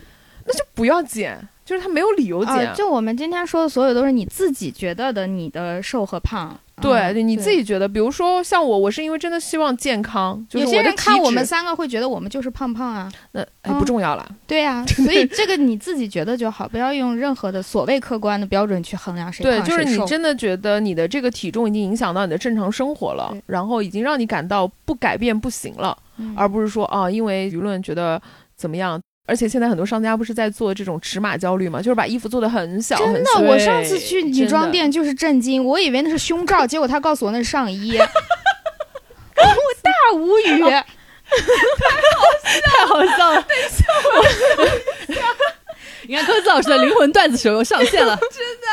[SPEAKER 5] 那就不要减，就是她没有理由
[SPEAKER 3] 啊、
[SPEAKER 5] 减。
[SPEAKER 3] 就我们今天说的所有都是你自己觉得的，你的瘦和胖。
[SPEAKER 5] 对，
[SPEAKER 3] 嗯
[SPEAKER 5] 对你自。己觉得，比如说像我，我是因为真的希望健康，就是
[SPEAKER 3] 有些
[SPEAKER 5] 我的
[SPEAKER 3] 人
[SPEAKER 5] 体
[SPEAKER 3] 看我
[SPEAKER 5] 脂
[SPEAKER 3] 们三个会觉得我们就是胖胖啊，
[SPEAKER 5] 那哎
[SPEAKER 3] 嗯
[SPEAKER 5] 不重要了，
[SPEAKER 3] 对呀、 所以这个你自己觉得就好，不要用任何的所谓客观的标准去衡量谁
[SPEAKER 5] 对，
[SPEAKER 3] 胖
[SPEAKER 5] 就是
[SPEAKER 3] 谁
[SPEAKER 5] 你
[SPEAKER 3] 瘦。嗯
[SPEAKER 5] 真的觉得你的这个体重已经影响到你的正常生活了
[SPEAKER 3] 对，
[SPEAKER 5] 然后已经让你感到不改变不行了，
[SPEAKER 3] 嗯
[SPEAKER 5] 而不是说啊，因为舆论觉得怎么样。而且现在很多商家不是在做这种尺码焦虑嘛，就是把衣服做的很小，
[SPEAKER 3] 真
[SPEAKER 5] 很
[SPEAKER 3] 的
[SPEAKER 5] 小，
[SPEAKER 3] 我上次去
[SPEAKER 5] 对
[SPEAKER 3] 女
[SPEAKER 5] 真
[SPEAKER 3] 装
[SPEAKER 5] 的
[SPEAKER 3] 店就是震惊，我以为那是胸罩，结果他告诉我那是上 衣，我大无 语。
[SPEAKER 2] 太好笑了。你看，科子老师的灵魂段子手游上线了， 真的，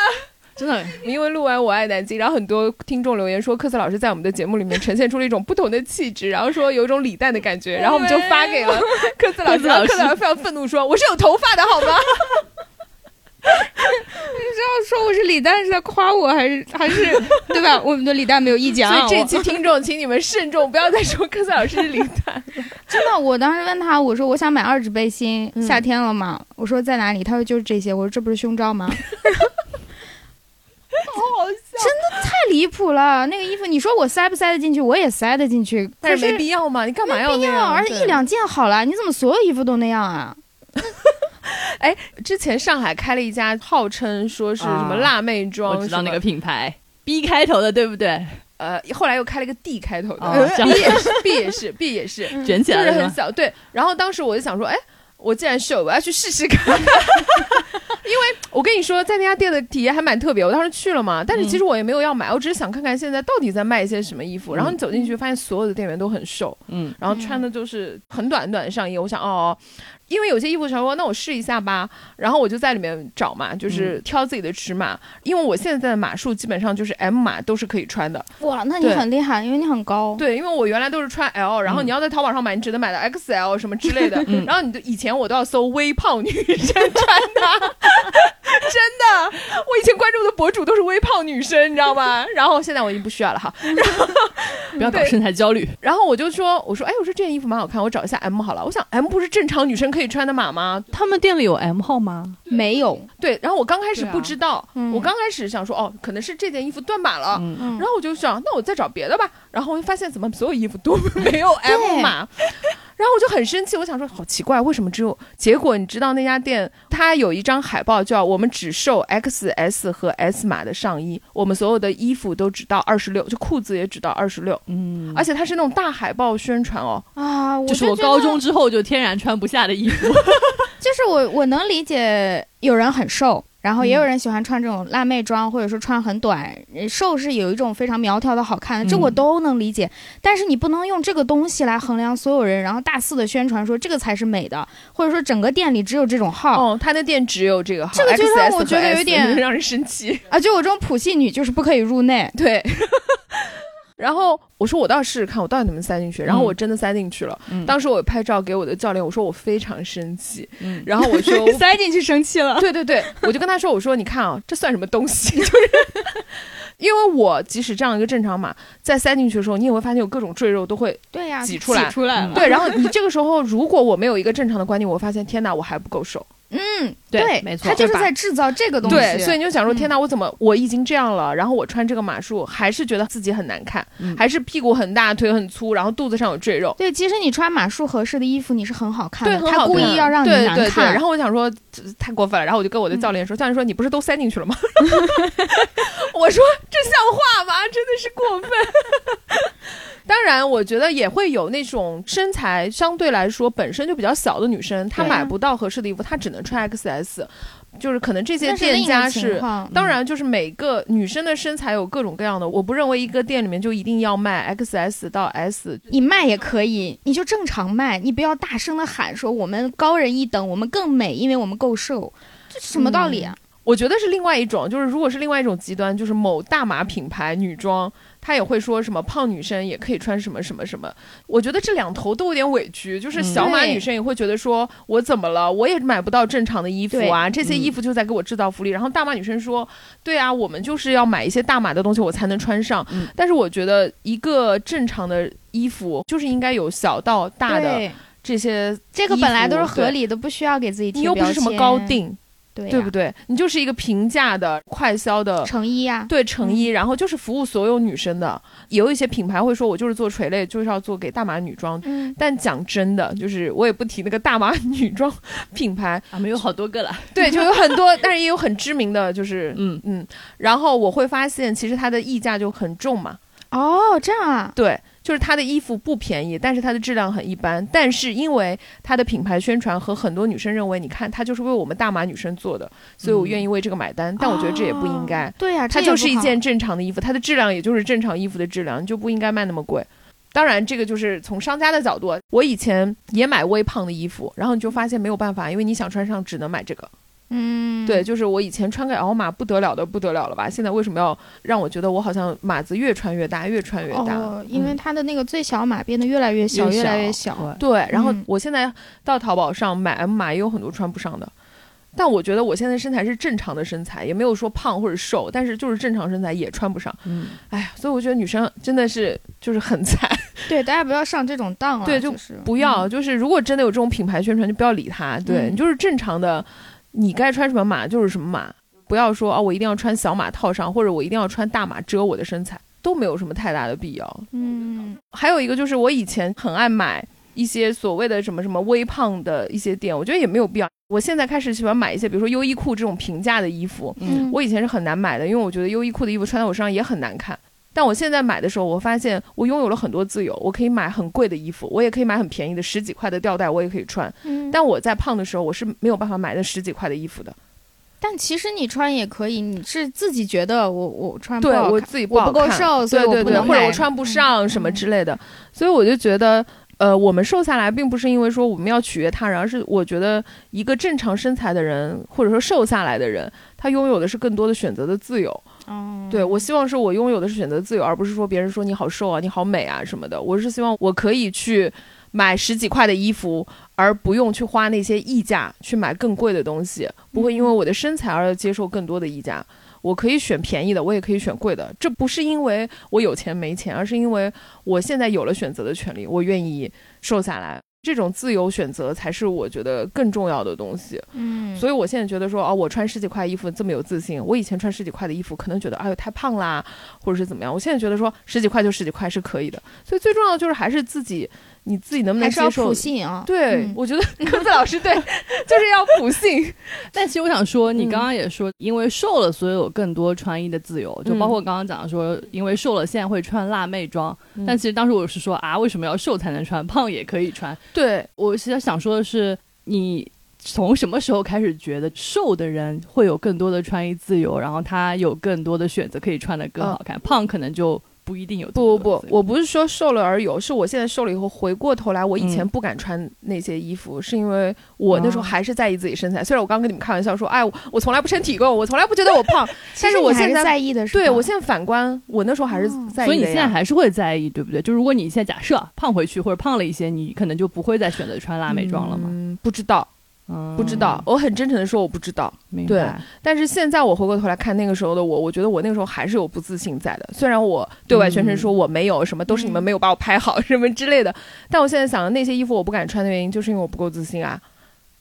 [SPEAKER 2] 真的。
[SPEAKER 5] 因为录完《我爱南京》，然后很多听众留言说，科斯老师在我们的节目里面呈现出了一种不同的气质，然后说有一种李诞的感 觉，然后我们就发给 了科斯老师。然后科斯老师非常愤怒说：“我是有头发的好 吗
[SPEAKER 3] 说我是李诞是在夸我还是还是对 吧？我们对李诞没有意？”见
[SPEAKER 5] 所以
[SPEAKER 3] 啊。
[SPEAKER 5] 这
[SPEAKER 3] 我
[SPEAKER 5] 期听众，请你们慎重，不要再说科斯老师是李 诞。
[SPEAKER 3] 真的，我当时问他，我说我想买二指背心，
[SPEAKER 5] 嗯
[SPEAKER 3] 夏天了嘛，我说在哪里？他说就是这些。我说这不是胸 罩吗？
[SPEAKER 5] 好笑，
[SPEAKER 3] 太离谱了，那个衣服你说我塞不塞得进去？我也塞得进去，
[SPEAKER 5] 但
[SPEAKER 3] 可
[SPEAKER 5] 是没必要嘛，你干嘛要那
[SPEAKER 3] 要，
[SPEAKER 5] 样？
[SPEAKER 3] 而且一两件好了，你怎么所有衣服都那样啊？
[SPEAKER 5] 哎，之前上海开了一家号称说是什么
[SPEAKER 2] 啊
[SPEAKER 5] 辣妹
[SPEAKER 2] 我
[SPEAKER 5] 妆，
[SPEAKER 2] 知道
[SPEAKER 5] 什么
[SPEAKER 2] 那个品牌，B 开头的，对不对？
[SPEAKER 5] 呃，后来又开了个 D 开头的、
[SPEAKER 2] 哦这
[SPEAKER 5] b
[SPEAKER 2] 样
[SPEAKER 5] 也是 B 也是 B 也 是，
[SPEAKER 3] 嗯
[SPEAKER 2] 卷起
[SPEAKER 5] 就
[SPEAKER 2] 来
[SPEAKER 5] 是
[SPEAKER 2] 了是
[SPEAKER 5] 很
[SPEAKER 2] 吗？
[SPEAKER 5] 小。对，然后当时我就想说，哎，我既然秀，我要去试试看。 因为我跟你说，在那家店的体验还蛮特别，我当时去了嘛，但
[SPEAKER 2] 嗯
[SPEAKER 5] 是其实我也没有要买，我只是想看看现在到底在卖一些什么衣服。然后你走进去，发现所有的店员都很瘦，
[SPEAKER 2] 嗯，
[SPEAKER 5] 然后穿的就是很短短的上衣。我想，哦，因为有些衣服想说，那我试一下吧。然后我就在里面找嘛，就是
[SPEAKER 2] 嗯
[SPEAKER 5] 挑自己的尺码，因为我现在的码数基本上就是 M 码都是可以穿的。
[SPEAKER 3] 哇，那你
[SPEAKER 5] 对
[SPEAKER 3] 很厉害，因为你很高。
[SPEAKER 5] 对，因为我原来都是穿 L，然后
[SPEAKER 2] 嗯
[SPEAKER 5] 你要在淘宝上买，你只能买到 XL 什么之类的。
[SPEAKER 2] 嗯
[SPEAKER 5] 然后你就以前我都要搜微胖女生穿搭，真的，我以前关注的博主都是微胖女生，你知道吗？然后现在我已经不需要了哈。
[SPEAKER 2] 不要搞
[SPEAKER 5] 对
[SPEAKER 2] 身材焦虑。
[SPEAKER 5] 然后我就说，我说，哎，我说这件衣服蛮好看，我找一下 M 好了。我想 M 不是正常女生可以穿的码吗？
[SPEAKER 2] 他们店里有 M 号吗？
[SPEAKER 3] 没有，
[SPEAKER 5] 对。然后我刚开始
[SPEAKER 2] 对啊
[SPEAKER 5] 不知道，
[SPEAKER 3] 嗯
[SPEAKER 5] 我刚开始想说，哦，可能是这件衣服断码了。
[SPEAKER 2] 嗯，
[SPEAKER 3] 嗯
[SPEAKER 5] 然后我就想，那我再找别的吧。然后我就发现怎么所有衣服都 没有 M 码，然后我就很生气，我想说好奇怪，为什么只有？结果你知道那家店它有一张海报叫“我们只售 XS 和 S 码的上衣”，我们所有的衣服都只到二十六，就裤子也只到二十六，
[SPEAKER 2] 嗯
[SPEAKER 5] 而且它是那种大海报宣传哦。
[SPEAKER 3] 啊，我
[SPEAKER 2] 这是我
[SPEAKER 3] 觉得
[SPEAKER 2] 高中，之后就天然穿不下的衣服。
[SPEAKER 3] 就是我我能理解有人很瘦，然后也有
[SPEAKER 2] 嗯
[SPEAKER 3] 人喜欢穿这种辣妹装，或者说穿很短，呃瘦是有一种非常苗条的好看，这我
[SPEAKER 2] 嗯
[SPEAKER 3] 都能理解。但是你不能用这个东西来衡量所有人，然后大肆的宣传说这个才是美的，或者说整个店里只有这种号、
[SPEAKER 5] 哦，它那店只有这个号，
[SPEAKER 3] 啊这个就
[SPEAKER 5] XS
[SPEAKER 3] 让
[SPEAKER 5] 和
[SPEAKER 3] 我觉得有
[SPEAKER 5] S
[SPEAKER 3] 点
[SPEAKER 5] 让人生气。
[SPEAKER 3] 啊，就我这种普信女就是不可以入内。
[SPEAKER 5] 对。然后我说我倒试试看，我到底能不能塞进去。然后
[SPEAKER 2] 嗯
[SPEAKER 5] 我真的塞进去了。
[SPEAKER 2] 嗯
[SPEAKER 5] 当时我拍照给我的教练，我说我非常 生气。
[SPEAKER 2] 嗯
[SPEAKER 5] 然后我说，
[SPEAKER 3] 塞进去生气了，
[SPEAKER 5] 对对对，我就跟他说，我说你看啊，这算什么东西？ 就是因为我即使这样一个正常码，在塞进去的时候，你也会发现有各种赘肉都会
[SPEAKER 3] 对呀、
[SPEAKER 5] 挤出来
[SPEAKER 3] 出来
[SPEAKER 2] 嗯
[SPEAKER 5] 对。然后你这个时候，如果我没有一个正常的观念，我发现天哪，我还不够瘦。
[SPEAKER 3] 嗯，
[SPEAKER 2] 对
[SPEAKER 3] 对，
[SPEAKER 2] 没错
[SPEAKER 3] 他就是
[SPEAKER 5] 对吧
[SPEAKER 3] 在制造这个东西，
[SPEAKER 5] 对，所以你就想说，
[SPEAKER 3] 嗯
[SPEAKER 5] 天哪，我怎么我已经这样了，然后我穿这个码数，还是觉得自己很难看，
[SPEAKER 2] 嗯
[SPEAKER 5] 还是屁股很大，腿很粗，然后肚子上有赘肉。
[SPEAKER 3] 对，其实你穿码数合适的衣服，你是很好看的。
[SPEAKER 5] 对，很
[SPEAKER 3] 他
[SPEAKER 5] 好
[SPEAKER 3] 故
[SPEAKER 5] 看
[SPEAKER 3] 意要让你
[SPEAKER 5] 对
[SPEAKER 3] 难看。
[SPEAKER 5] 对对然后我想说这太过分了，然后我就跟我的教 练说，教练说你不是都塞进去了吗？我说这像话吗？真的是过分。 当然，我觉得也会有那种身材相对来说本身就比较小的女生，她
[SPEAKER 2] 对
[SPEAKER 5] 买不到合适的衣服，她只能穿 XS，就是可能这些
[SPEAKER 3] 那是另
[SPEAKER 5] 店
[SPEAKER 3] 一
[SPEAKER 5] 家
[SPEAKER 3] 个情
[SPEAKER 5] 是
[SPEAKER 3] 况嗯
[SPEAKER 5] 当然，就是每个女生的身材有各种各样的，我不认为一个店里面就一定要卖 XS 到 S。
[SPEAKER 3] 你卖也可以，你就正常卖，你不要大声的喊说我们高人一等，我们更美，因为我们够瘦，这什么道理啊？
[SPEAKER 5] 我觉得是另外一种，就是如果是另外一种极端，就是某大码品牌女装，她也会说什么胖女生也可以穿什么什么什么。我觉得这两头都有点委屈，就是小码
[SPEAKER 3] 对
[SPEAKER 5] 女生也会觉得说我怎么了，我也买不到正常的衣服啊，这些衣服就在给我制造福利。然后大码女生说，对啊，我们就是要买一些大码的东西我才能穿上。
[SPEAKER 2] 嗯
[SPEAKER 5] 但是我觉得一个正常的衣服就是应该有小到大的
[SPEAKER 3] 对，
[SPEAKER 5] 这些，
[SPEAKER 3] 这个本来都是
[SPEAKER 5] 衣服对
[SPEAKER 3] 合理的，不需要给自己贴
[SPEAKER 5] 你又不是什么高
[SPEAKER 3] 标签，
[SPEAKER 5] 定，
[SPEAKER 3] 对呀
[SPEAKER 5] 对不对？你就是一个平价的快销的。
[SPEAKER 3] 成衣啊呀、
[SPEAKER 5] 对成衣，然后就是服务所有女生的。有一些品牌会说，我就是做垂类，就是要做给大码女装。
[SPEAKER 3] 嗯，
[SPEAKER 5] 但讲真的，就是我也不提那个大码女装品牌，
[SPEAKER 2] 啊，没有好多个了。
[SPEAKER 5] 对，就有很多，但是也有很知名的，就是
[SPEAKER 2] 嗯，
[SPEAKER 5] 嗯。然后我会发现，其实它的溢价就很重嘛，
[SPEAKER 3] 哦，这样啊，
[SPEAKER 5] 对，就是它的衣服不便宜，但是它的质量很一般。但是因为它的品牌宣传和很多女生认为，你看它就是为我们大码女生做的，所以我
[SPEAKER 2] 嗯
[SPEAKER 5] 愿意为这个买单。但我觉得这也不应该
[SPEAKER 3] 哦。对呀、这
[SPEAKER 5] 它
[SPEAKER 3] 也不
[SPEAKER 5] 就是一
[SPEAKER 3] 好
[SPEAKER 5] 件正常的衣服，它的质量也就是正常衣服的质量，你就不应该卖那么贵。当然，这个就是从商家的角度。我以前也买微胖的衣服，然后你就发现没有办法，因为你想穿上只能买这个。
[SPEAKER 3] 嗯，
[SPEAKER 5] 对，就是我以前穿个 L 码不得了的不得了了吧？现在为什么要让我觉得我好像码子越穿越大，越穿越大？
[SPEAKER 3] 哦，因为
[SPEAKER 5] 嗯
[SPEAKER 3] 它的那个最小码变得越来越小，越来越小。
[SPEAKER 2] 对
[SPEAKER 5] 对，然后
[SPEAKER 3] 嗯
[SPEAKER 5] 我现在到淘宝上买 M 码也有很多穿不上的，但我觉得我现在身材是正常的身材，也没有说胖或者瘦，但是就是正常身材也穿不上。
[SPEAKER 2] 嗯，
[SPEAKER 5] 哎呀，所以我觉得女生真的是就是很惨，
[SPEAKER 3] 对，大家不要上这种当了，
[SPEAKER 5] 对
[SPEAKER 3] 就
[SPEAKER 5] 就是不要、就是如果真的有这种品牌宣传，就不要理他。对、
[SPEAKER 3] 嗯
[SPEAKER 5] 你就是正常的，你该穿什么码就是什么码，不要说啊、我一定要穿小码套上，或者我一定要穿大码遮我的身材，都没有什么太大的必要。
[SPEAKER 3] 嗯，
[SPEAKER 5] 还有一个就是我以前很爱买一些所谓的什么什么微胖的一些店，我觉得也没有必要。我现在开始喜欢买一些，比如说优衣库这种平价的衣服，
[SPEAKER 2] 嗯
[SPEAKER 5] 我以前是很难买的，因为我觉得优衣库的衣服穿在我身上也很难看。但我现在买的时候，我发现我拥有了很多自由，我可以买很贵的衣服，我也可以买很便宜的十几块的吊带，我也可以穿。
[SPEAKER 3] 嗯但
[SPEAKER 5] 但我在胖的时候，我是没有办法买那十几块的衣服的。
[SPEAKER 3] 但其实你穿也可以，你是自己觉得我我啊穿不
[SPEAKER 5] 对
[SPEAKER 3] 好看
[SPEAKER 5] 我自己
[SPEAKER 3] 我
[SPEAKER 5] 好
[SPEAKER 3] 不够
[SPEAKER 5] 看
[SPEAKER 3] 瘦，所以
[SPEAKER 5] 对
[SPEAKER 3] 我
[SPEAKER 5] 对
[SPEAKER 3] 不
[SPEAKER 5] 对，
[SPEAKER 3] 能
[SPEAKER 5] 或者
[SPEAKER 3] 买嗯
[SPEAKER 5] 我穿不上什么之类的，所以我就觉得，呃，我们瘦下来并不是因为说我们要取悦他人，而是我觉得一个正常身材的人，或者说瘦下来的人，他拥有的是更多的选择的自由。
[SPEAKER 3] 嗯，
[SPEAKER 5] 对我希望是我拥有的是选择自由，而不是说别人说你好瘦啊、你好美啊什么的。我是希望我可以去买十几块的衣服，而不用去花那些溢价去买更贵的东西，不会因为我的身材而接受更多的溢价。我可以选便宜的，我也可以选贵的。这不是因为我有钱没钱，而是因为我现在有了选择的权利，我愿意瘦下来。这种自由选择才是我觉得更重要的东西。
[SPEAKER 3] 嗯，
[SPEAKER 5] 所以我现在觉得说，哦，我穿十几块衣服这么有自信，我以前穿十几块的衣服可能觉得，哎呦太胖啦，或者是怎么样。我现在觉得说，十几块就十几块是可以的。所以最重要的就是还是自己，你自己能不能
[SPEAKER 3] 还是
[SPEAKER 5] 接
[SPEAKER 3] 要
[SPEAKER 5] 受
[SPEAKER 3] 普？信啊。
[SPEAKER 5] 对，
[SPEAKER 3] 嗯
[SPEAKER 5] 我觉得科子老师对，就是要普 信。
[SPEAKER 2] 但其实我想说，你
[SPEAKER 5] 嗯
[SPEAKER 2] 刚刚也说，因为瘦了，所以有更多穿衣的自由，
[SPEAKER 5] 嗯
[SPEAKER 2] 就包括刚刚讲的说，因为瘦了，现在会穿辣妹装。
[SPEAKER 5] 嗯
[SPEAKER 2] 但其实当时我是说啊，为什么要瘦才能穿，胖也可以穿？
[SPEAKER 5] 对，
[SPEAKER 2] 我其实想说的是，你从什么时候开始觉得瘦的人会有更多的穿衣自由，然后他有更多的选择可以穿得更好看，胖可能就不一定有这么
[SPEAKER 5] 嗯不
[SPEAKER 2] 多
[SPEAKER 5] 不不
[SPEAKER 2] 自，由
[SPEAKER 5] 我不是说瘦了而有，是我现在瘦了以后，回过头来，我以前
[SPEAKER 2] 嗯
[SPEAKER 5] 不敢穿那些衣服，是因为我那时候
[SPEAKER 2] 啊
[SPEAKER 5] 还是在意自己身材。虽然我刚跟你们开玩笑说，哎，我我从来不称体重，我从来不觉得我 胖，
[SPEAKER 3] 其
[SPEAKER 5] 但
[SPEAKER 3] 实
[SPEAKER 5] 我
[SPEAKER 3] 你还
[SPEAKER 5] 现
[SPEAKER 3] 是
[SPEAKER 5] 在
[SPEAKER 3] 在意的是吧，
[SPEAKER 5] 对我现在反观，我那时候还是
[SPEAKER 3] 哦
[SPEAKER 5] 在意
[SPEAKER 2] 所
[SPEAKER 5] 的呀、
[SPEAKER 2] 以你现在还是会在意，对不对？就如果你现在假设啊胖回去或者胖了一些，你可能就不会再选择穿辣妹装了嘛？
[SPEAKER 5] 嗯，不知道，
[SPEAKER 2] 嗯，
[SPEAKER 5] 不知道，，我很真诚的说我不知道。
[SPEAKER 2] 明
[SPEAKER 5] 对
[SPEAKER 2] 白。
[SPEAKER 5] 但是现在我回过头来看那个时候的我，我觉得我那个时候还是有不自信在的。虽然我对外宣称说我没有什么，都是你们没有把我拍好什么之类的，但我现在想那些衣服我不敢穿的原因，就是因为我不够自信啊。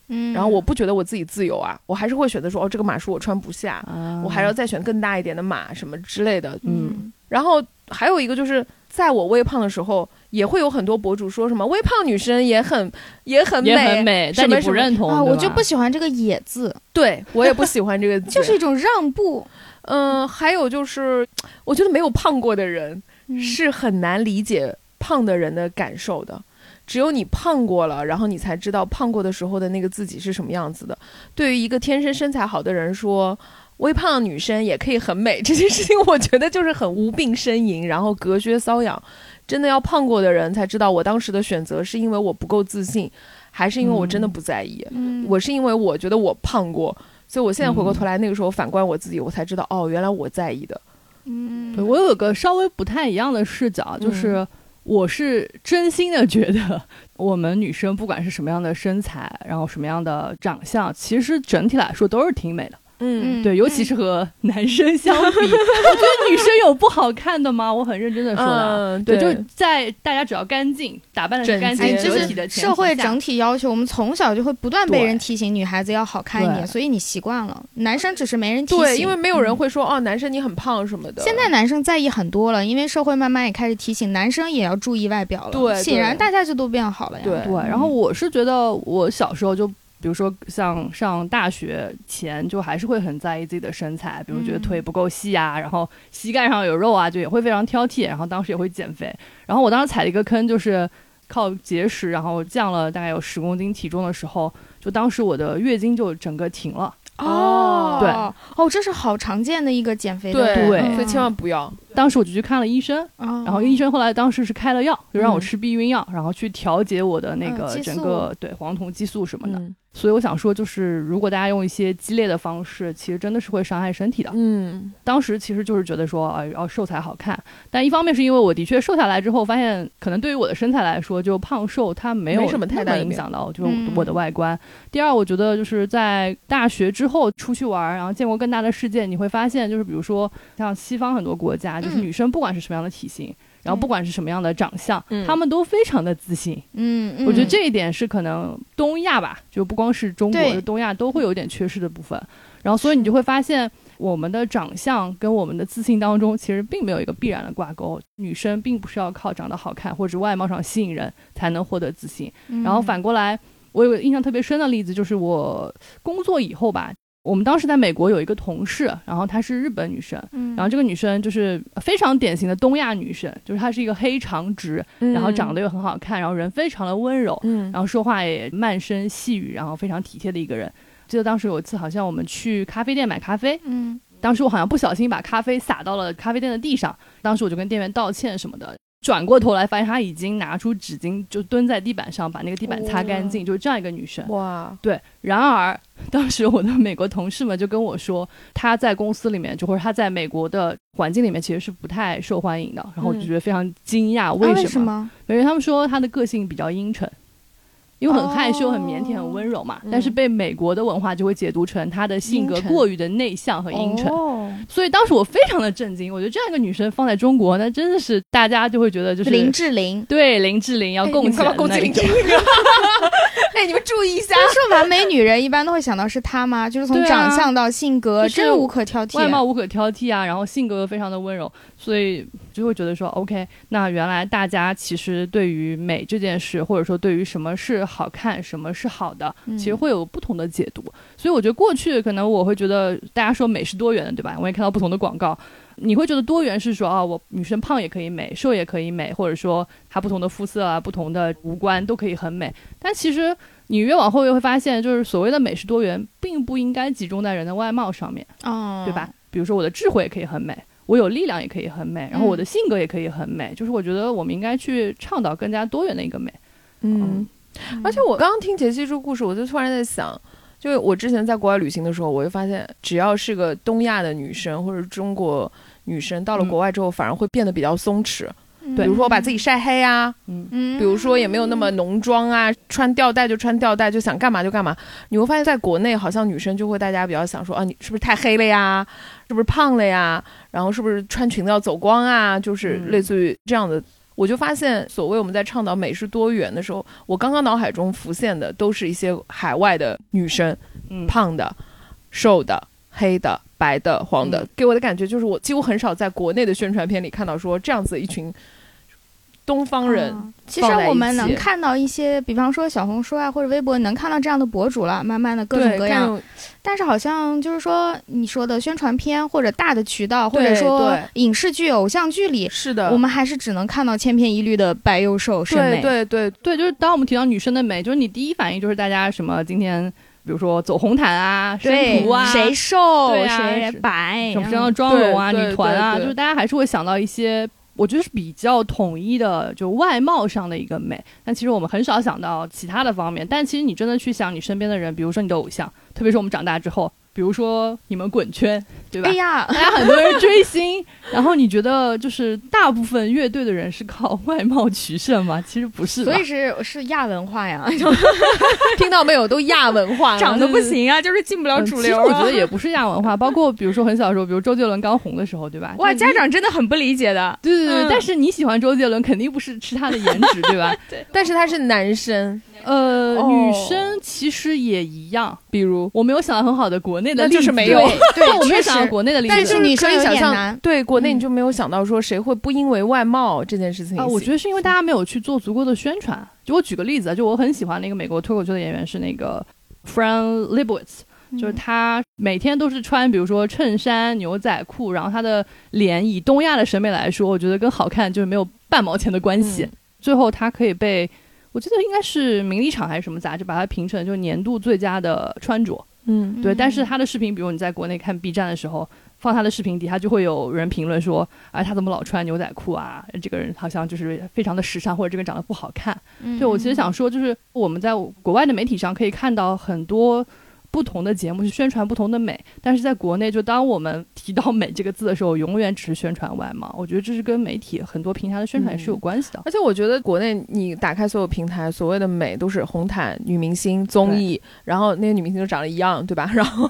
[SPEAKER 3] 嗯，
[SPEAKER 5] 然后我不觉得我自己自由啊，我还是会选择说哦，这个码数我穿不下，
[SPEAKER 2] 啊
[SPEAKER 5] 我还要再选更大一点的码什么之类的。
[SPEAKER 3] 嗯
[SPEAKER 5] 然后还有一个就是，在我微胖的时候，也会有很多博主说什么微胖女生也很也很美，
[SPEAKER 2] 也很美，
[SPEAKER 5] 什
[SPEAKER 2] 但
[SPEAKER 5] 么
[SPEAKER 2] 你
[SPEAKER 5] 什
[SPEAKER 2] 不
[SPEAKER 5] 么
[SPEAKER 2] 认同
[SPEAKER 3] 啊，
[SPEAKER 2] 对
[SPEAKER 3] 我就
[SPEAKER 2] 吧
[SPEAKER 3] 不喜欢这个“野”字，
[SPEAKER 5] 对我也不喜欢这个字，
[SPEAKER 3] 就是一种让步。
[SPEAKER 5] 嗯、还有就是，我觉得没有胖过的人
[SPEAKER 3] 嗯
[SPEAKER 5] 是很难理解胖的人的感受的。只有你胖过了，然后你才知道胖过的时候的那个自己是什么样子的。对于一个天生身材好的人说，微胖女生也可以很美这件事情，我觉得就是很无病呻吟，然后隔靴搔痒。真的要胖过的人才知道，我当时的选择是因为我不够自信，还是因为我真的不在意。
[SPEAKER 3] 嗯
[SPEAKER 5] 我是因为我觉得我胖过，所以我现在回过头来，那个时候反观我自己，我才知道哦，原来我在意的。
[SPEAKER 3] 嗯
[SPEAKER 2] 对我有个稍微不太一样的视角，
[SPEAKER 5] 嗯
[SPEAKER 2] 就是我是真心的觉得，我们女生不管是什么样的身材，然后什么样的长相，其实整体来说都是挺美的。
[SPEAKER 5] 嗯
[SPEAKER 2] 对，尤其是和男生相比，我觉得女生有不好看的吗？我很认真的说的啊。
[SPEAKER 5] 嗯，
[SPEAKER 2] 对，
[SPEAKER 5] 对，
[SPEAKER 2] 就是在大家只要干净，打扮的
[SPEAKER 5] 整
[SPEAKER 2] 干
[SPEAKER 3] 哎，
[SPEAKER 2] 净
[SPEAKER 5] 洁
[SPEAKER 3] 就
[SPEAKER 2] 得体
[SPEAKER 3] 是
[SPEAKER 2] 的前
[SPEAKER 3] 社
[SPEAKER 2] 提
[SPEAKER 3] 会
[SPEAKER 2] 下
[SPEAKER 3] 整体要求，我们从小就会不断被
[SPEAKER 2] 对
[SPEAKER 3] 人提醒女孩子要好看一点，
[SPEAKER 2] 对
[SPEAKER 3] 所以你习惯了。男生只是没人提醒，
[SPEAKER 5] 对，因为没有人会说、哦，男生你很胖什么的。
[SPEAKER 3] 现在男生在意很多了，因为社会慢慢也开始提醒男生也要注意外表了。
[SPEAKER 5] 对对
[SPEAKER 3] 显然大家就都变好了呀。
[SPEAKER 5] 对
[SPEAKER 2] 对，然后我是觉得我小时候就，比如说像上大学前，就还是会很在意自己的身材，比如觉得
[SPEAKER 3] 嗯
[SPEAKER 2] 腿不够细啊，然后膝盖上有肉啊，就也会非常挑剔。然后当时也会减肥，然后我当时踩了一个坑，就是靠节食，然后降了大概有十公斤体重的时候，就当时我的月经就整个停了。
[SPEAKER 5] 哦
[SPEAKER 2] 对
[SPEAKER 3] 哦，这是好常见的一个减肥的嗯哦
[SPEAKER 5] 对
[SPEAKER 2] 对
[SPEAKER 5] 所以千万不要。
[SPEAKER 2] 当时我就去看了医生，
[SPEAKER 3] 然
[SPEAKER 2] 然后医生后来当时是开了药，就让我
[SPEAKER 5] 嗯
[SPEAKER 2] 吃避孕药，然后去调节我的那
[SPEAKER 3] 嗯
[SPEAKER 2] 个
[SPEAKER 3] 激
[SPEAKER 2] 整
[SPEAKER 3] 素
[SPEAKER 2] 个、对黄酮激素什么的。所以我想说，就是如果大家用一些激烈的方式，其实真的是会伤害身体的。
[SPEAKER 5] 嗯
[SPEAKER 2] 当时其实就是觉得说，啊、要瘦才好看。但一方面是因为我的确瘦下来之后，发现可能对于我的身材来说，就胖瘦它没有
[SPEAKER 5] 没什么太大的
[SPEAKER 2] 那影
[SPEAKER 5] 变
[SPEAKER 2] 响到就
[SPEAKER 3] 嗯
[SPEAKER 2] 我的外观。第二，我觉得就是在大学之后出去玩儿，然后见过更大的世界，你会发现，就是比如说像西方很多国家，就是
[SPEAKER 3] 嗯
[SPEAKER 2] 女生不管是什么样的体型，然后不管是什么样的长相，
[SPEAKER 5] 嗯
[SPEAKER 2] 她们都非常的自信。
[SPEAKER 3] 嗯，嗯
[SPEAKER 2] 我觉得这一点是可能东亚吧，就不光是中国，
[SPEAKER 3] 对
[SPEAKER 2] 就东亚都会有点缺失的部分。然后，所以你就会发现，我们的长相跟我们的自信当中其实并没有一个必然的挂钩。女生并不是要靠长得好看或者外貌上吸引人才能获得自信，
[SPEAKER 3] 嗯
[SPEAKER 2] 然后反过来，我有个印象特别深的例子，就是我工作以后吧，我们当时在美国有一个同事，然后她是日本女生。
[SPEAKER 3] 嗯，嗯
[SPEAKER 2] 然后这个女生就是非常典型的东亚女生，就是她是一个黑长直，然
[SPEAKER 3] 嗯
[SPEAKER 2] 后长得又很好看，然后人非常的温柔，
[SPEAKER 5] 嗯，
[SPEAKER 2] 然后说话也慢声细语，然后非常体贴的一个人。记得当时有一次，好像我们去咖啡店买咖啡，
[SPEAKER 3] 嗯
[SPEAKER 2] 当时我好像不小心把咖啡洒到了咖啡店的地上，当时我就跟店员道歉什么的。转过头来发现她已经拿出纸巾，就蹲在地板上把那个地板擦干
[SPEAKER 3] 哦
[SPEAKER 2] 净，就是这样一个女生。
[SPEAKER 5] 哇，
[SPEAKER 2] 对，然而当时我的美国同事们就跟我说，她在公司里面，就或者她在美国的环境里面其实是不太受欢迎的。然后我就觉得非常惊讶，
[SPEAKER 3] 嗯啊
[SPEAKER 2] 什
[SPEAKER 3] 什么？
[SPEAKER 2] 因为他们说他的个性比较阴沉，因为很害羞、
[SPEAKER 3] 哦
[SPEAKER 2] 很腼腆、很温柔嘛。
[SPEAKER 5] 嗯
[SPEAKER 2] 但是被美国的文化就会解读成他的性格
[SPEAKER 5] 阴沉
[SPEAKER 2] 过于的内向和阴沉。
[SPEAKER 3] 哦
[SPEAKER 2] 所以当时我非常的震惊，我觉得这样一个女生放在中国，那真的是大家就会觉得就是
[SPEAKER 3] 林 志玲，
[SPEAKER 2] 对林志玲要供
[SPEAKER 5] 哎你
[SPEAKER 2] 起
[SPEAKER 5] 干
[SPEAKER 2] 来
[SPEAKER 5] 嘛
[SPEAKER 2] 的
[SPEAKER 5] 攻
[SPEAKER 2] 那
[SPEAKER 5] 击
[SPEAKER 2] 一
[SPEAKER 5] 林志
[SPEAKER 2] 种。
[SPEAKER 5] 玲？哎， 你们注意一下
[SPEAKER 3] 但，是完美女人一般都会想到是她吗？就是从
[SPEAKER 2] 对啊
[SPEAKER 3] 长相到性格，
[SPEAKER 2] 就是
[SPEAKER 3] 真无可挑剔。
[SPEAKER 2] 外貌无可挑剔啊，然后性格又非常的温柔，所以就会觉得说，OK，那原来大家其实对于美这件事，或者说对于什么是好看，什么是好的，
[SPEAKER 3] 嗯
[SPEAKER 2] 其实会有不同的解读。所以我觉得过去可能我会觉得大家说美是多元的，对吧？我也看到不同的广告，你会觉得多元是说啊，我女生胖也可以美，瘦也可以美，或者说她不同的肤色啊、不同的五官都可以很美。但其实你越往后越会发现，就是所谓的美是多元，并不应该集中在人的外貌上面。
[SPEAKER 3] 哦，
[SPEAKER 2] 对吧？？比如说我的智慧也可以很美，我有力量也可以很美，然后我的性格也可以很美。就是我觉得我们应该去倡导更加多元的一个美。
[SPEAKER 5] 嗯，而且我刚刚听杰西这个故事，我就突然在想，就是我之前在国外旅行的时候，我会发现，只要是个东亚的女生或者中国女生，到了
[SPEAKER 2] 嗯
[SPEAKER 5] 国外之后，反而会变得比较松弛。
[SPEAKER 3] 嗯
[SPEAKER 5] 比如说我把自己，晒黑啊，
[SPEAKER 2] 嗯，
[SPEAKER 3] 嗯，
[SPEAKER 5] 比如说也没有那么浓妆啊，穿吊带就穿吊带，就想干嘛就干嘛。你会发现在国内，好像女生就会大家比较想说啊，你是不是太黑了呀？是不是胖了呀？然后是不是穿裙子要走光啊？就是
[SPEAKER 2] 嗯
[SPEAKER 5] 类似于这样的。我就发现，所谓我们在倡导美是多元的时候，我刚刚脑海中浮现的都是一些海外的女生，
[SPEAKER 2] 嗯
[SPEAKER 5] 胖的、瘦的、黑的、白的、黄的，
[SPEAKER 2] 嗯
[SPEAKER 5] 给我的感觉就是，我几乎很少在国内的宣传片里看到说这样子一群东方人。
[SPEAKER 3] 啊其实我们能看到一些，比方说小红书啊或者微博，你能看到这样的博主了，慢慢的各种
[SPEAKER 5] 对，
[SPEAKER 3] 各
[SPEAKER 5] 看
[SPEAKER 3] 样。
[SPEAKER 5] 着
[SPEAKER 3] 但是好像就是说你说的宣传片或者大的渠道，或者
[SPEAKER 5] 对
[SPEAKER 3] 说
[SPEAKER 5] 对
[SPEAKER 3] 影视剧、偶像剧里，
[SPEAKER 5] 是的，
[SPEAKER 3] 我们还是只能看到千篇一律的白幼瘦审
[SPEAKER 5] 对
[SPEAKER 3] 美。
[SPEAKER 5] 对对，
[SPEAKER 2] 对，就是当我们提到女生的美，就是你第一反应就是大家什么今天，比如说走红毯啊、生
[SPEAKER 3] 对
[SPEAKER 2] 图啊、
[SPEAKER 3] 谁瘦
[SPEAKER 2] 对啊
[SPEAKER 3] 谁
[SPEAKER 2] 是
[SPEAKER 3] 白，
[SPEAKER 2] 什么身上妆容啊、
[SPEAKER 5] 对对
[SPEAKER 2] 女团啊，
[SPEAKER 5] 对对
[SPEAKER 2] 就是大家还是会想到一些。我觉得是比较统一的，就外貌上的一个美，但其实我们很少想到其他的方面。但其实你真的去想你身边的人，比如说你的偶像，特别是我们长大之后，比如说你们滚圈，对吧？
[SPEAKER 3] 哎呀，
[SPEAKER 2] 大家很多人追星，然后你觉得就是大部分乐队的人是靠外貌取胜吗？其实不是吧，
[SPEAKER 3] 所以是是亚文 化呀，
[SPEAKER 5] 听到没有？都亚文化了，
[SPEAKER 3] 长得不行啊，就是进不了
[SPEAKER 2] 嗯
[SPEAKER 3] 主
[SPEAKER 2] 其实
[SPEAKER 3] 流、啊。
[SPEAKER 2] 我觉得也不是亚文化，包括比如说很小的时候，比如周杰伦刚红的时候，对吧？
[SPEAKER 3] 哇，
[SPEAKER 2] 就
[SPEAKER 3] 家长真的很不理解的。
[SPEAKER 2] 对对对，
[SPEAKER 3] 嗯
[SPEAKER 2] 但是你喜欢周杰伦，肯定不是吃他的颜值，对吧？
[SPEAKER 5] 但是他是男生，
[SPEAKER 2] 呃，
[SPEAKER 5] 哦
[SPEAKER 2] 女生其实也一样，比如我没有想到很好的国内的
[SPEAKER 5] 那
[SPEAKER 2] 例子，
[SPEAKER 5] 就是没有
[SPEAKER 2] 对，我没
[SPEAKER 3] 确
[SPEAKER 2] 有
[SPEAKER 3] 实
[SPEAKER 2] 想到国内的例子，
[SPEAKER 5] 但是
[SPEAKER 3] 是
[SPEAKER 5] 你
[SPEAKER 3] 女
[SPEAKER 5] 可
[SPEAKER 3] 生
[SPEAKER 5] 以
[SPEAKER 3] 有
[SPEAKER 5] 想
[SPEAKER 3] 点
[SPEAKER 5] 象
[SPEAKER 3] 难，
[SPEAKER 5] 对国内
[SPEAKER 3] 嗯
[SPEAKER 5] 你就没有想到说谁会不因为外貌这件事情
[SPEAKER 2] 啊，我觉
[SPEAKER 5] 得
[SPEAKER 2] 得是因为大家没有去做足够的宣传。就我举个例子啊，就我很喜欢那个美国脱口秀的演员是那个 Fran Lebowitz，就是
[SPEAKER 3] 嗯
[SPEAKER 2] 他每天都是穿，比如说衬衫、牛仔裤，然后他的脸以东亚的审美来说，我觉得跟好看就是没有半毛钱的关系。
[SPEAKER 5] 嗯
[SPEAKER 2] 最后他可以被，我记得应该是《名利场》还是什么杂志把他评成就是年度最佳的穿着。
[SPEAKER 5] 嗯，
[SPEAKER 2] 对，
[SPEAKER 3] 嗯
[SPEAKER 2] 但是他的视频，比如你在国内看 B 站的时候，放他的视频底下就会有人评论说，哎，他怎么老穿牛仔裤啊？这个人好像就是非常的时尚，或者这个人长得不好看。
[SPEAKER 3] 嗯
[SPEAKER 2] 对我其
[SPEAKER 5] 嗯
[SPEAKER 2] 实想说，就是我们在国外的媒体上可以看到很多不同的节目去宣传不同的美，但是在国内，就当我们 提到美这个字的时候，永远只是宣传外貌。我觉得这是跟媒体很多平台的宣传也
[SPEAKER 5] 嗯
[SPEAKER 2] 是有关系的。
[SPEAKER 5] 而且我觉得国内你打开所有平台，所谓的美都是红毯、女明星、 综艺，然后那些女明星都长得一样，对吧？然后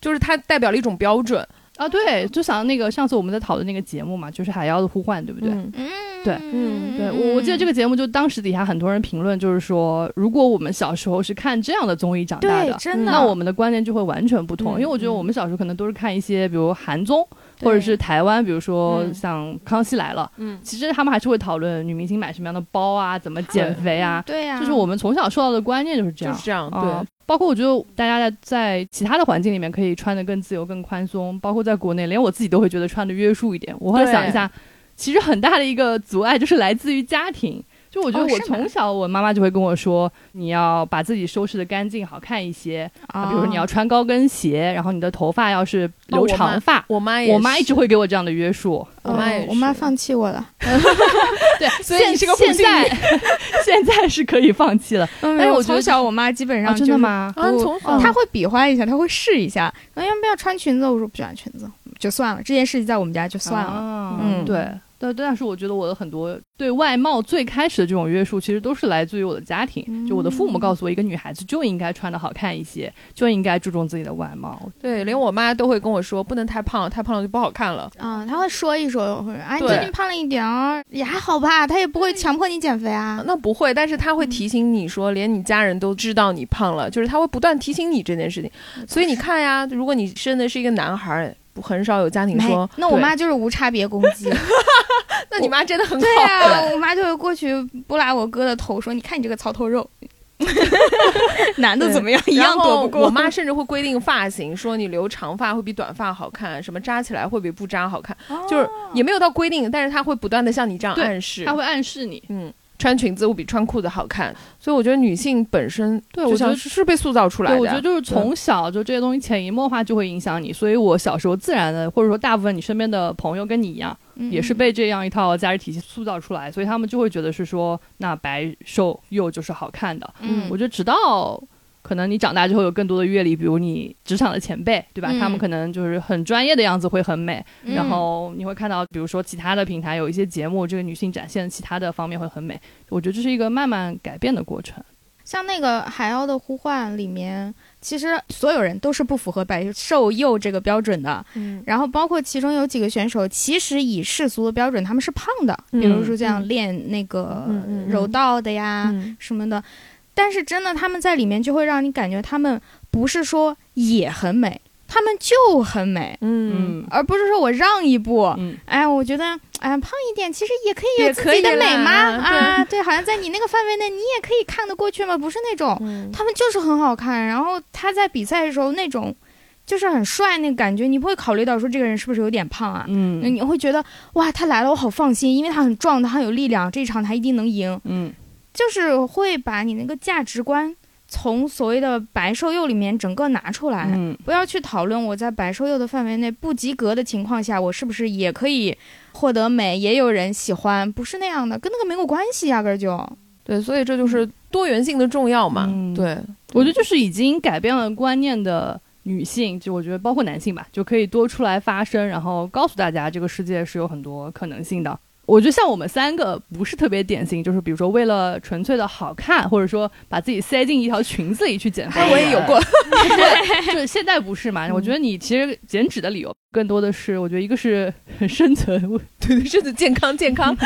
[SPEAKER 5] 就是它代表了一种标准。
[SPEAKER 2] 啊，对，就想那个上次我们在讨论那个节目嘛，就是海妖的呼唤，对不对？
[SPEAKER 5] 嗯
[SPEAKER 3] 嗯
[SPEAKER 2] 对
[SPEAKER 5] 嗯
[SPEAKER 2] 对我，我记得这
[SPEAKER 3] 个
[SPEAKER 2] 个节目，就当时底下很多人评论，就是说，如果我们小时候是看这样的综艺长大
[SPEAKER 3] 对
[SPEAKER 2] 的，嗯
[SPEAKER 3] 真的，
[SPEAKER 2] 那我们的观念就会完全不同。
[SPEAKER 5] 嗯
[SPEAKER 2] 因为我觉得我们小时候可能都是看一些，比如韩综，
[SPEAKER 3] 对
[SPEAKER 2] 或者是台湾，比如说
[SPEAKER 5] 嗯
[SPEAKER 2] 像《康熙来了》
[SPEAKER 5] 嗯，
[SPEAKER 2] 其实他们还是会讨论女明星买什么样的包啊，怎么减肥啊，
[SPEAKER 3] 对呀，
[SPEAKER 2] 就是我们从小受到的观念就是这
[SPEAKER 5] 嗯就
[SPEAKER 2] 样。
[SPEAKER 5] 是这样，
[SPEAKER 2] 啊
[SPEAKER 5] 对，
[SPEAKER 2] 包括我觉得大家在在其他的环境里面可以穿的更自由、更宽松，包括在国内，连我自己都会觉得穿的约束一点。我后来
[SPEAKER 5] 对
[SPEAKER 2] 想一下，其实很大的一个阻碍就是来自于家庭。就我觉
[SPEAKER 3] 哦
[SPEAKER 2] 得我
[SPEAKER 3] 是吗
[SPEAKER 2] 从小，我妈妈就会跟我说，你要把自己收拾的干净、好看一些。啊，比如说你
[SPEAKER 3] 哦
[SPEAKER 2] 要穿高跟鞋，然后你的头发要是
[SPEAKER 5] 哦
[SPEAKER 2] 留
[SPEAKER 5] 我妈
[SPEAKER 2] 长发。
[SPEAKER 5] 我妈也
[SPEAKER 2] 我妈一
[SPEAKER 5] 是
[SPEAKER 2] 直会给我这样的约束，
[SPEAKER 3] 哦，
[SPEAKER 5] 哎我妈也
[SPEAKER 3] 我妈
[SPEAKER 5] 是
[SPEAKER 3] 放弃我了，
[SPEAKER 2] 对，
[SPEAKER 5] 所以
[SPEAKER 2] 现
[SPEAKER 5] 你是个
[SPEAKER 2] 现
[SPEAKER 5] 负心
[SPEAKER 2] 在 现在是可以放弃 了，
[SPEAKER 3] 嗯，
[SPEAKER 2] 但是我觉
[SPEAKER 3] 从
[SPEAKER 2] 得
[SPEAKER 3] 小我妈基本上
[SPEAKER 2] 啊，真
[SPEAKER 3] 就
[SPEAKER 2] 的
[SPEAKER 3] 是
[SPEAKER 2] 吗？嗯
[SPEAKER 5] 啊，
[SPEAKER 3] 不
[SPEAKER 5] 从小
[SPEAKER 3] 他会比划一下，他会试一下，那哎要不要穿裙子？我说不喜欢裙子，就算了。这件事情在我们家就算了。
[SPEAKER 5] 哦
[SPEAKER 2] 啊
[SPEAKER 3] 嗯
[SPEAKER 2] 对。但但是我觉得我的很多对外貌最开始的这种约束，其实都是来自于我的家庭，
[SPEAKER 5] 嗯
[SPEAKER 2] 就我的父母告诉我，一个女孩子就应该穿的好看一些，就应该注重自己的外貌。
[SPEAKER 5] 对，连我妈都会跟我说，不能太胖，太胖了就不好看了。
[SPEAKER 3] 啊、他会说一说，或者哎，你
[SPEAKER 5] 对
[SPEAKER 3] 最近胖了一点儿，也还好吧。他也不会强迫你减肥啊。
[SPEAKER 5] 那不会，但是他
[SPEAKER 2] 嗯
[SPEAKER 5] 会提醒你说，连你家人都知道你胖了，就是他会不断提醒你这件事情。
[SPEAKER 2] 嗯
[SPEAKER 5] 所以你看呀，如果你生的是一个男孩儿，不很少有家庭
[SPEAKER 3] 没
[SPEAKER 5] 说，，
[SPEAKER 3] 那我妈就是无差 别攻击。
[SPEAKER 5] 那你妈真的很好
[SPEAKER 3] 对。啊，我妈就会过去拨拉我哥的头，说：“你看你这个糙头 肉，男的怎么样，一样
[SPEAKER 5] 然
[SPEAKER 3] 躲
[SPEAKER 5] 后
[SPEAKER 3] 不过。”
[SPEAKER 5] 我妈甚 至会规定发型，说你留长发会比短发好看，什么扎起来会比不扎好看，就是
[SPEAKER 3] 哦
[SPEAKER 5] 也没有到规定，但是她会不断的向你这样
[SPEAKER 2] 啊对
[SPEAKER 5] 暗示
[SPEAKER 2] 她。会暗示你，
[SPEAKER 5] 嗯，穿裙子会比穿裤子好看，所以我觉得女性本身
[SPEAKER 2] 对
[SPEAKER 5] 就
[SPEAKER 2] 我觉
[SPEAKER 5] 像
[SPEAKER 2] 得
[SPEAKER 5] 是是被塑造出来
[SPEAKER 2] 对，
[SPEAKER 5] 的。
[SPEAKER 2] 我觉得就是从小就这些东西潜移默化就会影响你，所以我小时候自然的，或者说大部分你身边的朋友跟你一样，
[SPEAKER 3] 嗯
[SPEAKER 2] 也是被这样一套价值体系塑造出来，所以他们就会觉得是说，那白瘦幼就是好看的。
[SPEAKER 3] 嗯
[SPEAKER 2] 我觉得直到可能你长大之后有更多的阅历，比如你职场的前辈，对吧？
[SPEAKER 3] 嗯
[SPEAKER 2] 他们可能就是很专业的样子会很美，
[SPEAKER 3] 嗯
[SPEAKER 2] 然后你会看到，比如说其他的平台有一些节目，这个女性展现其他的方面会很美。我觉得这是一个慢慢改变的过程。
[SPEAKER 3] 像那个《海妖的呼唤》里面，其实所有人都是不符合白瘦幼这个标准的。
[SPEAKER 5] 嗯
[SPEAKER 3] 然后包括其中有几个选手，其实以世俗的标准他们是胖的，
[SPEAKER 5] 嗯
[SPEAKER 3] 比如说像练那个
[SPEAKER 5] 嗯嗯嗯
[SPEAKER 3] 柔道的呀、
[SPEAKER 5] 嗯
[SPEAKER 3] 什么的。但是真的他们在里面就会让你感觉他们不是说也很美，他们就很美，
[SPEAKER 5] 嗯，
[SPEAKER 3] 而不是说我让一步。
[SPEAKER 2] 嗯，
[SPEAKER 3] 哎，我觉得，哎，胖一点其实也可以有
[SPEAKER 5] 也
[SPEAKER 3] 自
[SPEAKER 5] 可
[SPEAKER 3] 己
[SPEAKER 5] 以
[SPEAKER 3] 的美
[SPEAKER 5] 啦
[SPEAKER 3] 嘛，
[SPEAKER 5] 对
[SPEAKER 3] 啊，对，好像在你那个范围内，你也可以看得过去嘛，不是那种，
[SPEAKER 5] 嗯
[SPEAKER 3] 他们就是很好看。然后他在比赛的时候那种，就是很帅那个感觉，你不会考虑到说这个人是不是有点胖啊？
[SPEAKER 2] 嗯
[SPEAKER 3] 你会觉得哇，他来了，我好放心，因为他很壮，他很有力量，这一场他一定能赢。
[SPEAKER 2] 嗯，
[SPEAKER 3] 就是会把你那个价值观从所谓的白瘦幼里面整个拿出来，
[SPEAKER 2] 嗯，
[SPEAKER 3] 不要去讨论我在白瘦幼的范围内不及格的情况下，我是不是也可以获得美，也有人喜欢，不是那样的，跟那个没有关系，压根儿就。
[SPEAKER 5] 对，所以这就是多元性的重要嘛。
[SPEAKER 2] 嗯
[SPEAKER 5] 对，
[SPEAKER 2] 我觉得就是已经改变了观念的女性，就我觉得包括男性吧，就可以多出来发声，然后告诉大家这个世界是有很多可能性的。我觉得像我们三个不是特别典型，就是比如说为了纯粹的好看，或者说把自己塞进一条裙子里去减 肥，
[SPEAKER 5] 哎我也有过。
[SPEAKER 2] 对，就是现在不是嘛？我觉得你其实减脂的理由更多的是，我觉得一个是生 存问
[SPEAKER 5] 对对，身体健康，健 康，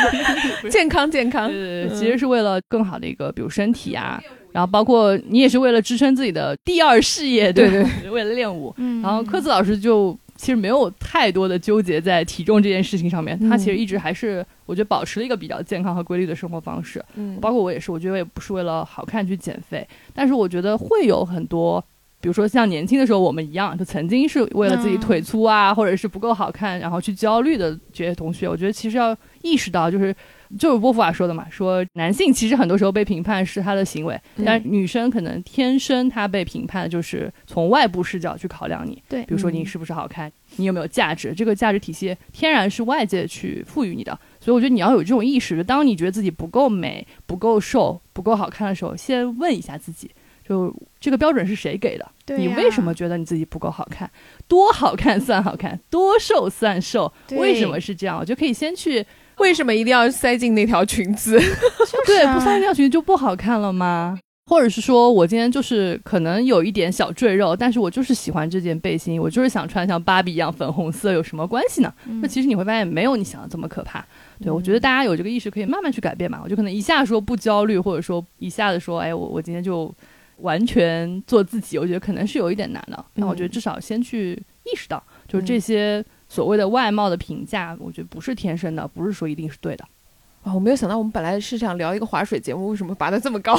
[SPEAKER 5] 健康，健康。
[SPEAKER 2] 呃，其实是为了更好的一个，比如身体啊，然后包括你也是为了支撑自己的第二事业，对对，为了练舞。
[SPEAKER 3] 嗯
[SPEAKER 2] 然后科子老师就其实没有太多的纠结在体重这件事情上
[SPEAKER 3] 嗯
[SPEAKER 2] 面，他其实一直还是我觉得保持了一个比较健康和规律的生活方式。
[SPEAKER 5] 嗯，
[SPEAKER 2] 包括我也是，我觉得我也不是为了好看去减肥，但是我觉得会有很多。比如说像年轻的时候我们一样，就曾经是为了自己
[SPEAKER 3] 嗯
[SPEAKER 2] 腿粗啊，或者是不够好看，然后去焦虑的这些同学，我觉得其实要意识到，就是就是波伏娃说的嘛，说男性其实很多时候被评判是他的行为，
[SPEAKER 5] 嗯
[SPEAKER 2] 但女生可能天生她被评判就是从外部视角去考量你，
[SPEAKER 3] 对
[SPEAKER 2] 比如说
[SPEAKER 5] 嗯
[SPEAKER 2] 你是不是好看，你有没有价值，这个价值体系天然是外界去赋予你的，所以我觉得你要有这种意识，就当你觉得自己不够美、不够瘦、不够好看的时候，先问一下自己，就这个标准是谁给的？
[SPEAKER 3] 对
[SPEAKER 2] 你
[SPEAKER 3] 呀
[SPEAKER 2] 为什么觉得你自己不够好看？多好看算好看，多瘦算瘦，
[SPEAKER 3] 对
[SPEAKER 2] 为什么是这样？我就可以先去
[SPEAKER 5] 为什么一定要塞进那条裙子？
[SPEAKER 3] 就是
[SPEAKER 2] 对
[SPEAKER 3] 啊
[SPEAKER 2] 不三条裙就不好看了吗？或者是说我今天就是可能有一点小赘肉，但是我就是喜欢这件背心，我就是想穿像芭比一样粉红色，有什么关系呢？
[SPEAKER 3] 嗯
[SPEAKER 2] 那其实你会发现没有你想的这么可怕。对，我觉得大家有这个意识可以慢慢去改变嘛。我就可能一下说不焦虑，或者说一下子说，哎，我我今天就完全做自己，我觉得可能是有一点难的。那我觉得
[SPEAKER 3] 嗯
[SPEAKER 2] 至少先去意识到，就是这些所谓的外貌的评价，我觉得不是天生的，不是说一定是对的。
[SPEAKER 5] 啊、我没有想到我们本来是想聊一个划水节目，为什么拔得这么高？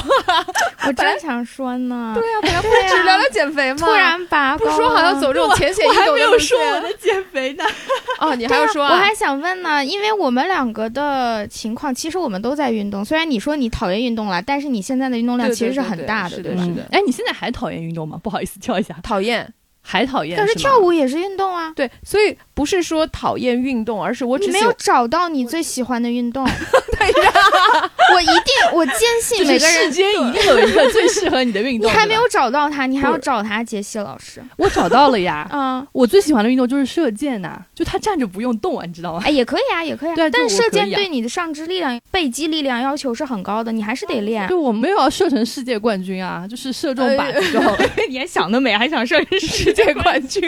[SPEAKER 3] 我正想说呢，
[SPEAKER 5] 对呀、本来不
[SPEAKER 3] 对
[SPEAKER 5] 是
[SPEAKER 3] 啊
[SPEAKER 5] 只聊聊减肥吗？
[SPEAKER 3] 突然拔
[SPEAKER 5] 不
[SPEAKER 3] 高
[SPEAKER 5] 说好
[SPEAKER 3] 了
[SPEAKER 5] 像走这种浅显易
[SPEAKER 2] 我还
[SPEAKER 5] 懂
[SPEAKER 2] 没
[SPEAKER 5] 的
[SPEAKER 2] 有
[SPEAKER 5] 路
[SPEAKER 2] 说我
[SPEAKER 5] 线
[SPEAKER 2] 的 减肥呢。
[SPEAKER 5] 哦，你还要说、啊
[SPEAKER 3] 我还想问呢，因为我们两个的情况，其实我们都在运动。虽然你说你讨厌运动了，但是你现在的运动量
[SPEAKER 5] 对对
[SPEAKER 3] 其实
[SPEAKER 5] 对
[SPEAKER 3] 很
[SPEAKER 5] 对
[SPEAKER 3] 大的，
[SPEAKER 5] 是
[SPEAKER 3] 对
[SPEAKER 5] 的
[SPEAKER 3] 吧？
[SPEAKER 5] 是的
[SPEAKER 2] 哎，你现在还讨厌运动吗？不好意思，跳一下，
[SPEAKER 5] 讨厌。
[SPEAKER 2] 还讨厌。
[SPEAKER 3] 但
[SPEAKER 2] 是
[SPEAKER 3] 是
[SPEAKER 2] 吗
[SPEAKER 3] 跳舞也是运动啊，
[SPEAKER 5] 对，所以不是说讨厌运动，而是我
[SPEAKER 3] 你
[SPEAKER 5] 只
[SPEAKER 3] 没
[SPEAKER 5] 喜
[SPEAKER 3] 有
[SPEAKER 5] 欢
[SPEAKER 3] 找到你最喜欢的运 动。 我一定，我坚
[SPEAKER 2] 就
[SPEAKER 3] 信每
[SPEAKER 2] 是
[SPEAKER 3] 个
[SPEAKER 2] 世
[SPEAKER 3] 人，
[SPEAKER 2] 间一定有一个最适合你的运
[SPEAKER 3] 你
[SPEAKER 2] 动。
[SPEAKER 3] 还没
[SPEAKER 2] 对吧
[SPEAKER 3] 有，找到他，你还要
[SPEAKER 2] 对
[SPEAKER 3] 找他，杰西老师。
[SPEAKER 2] 我找到了 呀。
[SPEAKER 5] 啊
[SPEAKER 3] 嗯，
[SPEAKER 2] 我最喜欢的运动就是射箭呐、就他站着不用动啊，你知道吗？
[SPEAKER 3] 哎，也可以啊，也可以啊。
[SPEAKER 2] 对啊就
[SPEAKER 3] 但
[SPEAKER 2] 我
[SPEAKER 3] 射
[SPEAKER 2] 可
[SPEAKER 3] 箭
[SPEAKER 2] 以啊
[SPEAKER 3] 对你的上肢力量、背肌力量要求是很高的，你还是
[SPEAKER 5] 嗯
[SPEAKER 3] 得练。
[SPEAKER 2] 就我没有要射成世界冠军啊，就是射中靶
[SPEAKER 3] 哎
[SPEAKER 2] 子就好了。
[SPEAKER 3] 你还想得美，还想射
[SPEAKER 5] 世界冠军，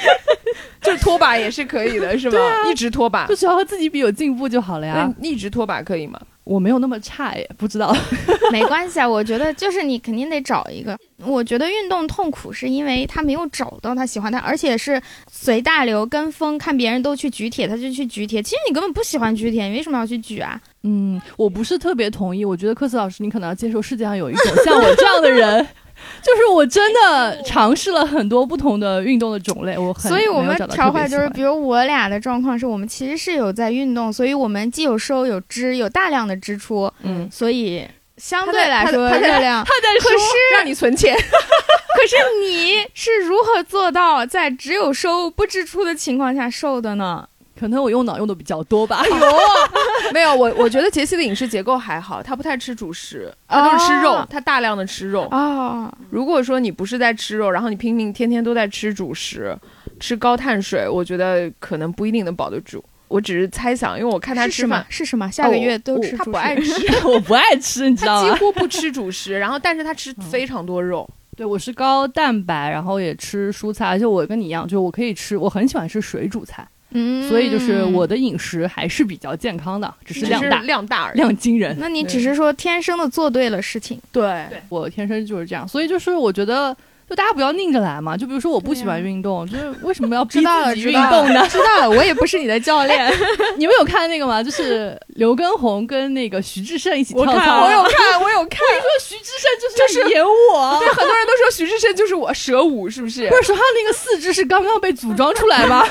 [SPEAKER 5] 就是拖把也是可以的， 是吗？一直拖把
[SPEAKER 2] 就，只要和自己比有进步就好了呀
[SPEAKER 3] 哎
[SPEAKER 5] 那。你一直拖把可以吗？
[SPEAKER 2] 我没有那么差耶，不知道。
[SPEAKER 3] 没关系啊，我觉得就是你肯定得找一个。我觉得运动痛苦是因为他没有找到他喜欢的，而且是随大流跟风，看别人都去举铁，他就去举铁。其实你根本不喜欢举铁，你为什么要去举啊？
[SPEAKER 2] 嗯，我不是特别同意。我觉得克斯老师，你可能要接受世界上有一 种像我这样的人，就是我真的尝试了很多不同的运动的种类，我很
[SPEAKER 3] 所以我
[SPEAKER 2] 没
[SPEAKER 3] 们
[SPEAKER 2] 有找到
[SPEAKER 3] 调
[SPEAKER 2] 特别
[SPEAKER 3] 换就是，
[SPEAKER 2] 喜欢
[SPEAKER 3] 比如我俩的状况是我们其实是有在运动，所以我们既有收有支，有大量的支出，
[SPEAKER 2] 嗯，
[SPEAKER 3] 所以相
[SPEAKER 5] 他
[SPEAKER 3] 对
[SPEAKER 5] 在
[SPEAKER 3] 来
[SPEAKER 5] 他在
[SPEAKER 3] 说
[SPEAKER 5] 他在
[SPEAKER 3] 热量。
[SPEAKER 2] 他在
[SPEAKER 3] 可
[SPEAKER 2] 说
[SPEAKER 3] 是
[SPEAKER 5] 让你存钱，
[SPEAKER 3] 可是你是如何做到在只有收不支出的情况下瘦的呢？
[SPEAKER 2] 可能我用脑用的比较多
[SPEAKER 3] 哎
[SPEAKER 2] 吧。
[SPEAKER 5] 没有我，我觉得杰西的饮食结构还好，他不太吃主食，他都是吃肉
[SPEAKER 3] 哦，
[SPEAKER 5] 他大量的吃肉。
[SPEAKER 3] 哦，
[SPEAKER 5] 如果说你不是在吃肉，然后你拼命天天都在吃主食，吃高碳水，我觉得可能不一定能保得住。我只是猜想，因为我看他
[SPEAKER 3] 是
[SPEAKER 5] 吃
[SPEAKER 3] 什
[SPEAKER 5] 饭哦
[SPEAKER 3] 么，？是什么？下个月都
[SPEAKER 2] 我
[SPEAKER 3] 吃
[SPEAKER 5] 他
[SPEAKER 3] 主
[SPEAKER 5] 不
[SPEAKER 3] 食
[SPEAKER 5] 爱吃，
[SPEAKER 2] 我不爱吃，你知
[SPEAKER 5] 他
[SPEAKER 2] 道
[SPEAKER 5] 几
[SPEAKER 2] 吗？
[SPEAKER 5] 乎不吃主食，然后但是他吃
[SPEAKER 3] 嗯
[SPEAKER 5] 非常多肉。
[SPEAKER 2] 对，我是高蛋白，然后也吃蔬菜，而且我跟你一样，就是我可以吃，我很喜欢吃水煮菜，
[SPEAKER 3] 嗯
[SPEAKER 2] 所以就是我。的饮食还是比较健康的，只
[SPEAKER 5] 只
[SPEAKER 2] 是量大，
[SPEAKER 5] 量大而已。
[SPEAKER 2] 量惊人。
[SPEAKER 3] 那你只是说天生的做对了事情，
[SPEAKER 5] 对，
[SPEAKER 2] 我天生就是这样，所以就是我觉得，就大家不要拧着来嘛。就比如说我不喜欢
[SPEAKER 3] 对
[SPEAKER 2] 运动，就是为什么要 逼
[SPEAKER 3] 知道了，
[SPEAKER 2] 自己
[SPEAKER 3] 知
[SPEAKER 2] 运
[SPEAKER 3] 道
[SPEAKER 2] 动呢
[SPEAKER 3] 了，？知道了。我也不是你的教 练，
[SPEAKER 2] 你们有看那个吗？就是刘畊宏跟那个徐志胜一起跳
[SPEAKER 5] 我
[SPEAKER 2] 操，
[SPEAKER 5] 看我有看，我有 看。
[SPEAKER 2] 徐志胜啊就是在演
[SPEAKER 5] 对
[SPEAKER 2] 我。，啊
[SPEAKER 5] 很多人都说徐志胜就是我蛇舞，是不是
[SPEAKER 2] 不？是说他那个四肢是刚刚被组装出来 吗？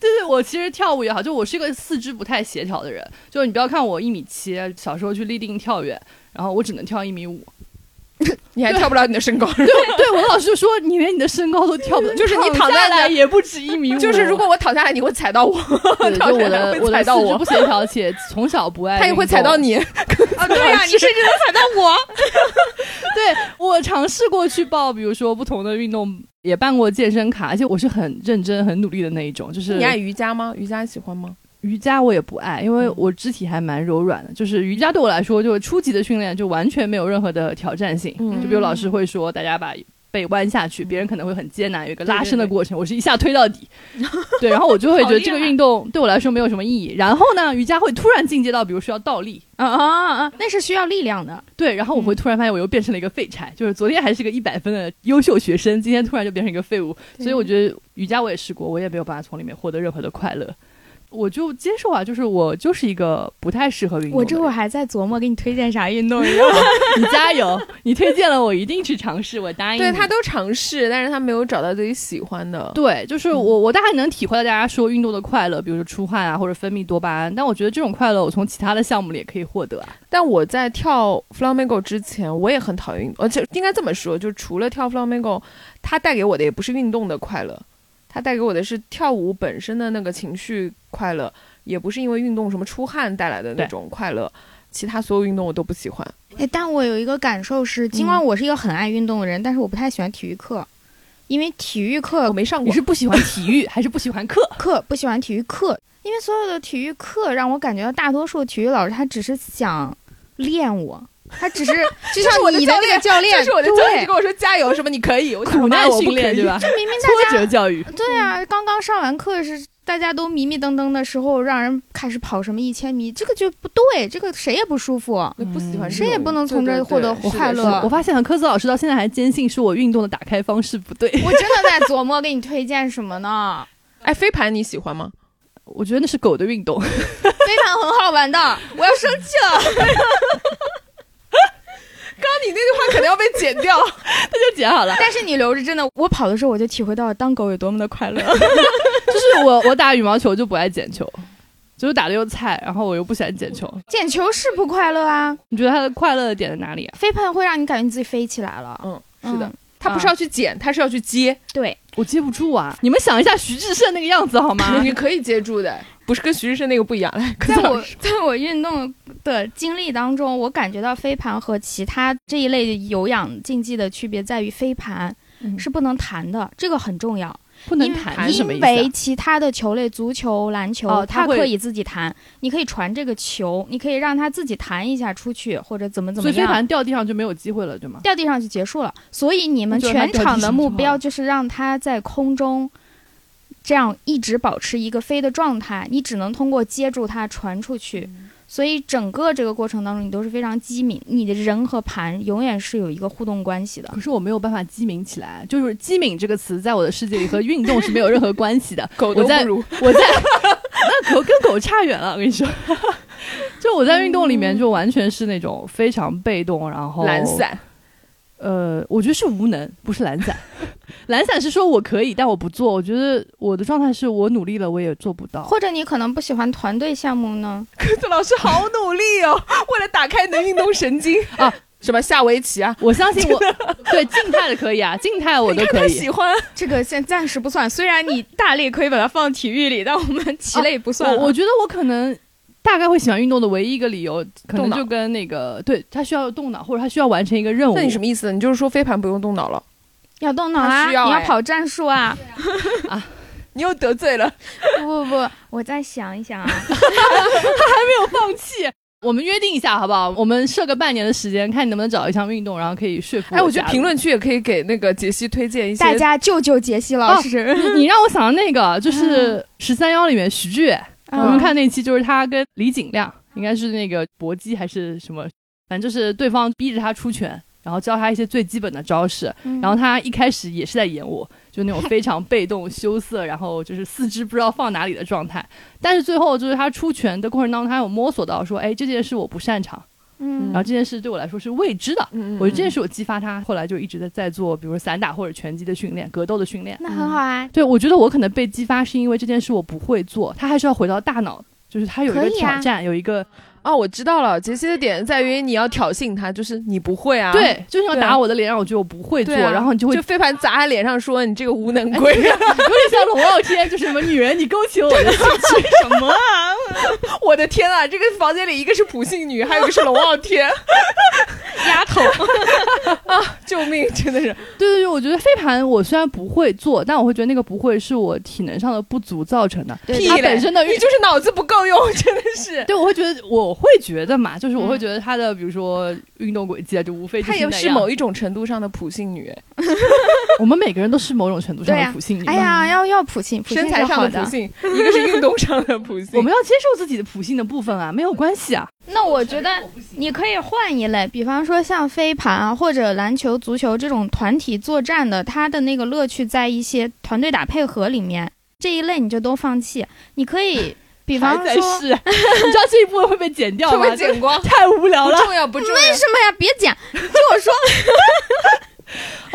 [SPEAKER 2] 对对，我其实跳舞也好，就我是一个四肢不太协调的人。就是你不要看我一米七，小时候去立定跳远，然后我只能跳一米五。
[SPEAKER 5] 你还跳不了你的身高。
[SPEAKER 2] 对，对我的老师就说，你连你的身高都跳不到，
[SPEAKER 5] 就是你
[SPEAKER 2] 躺
[SPEAKER 5] 躺在
[SPEAKER 2] 下来
[SPEAKER 5] 那
[SPEAKER 2] 也不止一米五。
[SPEAKER 5] 就是如果我躺下来，你会踩到我，
[SPEAKER 2] 对就
[SPEAKER 5] 跳
[SPEAKER 2] 我
[SPEAKER 5] 下来
[SPEAKER 2] 的
[SPEAKER 5] 会
[SPEAKER 2] 我
[SPEAKER 5] 踩
[SPEAKER 2] 的
[SPEAKER 5] 到
[SPEAKER 2] 四肢
[SPEAKER 5] 我
[SPEAKER 2] 不协调，且从小不爱，
[SPEAKER 5] 他也会踩到。你。
[SPEAKER 3] 啊，对呀，你甚至能踩到我。
[SPEAKER 2] 对我尝试过去报，比如说不同的运动，也办过健身卡，而且我是很认真、很努力的那一种。就是
[SPEAKER 5] 你爱瑜伽吗？瑜伽喜欢吗？
[SPEAKER 2] 瑜伽我也不爱，因为
[SPEAKER 5] 嗯
[SPEAKER 2] 我肢体还蛮柔软的。就是瑜伽对我来说，就是初级的训练，就完全没有任何的挑战性。
[SPEAKER 5] 嗯
[SPEAKER 2] 就比如老师会说，大家把背弯下去，别人可能会很艰难，有一个拉
[SPEAKER 5] 对对
[SPEAKER 2] 伸的
[SPEAKER 5] 对
[SPEAKER 2] 过程。我是一下推到底，对，然后我就会觉得这个运动对我来说没有什么意义。然后呢，瑜伽会突然进阶到，比如说要倒立，
[SPEAKER 3] 啊啊啊！那是需要力量的。
[SPEAKER 2] 对，然后我会突然发现我又变成了一个废柴，就是昨天还是个一百分的优秀学生，今天突然就变成一个废物。
[SPEAKER 3] 对
[SPEAKER 2] 所以我觉得瑜伽我也试过，我也没有办法从里面获得任何的快乐。我就接受啊，就是我就是一个不太适合运动的人。
[SPEAKER 3] 我这会儿还在琢磨给你推荐啥运动。
[SPEAKER 2] 你加油，你推荐了我一定去尝试，我哎答应你。
[SPEAKER 5] 对他都尝试，但是他没有找到自己喜欢的。
[SPEAKER 2] 对，就是我我大概能体会到大家说运动的快乐，比如说出汗啊或者分泌多巴胺，但我觉得这种快乐我从其他的项目里也可以获得啊。
[SPEAKER 5] 但我在跳 flamenco 之前，我也很讨厌运动，而且应该这么说，就除了跳 flamenco，它带给我的也不是运动的快乐，它带给我的是跳舞本身的那个情绪快乐，也不是因为运动什么出汗带来的那
[SPEAKER 2] 对
[SPEAKER 5] 种快乐。其他所有运动我都不喜欢，
[SPEAKER 3] 哎，但我有一个感受是，尽管我是一个很爱运动的人，但是我不太喜欢体育课，因为体育课
[SPEAKER 5] 我没上
[SPEAKER 2] 你
[SPEAKER 5] 过。
[SPEAKER 2] 是不喜欢体育还是不喜欢课？
[SPEAKER 3] 课不喜欢体育课，因为所有的体育课让我感觉到大多数体育老师他只是想练我，他只 是就
[SPEAKER 5] 这是我
[SPEAKER 3] 像
[SPEAKER 5] 的
[SPEAKER 3] 你的那个教练，
[SPEAKER 5] 就是我的教练就跟我说加油什么你可以，我想
[SPEAKER 2] 苦
[SPEAKER 5] 妈
[SPEAKER 2] 难
[SPEAKER 5] 我不
[SPEAKER 2] 训练
[SPEAKER 5] 可以
[SPEAKER 2] 对 吧？
[SPEAKER 3] 对，明明大
[SPEAKER 2] 挫
[SPEAKER 3] 家
[SPEAKER 2] 折教育，
[SPEAKER 3] 对啊，刚刚上完课是大家都迷迷瞪瞪的时候，让人开始跑什么一千米，这个就不对，这个谁也不舒 服。
[SPEAKER 5] 我不喜欢这种，
[SPEAKER 3] 嗯谁也不能从这
[SPEAKER 5] 对对
[SPEAKER 3] 获得
[SPEAKER 5] 对是的
[SPEAKER 3] 快
[SPEAKER 5] 是
[SPEAKER 3] 乐
[SPEAKER 5] 的
[SPEAKER 2] 我发现了科子老师到现在还坚信是我运动的打开方式不对，
[SPEAKER 3] 我真的在琢磨给你推荐什么呢？
[SPEAKER 5] 哎，飞盘你喜欢 吗？
[SPEAKER 2] 我觉得那是狗的运动。
[SPEAKER 3] 飞盘很好玩的，我要生气 了。
[SPEAKER 5] 刚刚你那句话肯定要被剪掉。
[SPEAKER 2] 就剪好了。
[SPEAKER 3] 但是你留着真的，我跑的时候我就体会到当狗有多么的快 乐。
[SPEAKER 2] 就是我我打羽毛球就不爱捡球，就是打的又菜，然后我又不喜欢捡球。
[SPEAKER 3] 捡球是不快乐啊，
[SPEAKER 2] 你觉得它的快乐的点在哪里啊？
[SPEAKER 3] 飞盘会让你感觉你自己飞起来了。
[SPEAKER 5] 嗯，是的
[SPEAKER 3] 嗯，
[SPEAKER 5] 他不是要去捡，他是要去接，
[SPEAKER 3] 对，
[SPEAKER 2] 我接不住啊！你们想一下徐志胜那个样子好 吗？
[SPEAKER 5] 你可以接住的，不是跟徐志胜那个不一样。 来，
[SPEAKER 3] 在
[SPEAKER 5] 柯子老
[SPEAKER 3] 我
[SPEAKER 5] 师
[SPEAKER 3] 在我运动的经历当中，我感觉到飞盘和其他这一类有氧竞技的区别在于，飞盘
[SPEAKER 2] 嗯
[SPEAKER 3] 是不能弹的，这个很重要。
[SPEAKER 2] 不能弹是什么意
[SPEAKER 3] 因
[SPEAKER 2] 思、啊
[SPEAKER 3] 为？其他的球类，足球、篮球，
[SPEAKER 2] 哦它
[SPEAKER 3] 它
[SPEAKER 2] 会
[SPEAKER 3] 可以自己弹，你可以传这个球，你可以让它自己弹一下出去，或者怎么怎
[SPEAKER 2] 所
[SPEAKER 3] 么
[SPEAKER 2] 以飞
[SPEAKER 3] 样。
[SPEAKER 2] 盘掉地上就没有机会了，对吗？
[SPEAKER 3] 掉地上就结束了，所以你们
[SPEAKER 2] 我觉得它
[SPEAKER 3] 全
[SPEAKER 2] 掉地上
[SPEAKER 3] 场
[SPEAKER 2] 就
[SPEAKER 3] 的
[SPEAKER 2] 好
[SPEAKER 3] 目标就是让它在空中，这样一直保持一个飞的状态。你只能通过接住它传出去，所以整个这个过程当中，你都是非常机敏，你的人和盘永远是有一个互动关系的。
[SPEAKER 2] 可是我没有办法机敏起来，就是“机敏”这个词在我的世界里和运动是没有任何关系的。
[SPEAKER 5] 狗
[SPEAKER 2] 我
[SPEAKER 5] 都
[SPEAKER 2] 在
[SPEAKER 5] 不如，
[SPEAKER 2] 我在那狗跟狗差远了，我跟你说， 就我在运动里面就完全是那种非常被动，然后
[SPEAKER 5] 嗯懒散，
[SPEAKER 2] 呃，我觉得是无能，不是懒散。 懒散是说我可以，但我不做。我觉得我的状态是我努力了，我也做不到。
[SPEAKER 3] 或者你可能不喜欢团队项目呢？
[SPEAKER 5] 柯子老师好努力哦，为了打开你的运动神经
[SPEAKER 2] 啊，
[SPEAKER 5] 什么下围棋啊，
[SPEAKER 2] 我相信我对静态的可以啊，静态我都可
[SPEAKER 5] 他
[SPEAKER 2] 以
[SPEAKER 5] 喜。欢。
[SPEAKER 3] 这个现暂时不算，虽然你大类可以把它放体育里，但我们棋类不啊
[SPEAKER 2] 我
[SPEAKER 3] 了
[SPEAKER 2] 我觉得我可能大概会喜欢运动的唯一一个理由，可
[SPEAKER 5] 动
[SPEAKER 2] 能
[SPEAKER 5] 脑
[SPEAKER 2] 就跟那个对他需要动脑，或者他需要完成一个任务。
[SPEAKER 5] 那你什么意思？你就是说飞盘不用动脑了？
[SPEAKER 3] 要动脑
[SPEAKER 5] 他
[SPEAKER 3] 啊，
[SPEAKER 5] 需要
[SPEAKER 3] 你要
[SPEAKER 5] 哎
[SPEAKER 3] 跑战术啊。
[SPEAKER 5] 你又得罪了，
[SPEAKER 3] 不不不，我再想一想啊。
[SPEAKER 2] 没有放弃？我们约定一下好不好？我们设个半年的时间，看你能不能找一项运动，然后可以说服
[SPEAKER 5] 哎，我
[SPEAKER 2] 加
[SPEAKER 5] 觉得
[SPEAKER 2] 入
[SPEAKER 5] 评论区也可以给那个杰西推荐一些
[SPEAKER 3] 大家救救杰西老师！
[SPEAKER 2] 你让我想到那 个，就是《十三幺》里面徐志远，
[SPEAKER 3] 嗯
[SPEAKER 2] 我们看那期就是他跟李景亮，应该是那个搏击还是什么，反正就是对方逼着他出拳，然后教他一些最基本的招式，
[SPEAKER 3] 嗯
[SPEAKER 2] 然后他一开始也是在演我，就那种非常被动、羞涩，然后就是四肢不知道放哪里的状态。但是最后就是他出拳的过程当中，他有摸索到说，哎，这件事我不擅长，
[SPEAKER 3] 嗯
[SPEAKER 2] 然后这件事对我来说是未知的。
[SPEAKER 5] 嗯，嗯
[SPEAKER 2] 我觉得这件
[SPEAKER 5] 嗯
[SPEAKER 2] 事我激发他，后来就一直在在做，比如说散打或者拳击的训练、格斗的训练。
[SPEAKER 3] 那很好啊，
[SPEAKER 2] 对，我觉得我可能被激发是因为这件事我不会做，它还是要回到大脑，就是它有一
[SPEAKER 3] 可
[SPEAKER 2] 个
[SPEAKER 3] 以啊
[SPEAKER 2] 挑战，有一个
[SPEAKER 5] 哦，我知道了。杰西的点在于你要挑衅他，就是你不会啊，，
[SPEAKER 2] 对，就是要
[SPEAKER 5] 对啊
[SPEAKER 2] 打我的脸，让我觉得我不会做，
[SPEAKER 5] 对啊
[SPEAKER 2] 然后你就会
[SPEAKER 5] 就飞盘砸他脸上说你这个无能 鬼，
[SPEAKER 2] 有点像龙傲天，就是什么女人，你勾起了我的兴趣什么啊？
[SPEAKER 5] 我的天啊，这个房间里一个是普信女，还有一个是龙傲 天，啊
[SPEAKER 3] 丫 头，
[SPEAKER 5] 救命！真的是，
[SPEAKER 2] 对对对，我觉得飞盘我虽然不会做，但我会觉得那个不会是我体能上的不足造成的，
[SPEAKER 3] 对
[SPEAKER 2] 它
[SPEAKER 5] 屁嘞
[SPEAKER 2] 本身的
[SPEAKER 5] 你
[SPEAKER 2] 运。
[SPEAKER 5] 就是脑子不够用， 真的是。
[SPEAKER 2] 对，我会觉得，我会觉得嘛，就是我会觉得它的，比如说运动轨迹啊，就无非就
[SPEAKER 5] 她也
[SPEAKER 2] 那
[SPEAKER 5] 嗯是
[SPEAKER 2] 样
[SPEAKER 5] 某一种程度上的普信女，
[SPEAKER 2] 我们每个人都是某种程度上
[SPEAKER 3] 对
[SPEAKER 2] 的
[SPEAKER 3] 啊
[SPEAKER 2] 普信女嘛。
[SPEAKER 3] 哎呀，要要普信，普信
[SPEAKER 5] 身材
[SPEAKER 3] 是
[SPEAKER 5] 上
[SPEAKER 3] 好
[SPEAKER 5] 普。信，一个是运动上的普信。
[SPEAKER 2] 我们要接受自己的普性的部分啊，没有关系啊。
[SPEAKER 3] 那我觉得你可以换一类，比方说像飞盘啊，或者篮球、足球这种团体作战的，它的那个乐趣在一些团队打配合里面，这一类你就都放弃。你可以，比
[SPEAKER 2] 还
[SPEAKER 3] 方
[SPEAKER 2] 在
[SPEAKER 3] 说，为
[SPEAKER 2] 试， 你知道这一部分会被剪掉
[SPEAKER 5] 会
[SPEAKER 2] 吗？
[SPEAKER 5] 被剪光，
[SPEAKER 2] 太无聊
[SPEAKER 5] 不
[SPEAKER 2] 了
[SPEAKER 5] 重要不重要。
[SPEAKER 3] 什么呀？别讲，你听我说，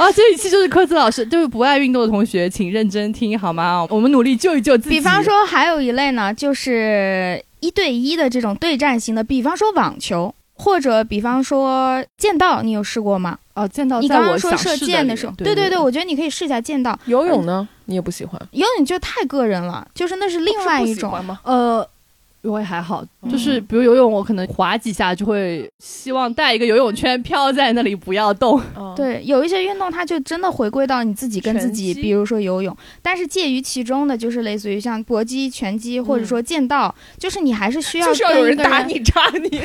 [SPEAKER 2] 啊！这一期就是科子老师，就是不爱运动的同学，请认真听好吗？我们努力救一救自己。
[SPEAKER 3] 比方，说还有一类呢，就是一对一的这种对战型的，比方说网球。或者比方说剑道，你有试过吗？
[SPEAKER 2] 哦，见到
[SPEAKER 3] 你
[SPEAKER 2] 在
[SPEAKER 3] 刚
[SPEAKER 2] 我
[SPEAKER 3] 刚说
[SPEAKER 2] 想
[SPEAKER 3] 射
[SPEAKER 2] 试
[SPEAKER 3] 箭
[SPEAKER 2] 的
[SPEAKER 3] 时候，
[SPEAKER 2] 对
[SPEAKER 3] 对
[SPEAKER 2] 对，
[SPEAKER 3] 我觉得你可以试一下剑道。
[SPEAKER 5] 游泳呢，你也不喜欢，
[SPEAKER 3] 游泳就太个人了，就是那是另外一
[SPEAKER 5] 哦不是不喜
[SPEAKER 3] 种。
[SPEAKER 5] 欢吗？
[SPEAKER 2] 呃，游泳也还好，就是比如游泳，我可能划几下就会希望带一个游泳圈飘在那里不要动。
[SPEAKER 3] 啊
[SPEAKER 5] 嗯，
[SPEAKER 3] 对，有一些运动它就真的回归到你自己跟自己，
[SPEAKER 2] 拳击
[SPEAKER 3] 比如说游泳，但是介于其中的就是类似于像搏击、拳击或者说剑道，就是你还是需要
[SPEAKER 5] 就是要
[SPEAKER 3] 跟
[SPEAKER 5] 嗯有
[SPEAKER 3] 一
[SPEAKER 5] 人
[SPEAKER 3] 个
[SPEAKER 5] 打，你扎你，
[SPEAKER 3] 得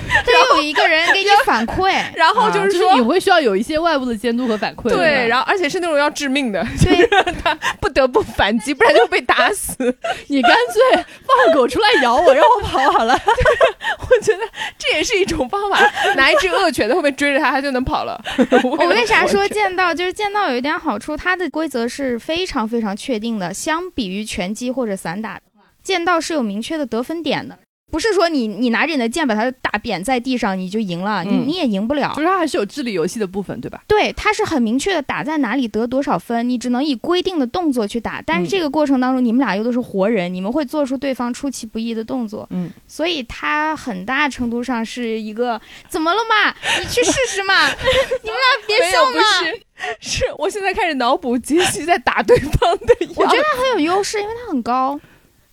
[SPEAKER 3] 有一个人给你反馈。
[SPEAKER 5] 然后就是
[SPEAKER 2] 啊
[SPEAKER 5] 说
[SPEAKER 2] 你会需要有一些外部的监督和反馈。
[SPEAKER 5] 对，
[SPEAKER 2] 后
[SPEAKER 5] 然后而且是那种要致命的，就
[SPEAKER 3] 对
[SPEAKER 5] 是让他不得不反击，不然就被打死。
[SPEAKER 2] 你干脆放狗出来咬我，让我跑好了。
[SPEAKER 5] 我觉得这也是一种方法，拿一只恶犬在后面追着它，它就能跑了。 我
[SPEAKER 3] 我为啥
[SPEAKER 5] 活
[SPEAKER 3] 说
[SPEAKER 5] 着
[SPEAKER 3] 剑道？就是剑道有一点好处，它的规则是非常非常确定的，相比于拳击或者散打的话，剑道是有明确的得分点的，不是说你你拿着你的剑把它打扁在地上你就赢了，
[SPEAKER 2] 嗯
[SPEAKER 3] 你你也赢不了
[SPEAKER 2] 就。是它还是有智力游戏的部分，对吧？
[SPEAKER 3] 对，它是很明确的打在哪里得多少分，你只能以规定的动作去打。但
[SPEAKER 2] 嗯
[SPEAKER 3] 是这个过程当中，你们俩又都是活人，你们会做出对方出其不意的动作，
[SPEAKER 2] 嗯，
[SPEAKER 3] 所以它很大程度上是一个怎么了嘛？你去试试 嘛，你们俩别
[SPEAKER 5] 没
[SPEAKER 3] 笑
[SPEAKER 5] 有不
[SPEAKER 3] 嘛。
[SPEAKER 5] 是， 是我现在开始脑补杰西在打对方的样子。
[SPEAKER 3] 我觉得它很有优势，因为它 很高。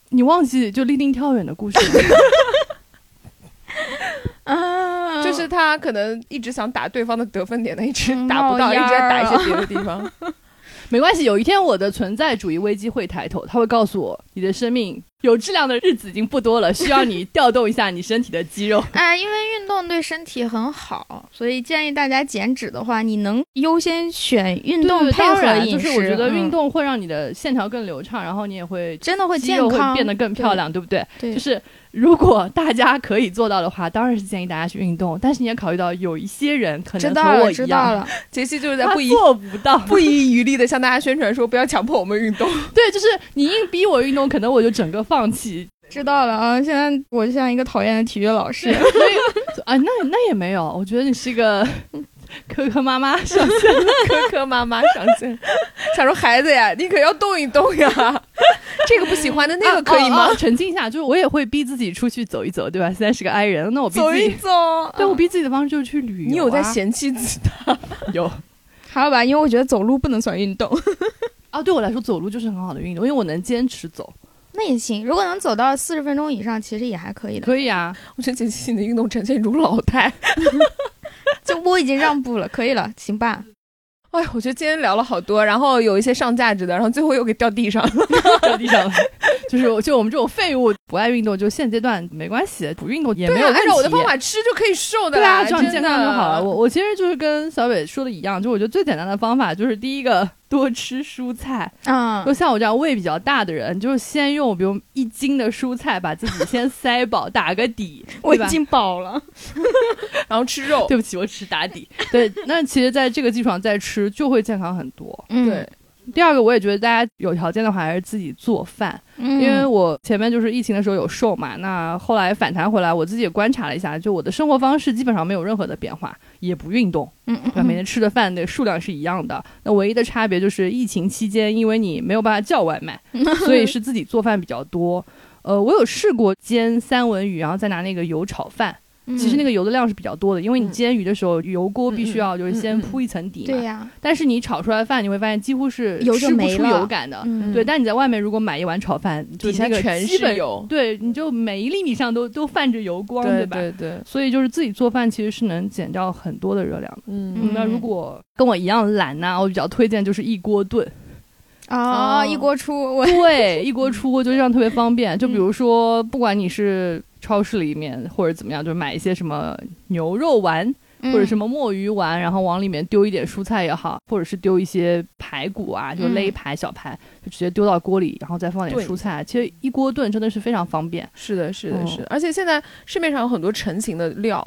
[SPEAKER 2] 你忘记就立定跳远的故事了？啊
[SPEAKER 3] 嗯
[SPEAKER 5] 就是他可能一直想打对方的得分点，但一直
[SPEAKER 3] 嗯
[SPEAKER 5] 打不到，
[SPEAKER 3] 冒
[SPEAKER 5] 一
[SPEAKER 3] 烟
[SPEAKER 5] 直
[SPEAKER 3] 儿
[SPEAKER 5] 在打一
[SPEAKER 3] 啊
[SPEAKER 5] 些别的地 方。
[SPEAKER 2] 没关系，有一天我的存在主义危机会抬头，它会告诉我，你的生命有质量的日子已经不多了，需要你调动一下你身体的肌肉。
[SPEAKER 3] 哎，因为运动对身体很好，所以建议大家减脂的话，你能优先选运动
[SPEAKER 2] 对
[SPEAKER 3] 配
[SPEAKER 2] 当
[SPEAKER 3] 合
[SPEAKER 2] 然，
[SPEAKER 3] 饮
[SPEAKER 2] 就
[SPEAKER 3] 食。
[SPEAKER 2] 是我觉得运
[SPEAKER 3] 嗯
[SPEAKER 2] 动会让你的线条更流畅，然后你也会
[SPEAKER 3] 真的会
[SPEAKER 2] 肌
[SPEAKER 3] 健
[SPEAKER 2] 肉会
[SPEAKER 3] 康，
[SPEAKER 2] 变得更漂亮，对不对？
[SPEAKER 3] 对。
[SPEAKER 2] 就
[SPEAKER 3] 对，
[SPEAKER 2] 是如果大家可以做到的话，当然是建议大家去运动，但是你也考虑到有一些人可
[SPEAKER 3] 知
[SPEAKER 2] 能
[SPEAKER 3] 道
[SPEAKER 2] 和我
[SPEAKER 3] 了，
[SPEAKER 2] 一
[SPEAKER 3] 知道
[SPEAKER 2] 样。
[SPEAKER 3] 了。
[SPEAKER 5] 杰西就是在
[SPEAKER 2] 他
[SPEAKER 5] 不遗
[SPEAKER 2] 做不到，
[SPEAKER 5] 不遗余力的向大家宣传说，不要强迫我们运动。
[SPEAKER 2] 对，就是你硬逼我运动，可能我就整个放弃
[SPEAKER 3] 知道了啊！现在我就像一个讨厌的体育老 师，
[SPEAKER 2] 啊。那那也没有，我觉得你是个磕磕妈妈上线了。
[SPEAKER 5] 科科妈妈上线，想说孩子呀，你可要动一动呀， 这个不喜欢的那个可以吗
[SPEAKER 2] 哦哦？澄清一下，就是我也会逼自己出去走一走，对吧？现在是个 i 人，那我逼
[SPEAKER 5] 走
[SPEAKER 2] 自
[SPEAKER 5] 一
[SPEAKER 2] 己，
[SPEAKER 5] 走。
[SPEAKER 2] 对我逼自己的方式就是去旅游、啊
[SPEAKER 5] 你有在？嫌弃自己的？
[SPEAKER 2] 有。
[SPEAKER 3] 还好吧？因为我觉得走路不能算运动，
[SPEAKER 2] 啊，对我来说，走路就是很好的运动，因为我能坚持走。
[SPEAKER 3] 那也行。如果能走到四十分钟以上，其实也还可以的。
[SPEAKER 2] 可以啊，
[SPEAKER 5] 我觉得杰西你的运动呈现一种老态。
[SPEAKER 3] 就我已经让步了，可以了，行吧？
[SPEAKER 5] 哎，我觉得今天聊了好多，然后有一些上价值的，然后最后又给掉地上了。
[SPEAKER 2] 掉地上了。 就是我，就我们这种废物不爱运动，就现阶段没关系，不运动也没有问题。啊
[SPEAKER 5] 啊按照我的方法吃就可以瘦的
[SPEAKER 2] 对
[SPEAKER 5] 啦，
[SPEAKER 2] 啊，只要你
[SPEAKER 5] 真
[SPEAKER 2] 健康
[SPEAKER 5] 的
[SPEAKER 2] 就好了。我我其实就是跟小伟说的一样，就我觉得最简单的方法就是第一个 多吃蔬菜。
[SPEAKER 3] 嗯
[SPEAKER 2] 就，像我这样胃比较大的人，就是先用比如一斤的蔬菜把自己先塞饱， 打个底，
[SPEAKER 3] 我
[SPEAKER 2] 对吧
[SPEAKER 3] 已经饱了。
[SPEAKER 5] 然后吃肉。
[SPEAKER 2] 对不起，我吃打底。对，那其实在这个基础上再吃就会健康很多。
[SPEAKER 3] 嗯
[SPEAKER 5] 对，
[SPEAKER 2] 第二个，我也觉得大家有条件的话还是自己做饭，
[SPEAKER 3] 嗯，
[SPEAKER 2] 因为我前面就是疫情的时候有瘦嘛，那后来反弹回来，我自己也观察了一下，就我的生活方式基本上没有任何的变化，也不运动。
[SPEAKER 3] 嗯嗯
[SPEAKER 2] 对吧？每
[SPEAKER 3] 嗯
[SPEAKER 2] 天吃的饭的数量是一样的，那唯一的差别就是疫情期间，因为你没有办法叫外卖，所以是自己做饭比较多。呃，我有试过煎三文鱼，然后再拿那个油炒饭。
[SPEAKER 3] 嗯，
[SPEAKER 2] 其实那
[SPEAKER 3] 个
[SPEAKER 2] 个油的量是比较多的，因为你
[SPEAKER 5] 嗯
[SPEAKER 2] 煎鱼的时候，油锅必须要就是
[SPEAKER 5] 嗯
[SPEAKER 2] 先
[SPEAKER 5] 嗯
[SPEAKER 2] 铺一层底嘛。
[SPEAKER 3] 对呀，
[SPEAKER 2] 但是你炒出来的饭，你会发现几乎是
[SPEAKER 3] 油就
[SPEAKER 2] 吃不
[SPEAKER 3] 没
[SPEAKER 2] 出
[SPEAKER 3] 了
[SPEAKER 2] 油感的。
[SPEAKER 3] 嗯
[SPEAKER 2] 对，但你在外面如果买一碗炒饭，就
[SPEAKER 5] 底下
[SPEAKER 2] 那个
[SPEAKER 5] 全
[SPEAKER 2] 基
[SPEAKER 5] 是
[SPEAKER 2] 本，
[SPEAKER 5] 油。
[SPEAKER 2] 对，你就每一厘米上都都泛着油光，
[SPEAKER 5] 对
[SPEAKER 2] 吧？
[SPEAKER 5] 对对，
[SPEAKER 2] 所以就是自己做饭其实是能减掉很多的热量的。
[SPEAKER 5] 嗯
[SPEAKER 2] 嗯，那如果跟我一样懒呐、我比较推荐就是一锅 炖。
[SPEAKER 3] 哦，
[SPEAKER 5] 哦
[SPEAKER 3] 一锅出我
[SPEAKER 2] 对，一锅出锅就这样特别方便。就比如说，不管你是超市里面或者怎么样，就买一些什么牛肉丸或者什
[SPEAKER 3] 么
[SPEAKER 2] 么墨鱼丸，然后往里面丢一点蔬菜也好，或者是丢一些排骨啊，就勒排、小排，就直接丢到锅里，然后再放点
[SPEAKER 5] 对
[SPEAKER 2] 蔬菜。其实一锅炖真的是非常方便。
[SPEAKER 5] 是的，是
[SPEAKER 2] 哦
[SPEAKER 3] 嗯
[SPEAKER 5] 的，是的。而且现在市面上有很多成型的料，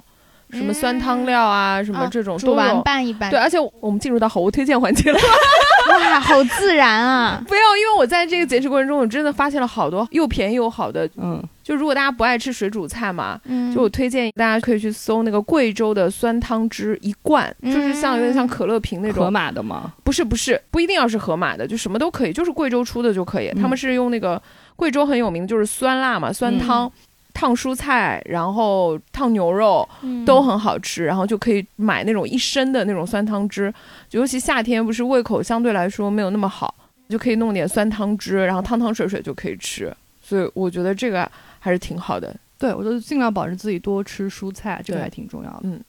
[SPEAKER 5] 什么酸汤料啊，什么
[SPEAKER 3] 啊
[SPEAKER 5] 这种
[SPEAKER 3] 煮
[SPEAKER 5] 都
[SPEAKER 3] 完
[SPEAKER 5] 有。
[SPEAKER 3] 拌一拌，
[SPEAKER 5] 对，而且我们进入到好物推荐环节了。
[SPEAKER 3] 哇，好自然啊！
[SPEAKER 5] 不要，因为我在这个节食过程中，我真的发现了好多又便宜又好的。
[SPEAKER 2] 嗯，
[SPEAKER 5] 就如果大家不爱吃水煮菜嘛，
[SPEAKER 3] 嗯，
[SPEAKER 5] 就我推荐大家可以去搜那个贵州的酸汤汁一罐，就是像有点
[SPEAKER 3] 嗯
[SPEAKER 5] 像可乐瓶那
[SPEAKER 2] 河
[SPEAKER 5] 种，
[SPEAKER 2] 马的嘛，
[SPEAKER 5] 不是不是，不一定要是河马的，就什么都可以，就是贵州出的就可以。他们是用那个贵州很有名的就是酸辣嘛，酸汤。烫蔬菜，然后烫牛肉
[SPEAKER 3] 嗯
[SPEAKER 5] 都很好吃，然后就可以买那种一升的那种酸汤汁，尤其夏天不是胃口相对来说没有那么好，就可以弄点酸汤汁，然后汤汤水水就可以吃，所以我觉得这个还是挺好的。
[SPEAKER 2] 对我就尽量保证自己多吃蔬菜，这个
[SPEAKER 5] 对
[SPEAKER 2] 还挺重要的。
[SPEAKER 5] 嗯。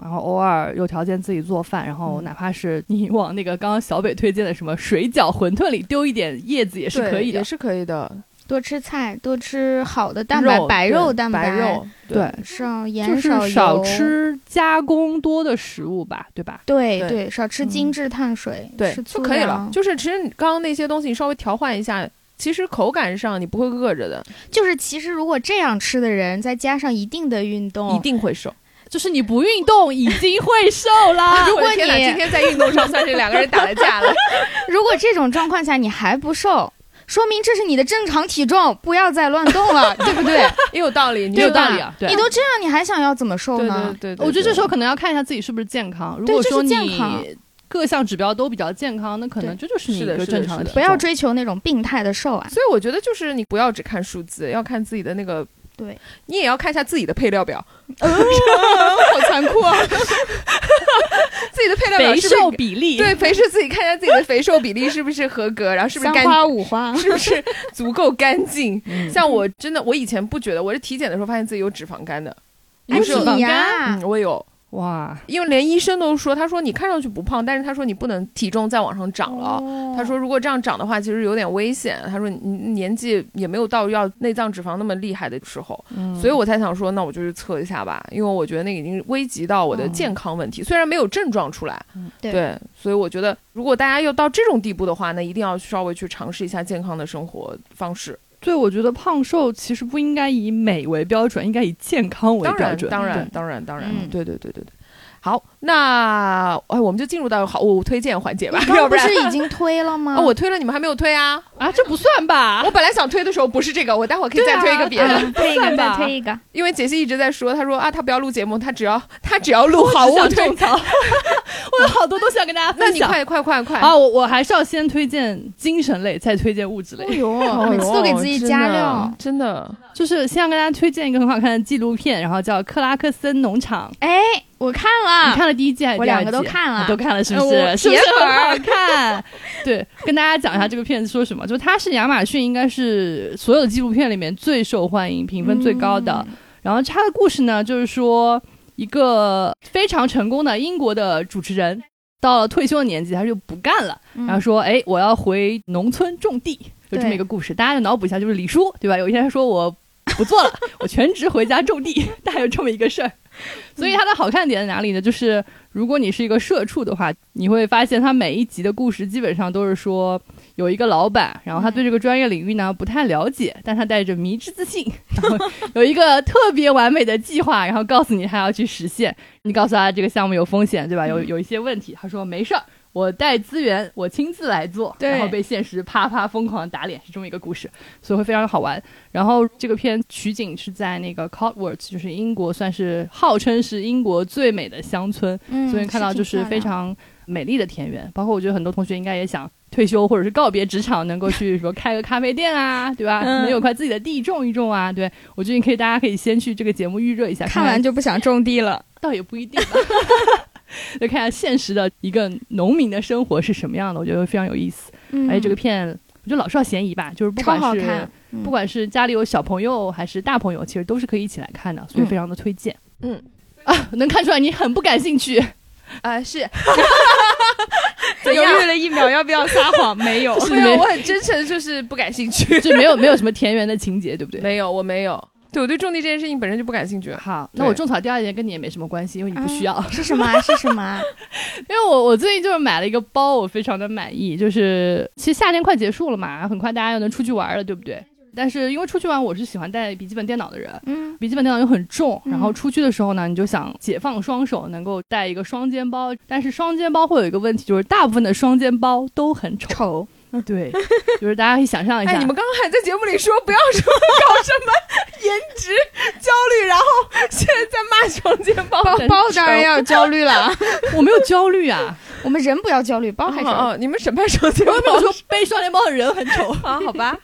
[SPEAKER 2] 然后偶尔有条件自己做饭，然后
[SPEAKER 5] 嗯
[SPEAKER 2] 哪怕是你 往那个刚刚小北推荐的什么水饺、馄饨里丢一点叶子也是
[SPEAKER 5] 对
[SPEAKER 2] 可以的
[SPEAKER 5] 也。是可以的。
[SPEAKER 3] 多吃菜，多吃好的蛋白，白肉
[SPEAKER 5] 对
[SPEAKER 3] 蛋白，
[SPEAKER 5] 白肉，
[SPEAKER 2] 对，
[SPEAKER 3] 少
[SPEAKER 2] 就
[SPEAKER 3] 盐
[SPEAKER 2] 是
[SPEAKER 3] 油，
[SPEAKER 2] 少吃加工多的食物吧，对吧？
[SPEAKER 3] 对
[SPEAKER 5] 对
[SPEAKER 3] 对，少吃
[SPEAKER 2] 嗯
[SPEAKER 3] 精致碳水，
[SPEAKER 5] 对
[SPEAKER 3] 吃
[SPEAKER 5] 就
[SPEAKER 3] 粗
[SPEAKER 5] 可以了
[SPEAKER 3] 粮。
[SPEAKER 5] 就是其实你刚刚那些东西，你稍微调换一下，其实口感上你不会饿着的，
[SPEAKER 3] 就是其实如果这样吃的人，再加上一定的运动，。
[SPEAKER 5] 一定会瘦。
[SPEAKER 2] 就是你不 运动已经会瘦啦
[SPEAKER 5] 如
[SPEAKER 3] 如
[SPEAKER 5] 果
[SPEAKER 3] 果
[SPEAKER 5] 天哪，
[SPEAKER 3] 你
[SPEAKER 5] 今天在运动上算是两个人打了架 了。
[SPEAKER 3] 如果这种状况下你还不瘦，说明这是你的正常体重，不要再乱动了，对不对？
[SPEAKER 5] 也有道理，你
[SPEAKER 2] 也有
[SPEAKER 5] 有道
[SPEAKER 2] 道
[SPEAKER 5] 理
[SPEAKER 2] 理
[SPEAKER 5] 啊。
[SPEAKER 2] 啊，对
[SPEAKER 3] 你。都这样，你还想要怎么瘦
[SPEAKER 5] 对
[SPEAKER 3] 呢
[SPEAKER 5] 对？对对，
[SPEAKER 2] 我觉得这时
[SPEAKER 5] 候
[SPEAKER 2] 候可能要看一下自己是不是健康。如
[SPEAKER 3] 对
[SPEAKER 2] 果
[SPEAKER 3] 这是
[SPEAKER 2] 说
[SPEAKER 3] 健康
[SPEAKER 2] 你各项指标都比较健康，那可能这就是你一
[SPEAKER 5] 是的
[SPEAKER 2] 个
[SPEAKER 5] 是的
[SPEAKER 2] 正常
[SPEAKER 5] 是的
[SPEAKER 2] 体
[SPEAKER 3] 不要
[SPEAKER 2] 重
[SPEAKER 3] 追求那种病态的瘦啊！
[SPEAKER 5] 所以我觉得就是你不要只看数字，要看自己的那个，
[SPEAKER 3] 对
[SPEAKER 5] 你也要看一下自己的配料表。 好残酷啊！自己的配料表
[SPEAKER 2] 肥
[SPEAKER 5] 是不是
[SPEAKER 2] 瘦比例。
[SPEAKER 5] 对肥瘦自己看一下自己的肥瘦比例是不是合格，然后是不是
[SPEAKER 3] 三
[SPEAKER 5] 干
[SPEAKER 3] 花五花，
[SPEAKER 5] 是不是足够干 净？
[SPEAKER 2] 嗯，
[SPEAKER 5] 像我真的，我以前不觉得，我是体检的时候发现自己有脂肪肝的，
[SPEAKER 2] 你
[SPEAKER 3] 哎
[SPEAKER 2] 是有
[SPEAKER 3] 你
[SPEAKER 2] 反
[SPEAKER 3] 呀
[SPEAKER 5] 嗯，，我有，
[SPEAKER 2] 哇，
[SPEAKER 5] 因为连医生都说，他说你看上去不胖，但是他说你不能体重再往上涨了。
[SPEAKER 3] 哦
[SPEAKER 5] 他说，如果这样涨的话，其实有点危险。他说，你你年纪也没有到要内脏脂肪那么厉害的时候，所以我才想说，那我就去测一下吧，因为我觉得那个已经危及到我的
[SPEAKER 2] 嗯
[SPEAKER 5] 健康问题，虽然没有症状出来，
[SPEAKER 2] 嗯
[SPEAKER 3] 对
[SPEAKER 5] 所以我觉得如果大家要到这种地步的话，那一定要稍微去尝试一下健康的生活方式。
[SPEAKER 2] 对，我觉得胖瘦其实不应该以美为标准，应该以健康为
[SPEAKER 5] 当
[SPEAKER 2] 标
[SPEAKER 5] 然，
[SPEAKER 2] 准。
[SPEAKER 5] 当然
[SPEAKER 2] 对，，
[SPEAKER 5] 当然，当然，
[SPEAKER 3] 嗯
[SPEAKER 5] 对对对对对。好，那哎，我们就进入到好物推荐环节吧，
[SPEAKER 3] 刚
[SPEAKER 5] 要
[SPEAKER 3] 刚不
[SPEAKER 5] 然
[SPEAKER 3] 是已经推了 吗？
[SPEAKER 5] 啊，我推了，你们还没有推啊。
[SPEAKER 2] 啊，这不算吧
[SPEAKER 5] 我？本来想推的时候不是这个，我待会儿可以再推一个别的，
[SPEAKER 3] 嗯推一
[SPEAKER 2] 算
[SPEAKER 3] 个，再
[SPEAKER 2] 吧
[SPEAKER 3] 推一个。
[SPEAKER 5] 因为杰西一直在说，他说啊，他不要录节目，他只要他只要录好
[SPEAKER 2] 好，
[SPEAKER 5] 物
[SPEAKER 2] 我
[SPEAKER 5] 推
[SPEAKER 2] 种。草， 我有好多东西要跟大家分
[SPEAKER 5] 那
[SPEAKER 2] 享。
[SPEAKER 5] 你快快快快！
[SPEAKER 2] 啊，我我还是要先推荐精神类，再推荐物质类。
[SPEAKER 5] 哦
[SPEAKER 3] 哎呦
[SPEAKER 5] 呦，
[SPEAKER 3] 每次都给自己加料。
[SPEAKER 5] 真的，
[SPEAKER 2] 就是先跟大家推荐一个很好看的纪录片，然后叫《克拉克森农场》。
[SPEAKER 3] 哎，我看
[SPEAKER 2] 你
[SPEAKER 3] 了，
[SPEAKER 2] 看了第一季还是
[SPEAKER 3] 啊我
[SPEAKER 2] 第二
[SPEAKER 3] 两
[SPEAKER 2] 季？
[SPEAKER 3] 个都看
[SPEAKER 2] 啊
[SPEAKER 3] 了
[SPEAKER 2] 都。看了是不
[SPEAKER 3] 呃
[SPEAKER 2] 是？
[SPEAKER 3] 我
[SPEAKER 2] 是不是
[SPEAKER 3] 铁粉
[SPEAKER 2] 很
[SPEAKER 3] 儿
[SPEAKER 2] 好 看？对，跟大家讲一下这个片子说什么。就它是亚马逊应该是所有的纪录片里面最受欢迎、评分最高的。然后它的故事呢，就是说一个非常成功的英国的主持人，到了退休的年纪，他就不干了，
[SPEAKER 3] 嗯，
[SPEAKER 2] 然后说：“哎，我要回农村种地。”就这么
[SPEAKER 3] 对
[SPEAKER 2] 一个故事，大家就脑补一下，就是李叔对吧？有一天他说我不做了，我全职回家种地，大概有这么一个事儿。所以它的好看点在哪里呢？就是如果你是一个社畜的话，你会发现它每一集的故事基本上都是说有一个老板，然后
[SPEAKER 3] 嗯
[SPEAKER 2] 他对这个专业领域呢不太了解，但他带着迷之自信，然后有一个特别完美的计划，然后告诉你他要去实现。你告诉他这个项目有风险，对吧？
[SPEAKER 3] 嗯
[SPEAKER 2] 有有一些问题，他说没事儿。我带资源，我亲自来做，
[SPEAKER 3] 对
[SPEAKER 2] 然后被现实啪啪疯狂打脸，是这么一个故事，所以会非常好玩。然后这个片取景是在那个 Cotworth，就是英国算是号称是英国最美的乡村，
[SPEAKER 3] 嗯，
[SPEAKER 2] 所以看到就是非
[SPEAKER 3] 挺漂亮
[SPEAKER 2] 常美丽的田园。包括我觉得很多同学应该也想退休或者是告别职场，能够去什么开个咖啡店啊，对吧？
[SPEAKER 3] 嗯
[SPEAKER 2] 能有块自己的地种一种啊，对我觉得你可以，大家可以先去这个节目预热一下，
[SPEAKER 3] 看
[SPEAKER 2] 看
[SPEAKER 3] 完就不想种地了。
[SPEAKER 2] 倒也不一定吧。 就看一下现实的一个农民的生活是什么样的，我觉得非常有意思。而哎且这个片，我觉得老少咸宜吧，就是不
[SPEAKER 3] 嗯超
[SPEAKER 2] 管
[SPEAKER 3] 好
[SPEAKER 2] 是
[SPEAKER 3] 看，嗯
[SPEAKER 2] 不管是家里有小朋友还是大朋友，其实都是可以一起来看的，所以非常的推荐。
[SPEAKER 5] 嗯，
[SPEAKER 2] 啊，能看出来你很不感兴趣，
[SPEAKER 5] 啊是，
[SPEAKER 3] 犹
[SPEAKER 5] 怎样
[SPEAKER 3] 豫了一秒，要不要撒谎？没有
[SPEAKER 2] 是
[SPEAKER 5] 没有，
[SPEAKER 2] 没
[SPEAKER 5] 我很真诚，就是不感 兴趣。
[SPEAKER 2] 就没有没有什么田园的情节，对不对？
[SPEAKER 5] 没有，我没有，对我对种地这件事情本身就不感兴趣。
[SPEAKER 2] 好，
[SPEAKER 5] 对
[SPEAKER 2] 那我种草第二点跟你也没什么关系，因为你不需要。
[SPEAKER 3] 嗯是什么啊？是什么 啊？
[SPEAKER 2] 因为我我最近就是买了一个包，我非常的满意。就是其实夏天快结束了嘛，很快大家又能出去玩了，对不对？但是因为出去玩，我是喜欢带笔记本电脑的人，
[SPEAKER 3] 嗯，
[SPEAKER 2] 笔记本电脑又很重，
[SPEAKER 3] 嗯
[SPEAKER 2] 然后出去的时候呢，你就想解放双手，能够带一个双肩包。但是双肩包会有一个问题，就是大部分的双肩包都很丑。
[SPEAKER 3] 丑。
[SPEAKER 2] 对，就是大家可以想象一下，
[SPEAKER 5] 哎，你们刚刚还在节目里说不要说搞什么颜值焦虑，然后现在在骂双肩包。
[SPEAKER 3] 包
[SPEAKER 2] 很
[SPEAKER 3] 包当然要有焦虑了，
[SPEAKER 2] 我没有焦虑
[SPEAKER 5] 哎
[SPEAKER 2] 啊，
[SPEAKER 3] 我们人不要焦虑，包还是要
[SPEAKER 5] 哦，你们审判双肩
[SPEAKER 2] 我也没有
[SPEAKER 5] 包
[SPEAKER 2] 说背双肩包的人很丑，
[SPEAKER 5] 啊？好 吧，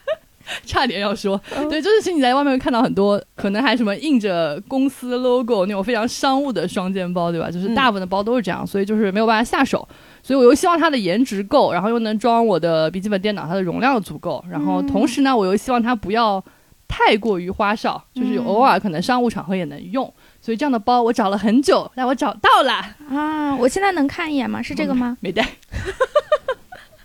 [SPEAKER 2] 差点要说，
[SPEAKER 3] 嗯
[SPEAKER 2] 对，就是你在外面会看到很多，可能还什么印着公司 logo 那种非常商务的双肩包，对吧？就是
[SPEAKER 5] 嗯
[SPEAKER 2] 大部分的包都是这样，所以就是没有办法下手。所以我又希望它的颜值够，然后又能装我的笔记本电脑，它的容量足够，然后同时呢，我又希望它不要太过于花哨，就是
[SPEAKER 3] 嗯
[SPEAKER 2] 偶尔可能商务场合也能用，所以这样的包我找了很久，但我找到了，
[SPEAKER 5] 哦
[SPEAKER 3] 啊，我现在能看一眼吗？是这个吗？
[SPEAKER 2] 没带。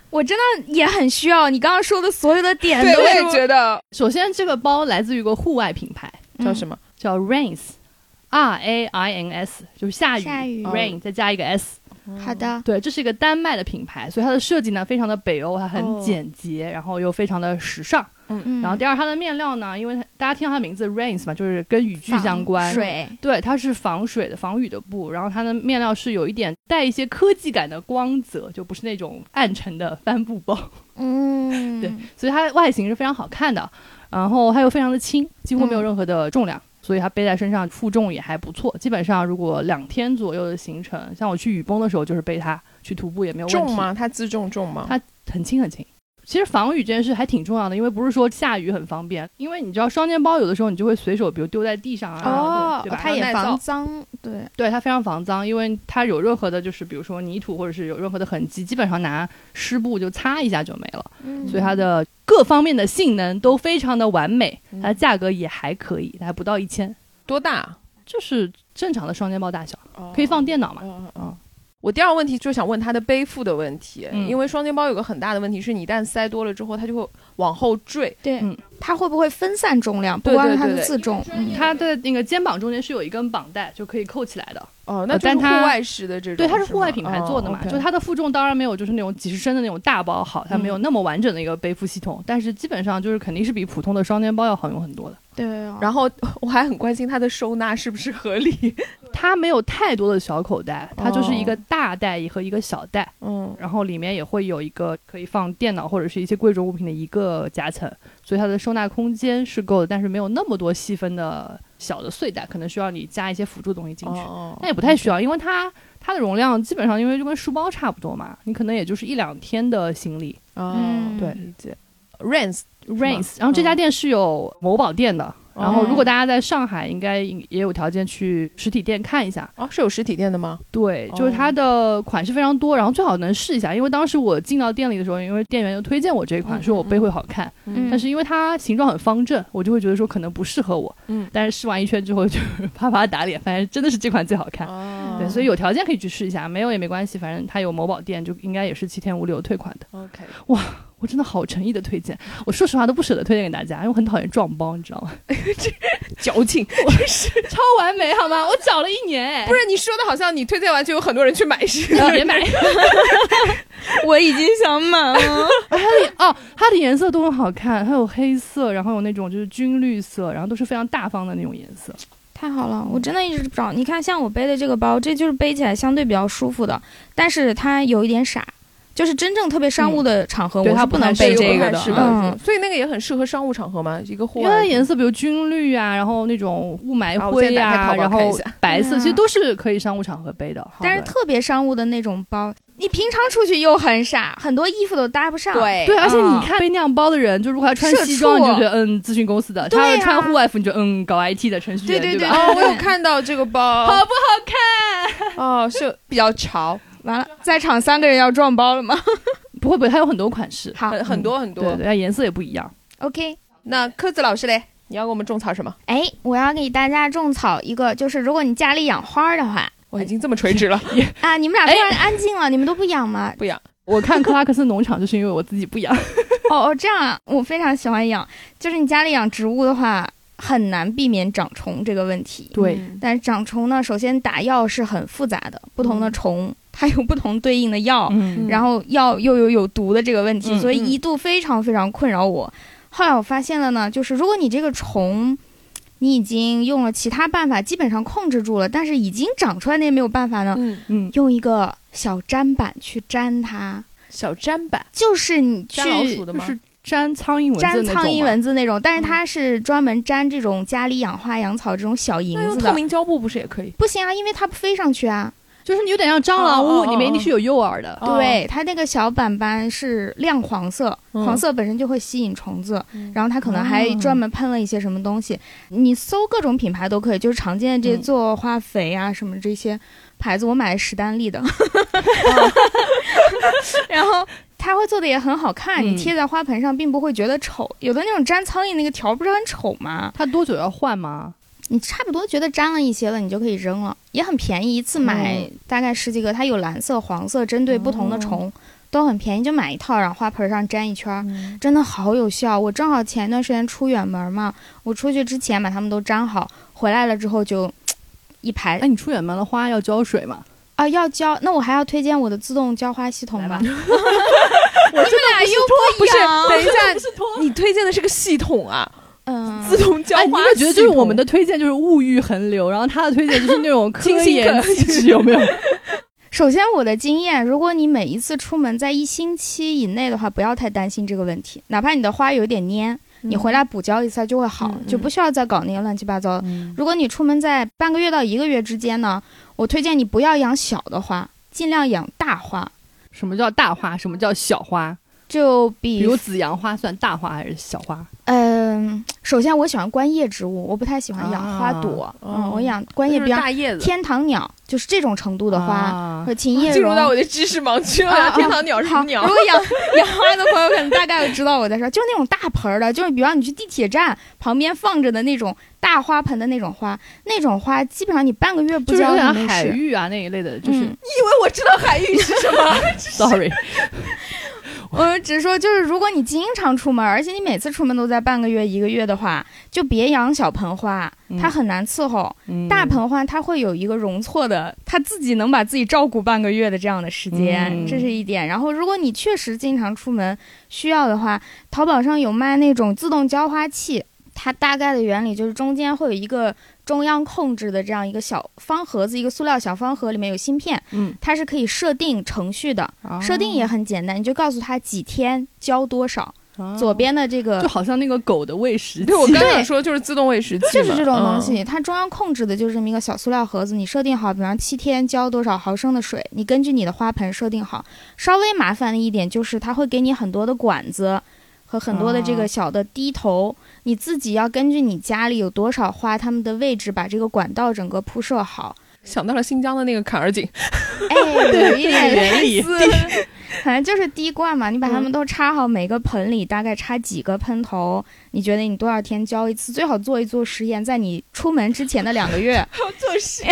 [SPEAKER 3] 我真的也很需要你刚刚说的所有的点
[SPEAKER 5] 对，
[SPEAKER 3] 都
[SPEAKER 5] 我也
[SPEAKER 3] 是
[SPEAKER 5] 觉得
[SPEAKER 2] 首先，这个包来自于一个户外品牌，
[SPEAKER 3] 嗯
[SPEAKER 5] 叫什么？
[SPEAKER 2] 叫 Rains，R A I N S，就是下雨
[SPEAKER 3] 下雨
[SPEAKER 2] rain 再加一个 s。
[SPEAKER 3] 好的，
[SPEAKER 2] 嗯对，这是一个丹麦的品牌，所以它的设计呢非常的北欧，它
[SPEAKER 5] 哦
[SPEAKER 2] 很简洁，然后又非常的时尚。
[SPEAKER 3] 嗯，
[SPEAKER 2] 然后第二，它的面料呢，因为它大家听到它名字 Rains 嘛，就是跟雨具
[SPEAKER 3] 防
[SPEAKER 2] 相关。
[SPEAKER 3] 水，
[SPEAKER 2] 对，它是防水的、防雨的布，然后它的面料是有一点带一些科技感的光泽，就不是那种暗沉的帆布包，
[SPEAKER 3] 嗯，
[SPEAKER 2] 对所以它外形是非常好看的，然后它又非常的轻，几乎没有
[SPEAKER 3] 嗯
[SPEAKER 2] 任何的重量，所以它背在身上负重也还不错。基本上如果两天左右的行程，像我去雨崩的时候就是背它，去徒步也没有问题。
[SPEAKER 5] 重吗？它自重重吗？
[SPEAKER 2] 它很轻很轻。其实防雨这件事还挺重要的，因为不是说下雨很方便，因为你知道双肩包有的时候你就会随手，比如丢在地上啊，
[SPEAKER 3] 哦
[SPEAKER 2] 对吧？，
[SPEAKER 3] 它
[SPEAKER 5] 然
[SPEAKER 3] 也
[SPEAKER 5] 后耐
[SPEAKER 3] 防
[SPEAKER 5] 造
[SPEAKER 3] 脏，对，
[SPEAKER 2] 对它非常防脏，因为它有任何的，就是比如说泥土或者是有任何的痕迹，基本上拿湿布就擦一下就没了。所以它的各方面的性能都非常的完美，
[SPEAKER 5] 嗯
[SPEAKER 2] 它的价格也还可以，还不到一千，
[SPEAKER 5] 多大？
[SPEAKER 2] 就是正常的双肩包大小，可以放电脑嘛？
[SPEAKER 5] 嗯嗯
[SPEAKER 2] 嗯
[SPEAKER 5] 嗯。我第二个问题就想问它的背负的问题，
[SPEAKER 2] 嗯
[SPEAKER 5] 因为双肩包有个很大的问题是你一旦塞多了之后，它就会往后坠。
[SPEAKER 3] 对
[SPEAKER 2] 嗯，
[SPEAKER 3] 它会不会分散重量？不
[SPEAKER 5] 对
[SPEAKER 3] 光
[SPEAKER 5] 对
[SPEAKER 3] 是它
[SPEAKER 5] 对
[SPEAKER 3] 的
[SPEAKER 5] 对
[SPEAKER 3] 自重，嗯
[SPEAKER 2] 它的那个肩膀中间是有一根绑带，就可以扣起来的。
[SPEAKER 5] 哦，那
[SPEAKER 2] 呃
[SPEAKER 5] 就
[SPEAKER 2] 但
[SPEAKER 5] 是户
[SPEAKER 2] 它
[SPEAKER 5] 外式的这种，
[SPEAKER 2] 对，它
[SPEAKER 5] 是
[SPEAKER 2] 是户外
[SPEAKER 5] 吗
[SPEAKER 2] 品牌做的嘛，
[SPEAKER 5] 哦，OK
[SPEAKER 2] 就它的负重当然没有就是那种几十升的那种大包好，它没
[SPEAKER 5] 嗯
[SPEAKER 2] 有那么完整的一个背负系统，但是基本上就是肯定是比普通的双肩包要好用很多的。
[SPEAKER 3] 对哦，
[SPEAKER 5] 然后我还很关心它的收纳是不是合理。
[SPEAKER 2] 它没有太多的小口袋，它就是一个
[SPEAKER 5] 哦
[SPEAKER 2] 大袋和一个小袋，
[SPEAKER 5] 嗯，
[SPEAKER 2] 然后里面也会有一个可以放电脑或者是一些贵重物品的一个夹层，所以它的收纳空间是够的，但是没有那么多细分的小的碎袋，可能需要你加一些辅助东西进去。
[SPEAKER 5] 哦
[SPEAKER 2] 那也不太需要，因为它它的容量基本上因为就跟书包差不多嘛，你可能也就是一两天的行李。
[SPEAKER 5] 哦，
[SPEAKER 3] 嗯
[SPEAKER 2] 对
[SPEAKER 5] 理解。Rents
[SPEAKER 2] Rains，然后这家店是有某宝店的。然后，如果
[SPEAKER 3] 哦
[SPEAKER 2] 大家在上海，应该也有条件去实体店看一下。
[SPEAKER 5] 哦是有实体店的吗？
[SPEAKER 2] 对，就是
[SPEAKER 5] 哦
[SPEAKER 2] 它的款式非常多，然后最好能试一下。因为当时我进到店里的时候，因为店员就推荐我这一款，
[SPEAKER 5] 嗯
[SPEAKER 2] 说我背
[SPEAKER 5] 嗯
[SPEAKER 2] 会好看，
[SPEAKER 3] 嗯
[SPEAKER 2] 但是因为它形状很方正，我就会觉得说可能不适合我。
[SPEAKER 5] 嗯
[SPEAKER 2] 但是试完一圈之后，就是啪啪打脸，反正真的是这款最好看。
[SPEAKER 5] 哦
[SPEAKER 2] 对，所以有条件可以去试一下，没有也没关系，反正它有某宝店，就应该也是七天无理由退款的。
[SPEAKER 5] OK，
[SPEAKER 2] 我真的好诚意的推荐，我说实话都不舍得推荐给大家，因为我很讨厌撞包，你知道 吗？
[SPEAKER 5] 矫情。
[SPEAKER 2] 超完美哎好吗？我 找了一年哎，
[SPEAKER 5] 不是你说的好像你推荐完就有很多人去买似
[SPEAKER 2] 呃
[SPEAKER 5] 的。
[SPEAKER 2] 别买
[SPEAKER 3] 我已经想买了，
[SPEAKER 2] 哦，它的颜色都很好看，它有黑色，然后有那种就是军绿色，然后都是非常大方的那种颜色。
[SPEAKER 3] 太好了，我真的一直找。你看，像我背的这个包，这就是背起来相对比较舒服的，但是它有一点傻，就是真正特别商务的场合，
[SPEAKER 2] 对
[SPEAKER 3] 我
[SPEAKER 2] 它
[SPEAKER 3] 是
[SPEAKER 2] 不
[SPEAKER 3] 能
[SPEAKER 2] 太
[SPEAKER 3] 背
[SPEAKER 2] 适合
[SPEAKER 3] 这个
[SPEAKER 2] 不
[SPEAKER 3] 的
[SPEAKER 2] 太。适
[SPEAKER 5] 是
[SPEAKER 2] 合
[SPEAKER 3] 嗯
[SPEAKER 5] 的，，所以那个也很适合商务场合嘛，一个户
[SPEAKER 2] 因为它
[SPEAKER 5] 外
[SPEAKER 2] 的颜色，比如军绿啊，然后那种雾霾
[SPEAKER 5] 啊我
[SPEAKER 2] 灰
[SPEAKER 5] 现在打
[SPEAKER 2] 呀、
[SPEAKER 5] 开淘宝
[SPEAKER 2] 然
[SPEAKER 5] 看一
[SPEAKER 2] 后
[SPEAKER 5] 下
[SPEAKER 2] 白色，
[SPEAKER 3] 嗯
[SPEAKER 2] 其实都是可以商务场合背的。
[SPEAKER 3] 但是特别商务的那种包，你平常出去又很傻，很多衣服都搭不上。，
[SPEAKER 2] 对，而且
[SPEAKER 3] 嗯
[SPEAKER 2] 你看背那样包的人，就如果他穿
[SPEAKER 3] 社
[SPEAKER 2] 西装，你就
[SPEAKER 3] 畜
[SPEAKER 2] 觉得嗯，咨询公司的；
[SPEAKER 3] 对
[SPEAKER 2] 他
[SPEAKER 3] 呀
[SPEAKER 2] 穿户外服，你就嗯，搞 IT 的程序
[SPEAKER 3] 对
[SPEAKER 2] 员，
[SPEAKER 3] 对对
[SPEAKER 2] 吧？
[SPEAKER 5] 哦，我有看到这个包，
[SPEAKER 2] 好
[SPEAKER 5] 不好看？哦，是比较潮，
[SPEAKER 3] 完了，在场三个人要撞包了吗？
[SPEAKER 2] 不会不会，它有很多款式，
[SPEAKER 3] 好
[SPEAKER 5] 很很多很
[SPEAKER 2] 对
[SPEAKER 5] 多。
[SPEAKER 2] 对，它颜色也不一样。
[SPEAKER 3] ，OK。
[SPEAKER 5] 那柯子老师嘞，你要给我们种草什么？
[SPEAKER 3] 哎，我要给大家种草一个，就是如果你家里养花儿的话，
[SPEAKER 5] 我已经这么垂直了，
[SPEAKER 3] 啊，你们俩突然安静了，你们都不养吗？
[SPEAKER 5] 不养。
[SPEAKER 2] 我看克拉克森农场就是因为我自己不养，
[SPEAKER 3] 哦哦，这样啊，我非常喜欢养。就是你家里养植物的话，很难避免长虫这个问题。
[SPEAKER 2] 对
[SPEAKER 5] 嗯
[SPEAKER 3] 但是长虫呢，首先打药是很复杂的，不同的
[SPEAKER 5] 嗯
[SPEAKER 3] 虫它有不同对应的药，
[SPEAKER 2] 嗯
[SPEAKER 3] 然后药又有有毒的这个问题，
[SPEAKER 2] 嗯
[SPEAKER 3] 所以
[SPEAKER 5] 嗯
[SPEAKER 3] 一度非常非常困扰我。后来我发现了呢，就是如果你这个虫，你已经用了其他办法基本上控制住了，但是已经长出来那也没有办法呢，
[SPEAKER 5] 嗯，
[SPEAKER 2] 嗯，
[SPEAKER 3] 用一个小砧板去粘它，
[SPEAKER 5] 小砧板，
[SPEAKER 3] 就是你去
[SPEAKER 5] 粘老鼠的
[SPEAKER 2] 就
[SPEAKER 5] 吗？
[SPEAKER 2] 是粘苍蝇蚊子
[SPEAKER 3] 粘
[SPEAKER 2] 那种
[SPEAKER 3] 苍蝇
[SPEAKER 2] 嘛，
[SPEAKER 3] 蚊子那种，但是它是专门粘这种家里养花养草这种小银
[SPEAKER 5] 那用
[SPEAKER 3] 子
[SPEAKER 5] 透
[SPEAKER 3] 的。
[SPEAKER 5] 明胶布不是也可以？
[SPEAKER 3] 不行啊，因为它不飞上去啊。
[SPEAKER 2] 就是你有点像蟑螂
[SPEAKER 5] 哦
[SPEAKER 2] 屋，
[SPEAKER 5] 哦哦
[SPEAKER 2] 里面一定是有诱饵的。
[SPEAKER 5] 哦
[SPEAKER 3] 对，它那个小板板是亮黄色，
[SPEAKER 5] 嗯
[SPEAKER 3] 黄色本身就会吸引虫子，
[SPEAKER 5] 嗯
[SPEAKER 3] 然后它可能还
[SPEAKER 2] 哦
[SPEAKER 3] 专门喷了一些什么东西。你搜各种品牌都可以，就是常见的这些
[SPEAKER 5] 嗯
[SPEAKER 3] 做化肥啊、什么 这些牌子，我买的史丹利的，然后。它会做的也很好看，
[SPEAKER 2] 嗯
[SPEAKER 3] 你贴在花盆上并不会觉得丑。有的那种粘苍蝇那个条不是很丑吗？
[SPEAKER 2] 它多久要换吗？
[SPEAKER 3] 你差不多觉得粘了一些了，你就可以扔了，也很便宜，一次
[SPEAKER 5] 嗯
[SPEAKER 3] 买大概十几个，它有蓝色、黄色，针对不同的虫、都很便宜，就买一套，然后花盆上粘一圈儿。
[SPEAKER 5] 嗯
[SPEAKER 3] 真的好有效！我正好前一段时间出远门嘛，我出去之前把它们都粘好，回来了之后就一排
[SPEAKER 2] 哎，你出远门的花要浇水吗？
[SPEAKER 3] 啊，要浇。那我还要推荐我的自动浇花系统
[SPEAKER 2] 来
[SPEAKER 3] 吗
[SPEAKER 2] 吧？
[SPEAKER 3] 我们俩又
[SPEAKER 5] 不是
[SPEAKER 3] 养，
[SPEAKER 5] 等一下，
[SPEAKER 2] 是拖。
[SPEAKER 5] 你推荐的是个系统啊，
[SPEAKER 3] 嗯，
[SPEAKER 5] 自动浇
[SPEAKER 2] 哎，你
[SPEAKER 5] 花系统。
[SPEAKER 2] 会觉得就是我们的推荐就是物欲横流，然后他的推荐就是那种科
[SPEAKER 5] 清 新
[SPEAKER 2] 研
[SPEAKER 5] 可
[SPEAKER 2] 气质，有没有？
[SPEAKER 3] 首先我的经验，如果你每一次出门在一星期以内的话，不要太担心这个问题，哪怕你的花有点蔫，你回来补浇一下就会好，
[SPEAKER 2] 嗯
[SPEAKER 3] 就不需要再搞那些乱七八糟的。
[SPEAKER 2] 嗯，
[SPEAKER 3] 如果你出门在半个月到一个月之间呢，我推荐你不要养小的花，尽量养大花。
[SPEAKER 2] 什么叫大花？什么叫小 花？
[SPEAKER 3] 就
[SPEAKER 2] 比
[SPEAKER 3] 比
[SPEAKER 2] 如紫阳花算大花还是小花？
[SPEAKER 3] 嗯、首先我喜欢观叶植物，我不太喜欢养花朵。
[SPEAKER 2] 啊
[SPEAKER 5] 哦
[SPEAKER 3] 嗯，我养观叶
[SPEAKER 5] 就是
[SPEAKER 3] 比较
[SPEAKER 5] 大叶子。
[SPEAKER 3] 天堂鸟，就是这种程度的花，
[SPEAKER 2] 啊
[SPEAKER 3] 和、琴叶
[SPEAKER 5] 进入
[SPEAKER 3] 榕
[SPEAKER 5] 到我的知识盲区
[SPEAKER 3] 啊
[SPEAKER 5] 了，
[SPEAKER 3] 啊
[SPEAKER 5] 天堂鸟是什
[SPEAKER 3] 好，
[SPEAKER 5] 么
[SPEAKER 3] 如
[SPEAKER 5] 鸟？
[SPEAKER 3] 果养 养花的朋友可能大概知道我在说，就是那种大盆儿的，就是比方你去地铁站旁边放着的那种大花盆的那种花，那种花基本上你半个月不
[SPEAKER 2] 就是有
[SPEAKER 3] 浇
[SPEAKER 2] 点
[SPEAKER 3] 你没
[SPEAKER 2] 海
[SPEAKER 3] 事。
[SPEAKER 2] 芋啊那一类的，就是、
[SPEAKER 3] 嗯
[SPEAKER 5] 以为我知道海芋是什么？
[SPEAKER 2] sorry，
[SPEAKER 3] 我只是说，就是如果你经常出门，而且你每次出门都在半个月、一个月的话，就别养小盆花，它很难伺候。
[SPEAKER 2] 嗯
[SPEAKER 3] 大盆花它会有一个容错的，它自己能把自己照顾半个月的这样的时间，
[SPEAKER 2] 嗯
[SPEAKER 3] 这是一点。然后，如果你确实经常出门需要的话，淘宝上有卖那种自动浇花器，它大概的原理就是中间会有一个中央控制的这样一个小方盒子，一个塑料小方盒，里面有芯片，
[SPEAKER 2] 嗯，
[SPEAKER 3] 它是可以设定程序的，
[SPEAKER 2] 啊
[SPEAKER 3] 设定也很简单，你就告诉它几天浇多少，
[SPEAKER 2] 啊
[SPEAKER 3] 左边的这个
[SPEAKER 2] 就好像那个狗的喂食器
[SPEAKER 5] 对，我刚
[SPEAKER 3] 对
[SPEAKER 5] 想说就是自动喂食器嘛，
[SPEAKER 3] 就是这种东
[SPEAKER 5] 嗯。
[SPEAKER 3] 西，它中央控制的就是这么一个小塑料盒子，你设定好，比方七天浇多少毫升的水，你根据你的花盆设定好。稍微麻烦的一点就是它会给你很多的管子和很多的这
[SPEAKER 2] 哦
[SPEAKER 3] 个小的滴头，你自己要根据你家里有多少花，它们的位置把这个管道整个铺设好。
[SPEAKER 5] 想到了新疆的那个坎儿井，
[SPEAKER 3] 哎，有一点
[SPEAKER 2] 原理
[SPEAKER 3] 类似，反正就是滴灌嘛，你把它们都插好，每个盆里大概插几个喷头，你觉得你多少天浇一次？最好做一做实验，在你出门之前的两个月。
[SPEAKER 5] 要做实
[SPEAKER 3] 哎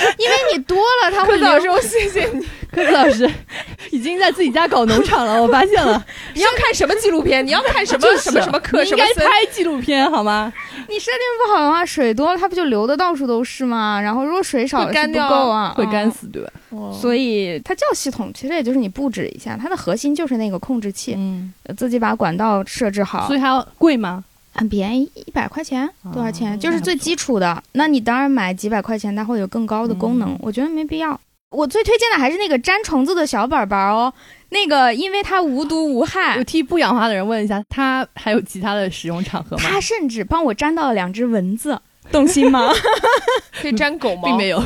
[SPEAKER 3] 因为你多了，它会
[SPEAKER 5] 科
[SPEAKER 3] 流
[SPEAKER 5] 子老师，我谢谢你。
[SPEAKER 2] 科子老师 已经在自己家搞农场了，我发现了，
[SPEAKER 5] 你要看什么纪录片？你要看什么
[SPEAKER 2] 就是啊
[SPEAKER 5] 什么什么课？
[SPEAKER 2] 你
[SPEAKER 5] 什
[SPEAKER 2] 应
[SPEAKER 5] 么
[SPEAKER 2] 该
[SPEAKER 5] 森
[SPEAKER 2] 拍纪录片好 吗？
[SPEAKER 3] 你设定不好的话，水多了它不就流的到处都是吗？然后如果水少了
[SPEAKER 5] 会
[SPEAKER 3] 是
[SPEAKER 5] 干
[SPEAKER 3] 不
[SPEAKER 5] 掉啊
[SPEAKER 3] 够啊，
[SPEAKER 2] 会干
[SPEAKER 3] 嗯。
[SPEAKER 2] 死对吧？
[SPEAKER 5] 所
[SPEAKER 3] 所以它叫系统，其实也就是你布置一下，它的核心就是那个控制器，
[SPEAKER 2] 嗯，
[SPEAKER 3] 呃自己把管道设置好
[SPEAKER 2] 所，以它贵吗？
[SPEAKER 3] 很便宜，一百块钱
[SPEAKER 2] 哦
[SPEAKER 3] 多少钱？
[SPEAKER 2] 嗯
[SPEAKER 3] 就是最基础的。那你当然买几百块钱，它会有更高的功能
[SPEAKER 2] 嗯，
[SPEAKER 3] 我觉得没必要。我最推荐的还是那个粘虫子的小板板哦，那个因为它无毒无害
[SPEAKER 5] 哎
[SPEAKER 2] 我，替不养花的人问一下，它还有其他的使用场合吗？
[SPEAKER 3] 它甚至帮我粘到了两只蚊子，动心吗？
[SPEAKER 5] 以可以粘狗毛，
[SPEAKER 2] 并 没有，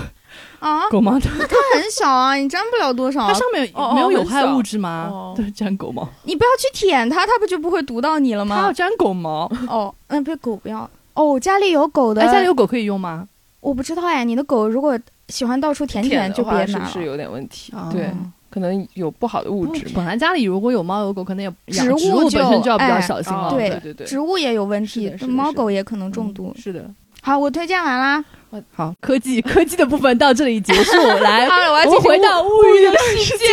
[SPEAKER 3] 啊，
[SPEAKER 2] 狗毛它
[SPEAKER 3] 它很小啊，你粘不了多少、
[SPEAKER 2] 它
[SPEAKER 3] 啊。
[SPEAKER 2] 上面
[SPEAKER 5] 哦哦
[SPEAKER 2] 没有有
[SPEAKER 5] 很
[SPEAKER 2] 害
[SPEAKER 5] 小
[SPEAKER 2] 物质吗
[SPEAKER 5] 哦？
[SPEAKER 2] 对，粘狗毛，
[SPEAKER 3] 你不要去舔它，它不就不会毒到你了
[SPEAKER 2] 它要
[SPEAKER 3] 吗？
[SPEAKER 2] 粘狗毛。
[SPEAKER 3] 哦，嗯，不是狗不要。哦，家里有狗的，
[SPEAKER 2] 哎，家里有狗可以用吗？
[SPEAKER 3] 我不知道哎，你的狗如果喜欢到处舔
[SPEAKER 5] 舔
[SPEAKER 3] 就
[SPEAKER 5] 的
[SPEAKER 3] 别
[SPEAKER 5] 话
[SPEAKER 3] 拿
[SPEAKER 5] 是
[SPEAKER 3] 了。嗯
[SPEAKER 5] 不是有点问题？
[SPEAKER 2] 啊
[SPEAKER 5] 对，可能有不好的物质嘛。
[SPEAKER 2] 本来家里如果有猫有狗，可能也养
[SPEAKER 3] 植物
[SPEAKER 2] 物
[SPEAKER 3] 就
[SPEAKER 2] 本身就要比较
[SPEAKER 3] 哎
[SPEAKER 2] 小心了。
[SPEAKER 5] 哦
[SPEAKER 3] 对
[SPEAKER 2] 对
[SPEAKER 5] 对对，
[SPEAKER 3] 植物也有问
[SPEAKER 2] 是
[SPEAKER 3] 题
[SPEAKER 2] 的是，的
[SPEAKER 3] 猫
[SPEAKER 2] 是的
[SPEAKER 3] 狗也可能中毒。
[SPEAKER 2] 是的。
[SPEAKER 3] 好，我推荐完啦。
[SPEAKER 2] 好，科技 科技的部分到这里结 束，来，
[SPEAKER 5] 好了，哎我
[SPEAKER 2] 我
[SPEAKER 5] 要进
[SPEAKER 2] 们
[SPEAKER 5] 行
[SPEAKER 2] 回 到物欲的世界。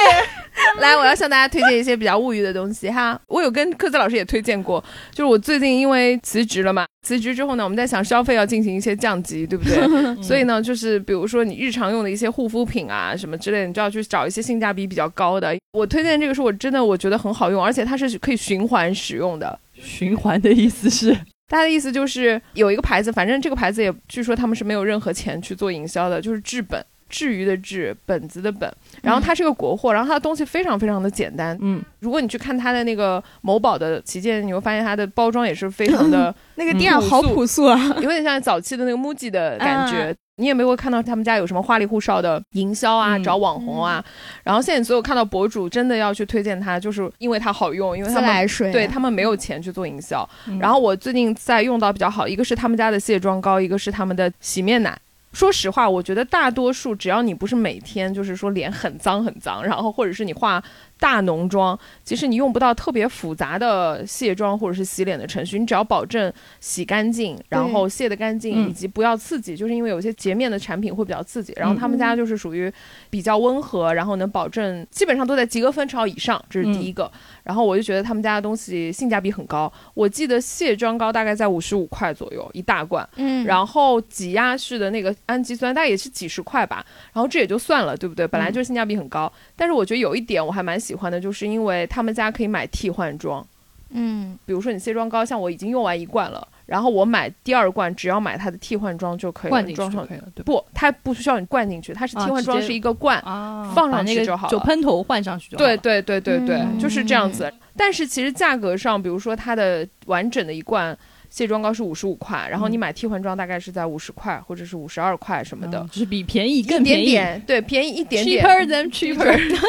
[SPEAKER 5] 来，我要向大家推荐一些比较物欲的东西哈。 我有跟科子老师也推荐过，就是我最近因为辞职了嘛，辞职之后呢，我们在想消费要进行一些降级，对 不 对？嗯所以呢，就是比如说你日常用的一些护肤品啊什么之类的，你就要去找一些性价比比较高的。我推荐这个是我真的我觉得很好用，而且它是可以循环使用的。
[SPEAKER 2] 循环的意思是，
[SPEAKER 5] 它的意思就是有一个牌子，反正这个牌子也据说他们是没有任何钱去做营销的，就是治本。至于的治，本子的本，
[SPEAKER 3] 嗯
[SPEAKER 5] 然后它是个国货，然后它的东西非常非常的简单，
[SPEAKER 2] 嗯，
[SPEAKER 5] 如果你去看它的那个某宝的旗舰，你会发现它的包装也是非常 的，
[SPEAKER 3] 那
[SPEAKER 2] 个
[SPEAKER 3] 个
[SPEAKER 2] 店
[SPEAKER 3] 店
[SPEAKER 5] 好
[SPEAKER 3] 好
[SPEAKER 5] 朴
[SPEAKER 3] 嗯朴素啊。
[SPEAKER 5] 有点像早期的那个 MUJI 的感
[SPEAKER 3] 嗯
[SPEAKER 5] 觉。你也没有看到他们家有什么花里胡哨的营销啊，
[SPEAKER 2] 嗯
[SPEAKER 5] 找网红啊。然后现在所有看到博主真的要去推荐它，就是因为它好用，因为
[SPEAKER 3] 自
[SPEAKER 5] 他们
[SPEAKER 3] 来水，
[SPEAKER 5] 对他们没有钱去做营销。
[SPEAKER 2] 嗯
[SPEAKER 5] 然后我最近在用到比较好，一个是他们家的卸妆膏，一个是他们的洗面奶。说实话，我觉得大多数只要你不是每天就是说脸很脏很脏，然后或者是你化大浓妆，其实你用不到特别复杂的卸妆或者是洗脸的程序，你只要保证洗干净，然后卸得干净，
[SPEAKER 2] 嗯
[SPEAKER 5] 以及不要刺激，就是因为有些洁面的产品会比较刺激。然后他们
[SPEAKER 2] 嗯
[SPEAKER 5] 家就是属于比较温和，然后能保证基本上都在及格分潮以上，这
[SPEAKER 2] 嗯
[SPEAKER 5] 是第一个。然后我就觉得他们家的东西性价比很高，我记得卸妆膏大概在五十五块左右一大罐，
[SPEAKER 3] 嗯，后
[SPEAKER 5] 然后挤压式的那个氨基酸大概也是几十块吧，然后这也就算了，对不对？
[SPEAKER 2] 嗯
[SPEAKER 5] 本来就是性价比很高，但是我觉得有一点我还蛮喜欢的，就是因为他们家可以买替换装，
[SPEAKER 3] 嗯
[SPEAKER 5] 比如说你卸妆膏，像我已经用完一罐了，然后我买第二罐，只要买它的替换装就可以
[SPEAKER 2] 灌
[SPEAKER 5] 了，
[SPEAKER 2] 进去
[SPEAKER 5] 装
[SPEAKER 2] 就
[SPEAKER 5] 上
[SPEAKER 2] 可以了，对吧？
[SPEAKER 5] 不，它不需要你灌进去，它是
[SPEAKER 2] 啊
[SPEAKER 5] 替换
[SPEAKER 2] 直
[SPEAKER 5] 装
[SPEAKER 2] 接
[SPEAKER 5] 是一个罐，
[SPEAKER 2] 啊
[SPEAKER 5] 放
[SPEAKER 2] 把
[SPEAKER 5] 上
[SPEAKER 2] 那
[SPEAKER 5] 去
[SPEAKER 2] 个
[SPEAKER 5] 就好
[SPEAKER 2] 酒
[SPEAKER 5] 了
[SPEAKER 2] 喷头换上去就好
[SPEAKER 5] 对
[SPEAKER 2] 了。
[SPEAKER 5] 对对对对，
[SPEAKER 3] 嗯
[SPEAKER 5] 就是这样子。但是其实价格上，比如说它的完整的一罐卸妆膏是五十五块，然后你
[SPEAKER 2] 嗯
[SPEAKER 5] 买替换装大概是在五十块或者是五十二块什么的
[SPEAKER 2] 嗯，，就是比便宜
[SPEAKER 5] 一
[SPEAKER 2] 更便
[SPEAKER 5] 点
[SPEAKER 2] 宜
[SPEAKER 5] 点，对，便宜一点
[SPEAKER 2] c h e a
[SPEAKER 5] 点
[SPEAKER 2] p e。r than cheaper。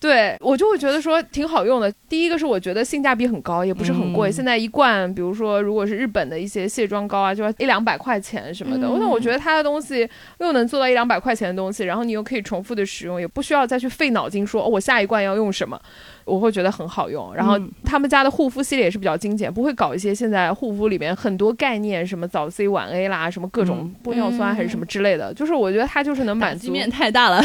[SPEAKER 5] 对我就会觉得说挺好用的。第一个是我觉得性价比很高，也不是很贵。
[SPEAKER 2] 嗯
[SPEAKER 5] 现在一罐，比如说如果是日本的一些卸妆膏啊，就要一两百块钱什么的。
[SPEAKER 3] 嗯
[SPEAKER 5] 那我觉得它的东西又能做到一两百块钱的东西，然后你又可以重复的使用，也不需要再去费脑筋说、哦、我下一罐要用什么，我会觉得很好用。然后
[SPEAKER 2] 嗯
[SPEAKER 5] 他们家的护肤系列也是比较精简，不会搞一些现在护肤里面很多概念，什么早 C 晚 A 啦，什么各种
[SPEAKER 2] 嗯
[SPEAKER 5] 玻尿酸还是什么之类的。就是我觉得它就是能
[SPEAKER 2] 打
[SPEAKER 5] 满
[SPEAKER 2] 击
[SPEAKER 5] 足，哦
[SPEAKER 2] 面太大了，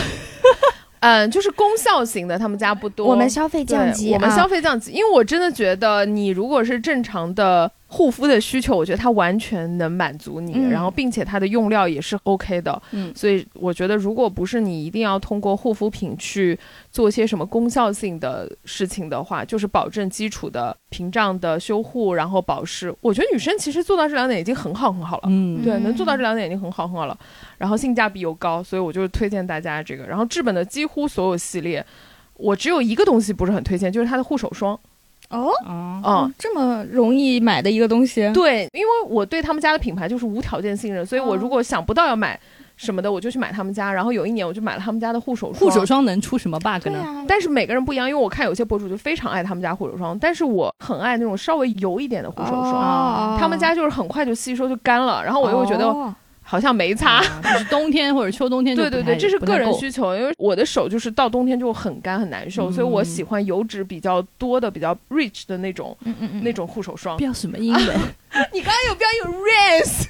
[SPEAKER 5] 嗯，就是功效型的他们家不多。
[SPEAKER 3] 我们消费
[SPEAKER 5] 对
[SPEAKER 3] 降级、啊，
[SPEAKER 5] 我们消费降级，因为我真的觉得你如果是正常的护肤的需求，我觉得它完全能满足你，
[SPEAKER 3] 嗯
[SPEAKER 5] 然后并且它的用料也是 OK 的，
[SPEAKER 2] 嗯
[SPEAKER 5] 所以我觉得如果不是你一定要通过护肤品去做些什么功效性的事情的话，就是保证基础的屏障的修护，然后保湿，我觉得女生其实做到这两点已经很好很好了。
[SPEAKER 2] 嗯
[SPEAKER 5] 对，
[SPEAKER 3] 嗯
[SPEAKER 5] 能做到这两点已经很好很好了，然后性价比又高，所以我就是推荐大家这个。然后至本的几乎所有系列，我只有一个东西不是很推荐，就是它的护手霜。
[SPEAKER 3] 哦，
[SPEAKER 2] 啊，
[SPEAKER 5] 嗯，
[SPEAKER 3] 这么容易买的一个东西，
[SPEAKER 5] 对，因为我对他们家的品牌就是无条件信任，所以我
[SPEAKER 3] 哦
[SPEAKER 5] 如果想不到要买什么的，我就去买他们家。然后有一年我就买了他们家的护手霜。
[SPEAKER 2] 护手霜能出什么 bug
[SPEAKER 3] 对
[SPEAKER 2] 呢？
[SPEAKER 3] 啊，
[SPEAKER 5] 但是每个人不一样，因为我看有些博主就非常爱他们家护手霜，但是我很爱那种稍微油一点的护手霜，
[SPEAKER 3] 哦
[SPEAKER 5] 他们家就是很快就吸收就干了，然后我又觉得
[SPEAKER 3] 哦
[SPEAKER 5] 好像没擦。
[SPEAKER 2] 啊就是冬天或者秋冬天就
[SPEAKER 5] 对
[SPEAKER 2] 不
[SPEAKER 5] 对
[SPEAKER 2] 太
[SPEAKER 5] 对，这是
[SPEAKER 2] 不太
[SPEAKER 5] 个人
[SPEAKER 2] 够
[SPEAKER 5] 需求，因为我的手就是到冬天就很干很难受，所以我
[SPEAKER 2] 嗯
[SPEAKER 5] 喜欢油脂比较多的、比较 rich 的那种
[SPEAKER 3] 嗯嗯嗯，
[SPEAKER 5] 那种护手霜
[SPEAKER 2] 不。要什么
[SPEAKER 5] 啊
[SPEAKER 2] 英 文，
[SPEAKER 5] 你刚刚有标有 Rance，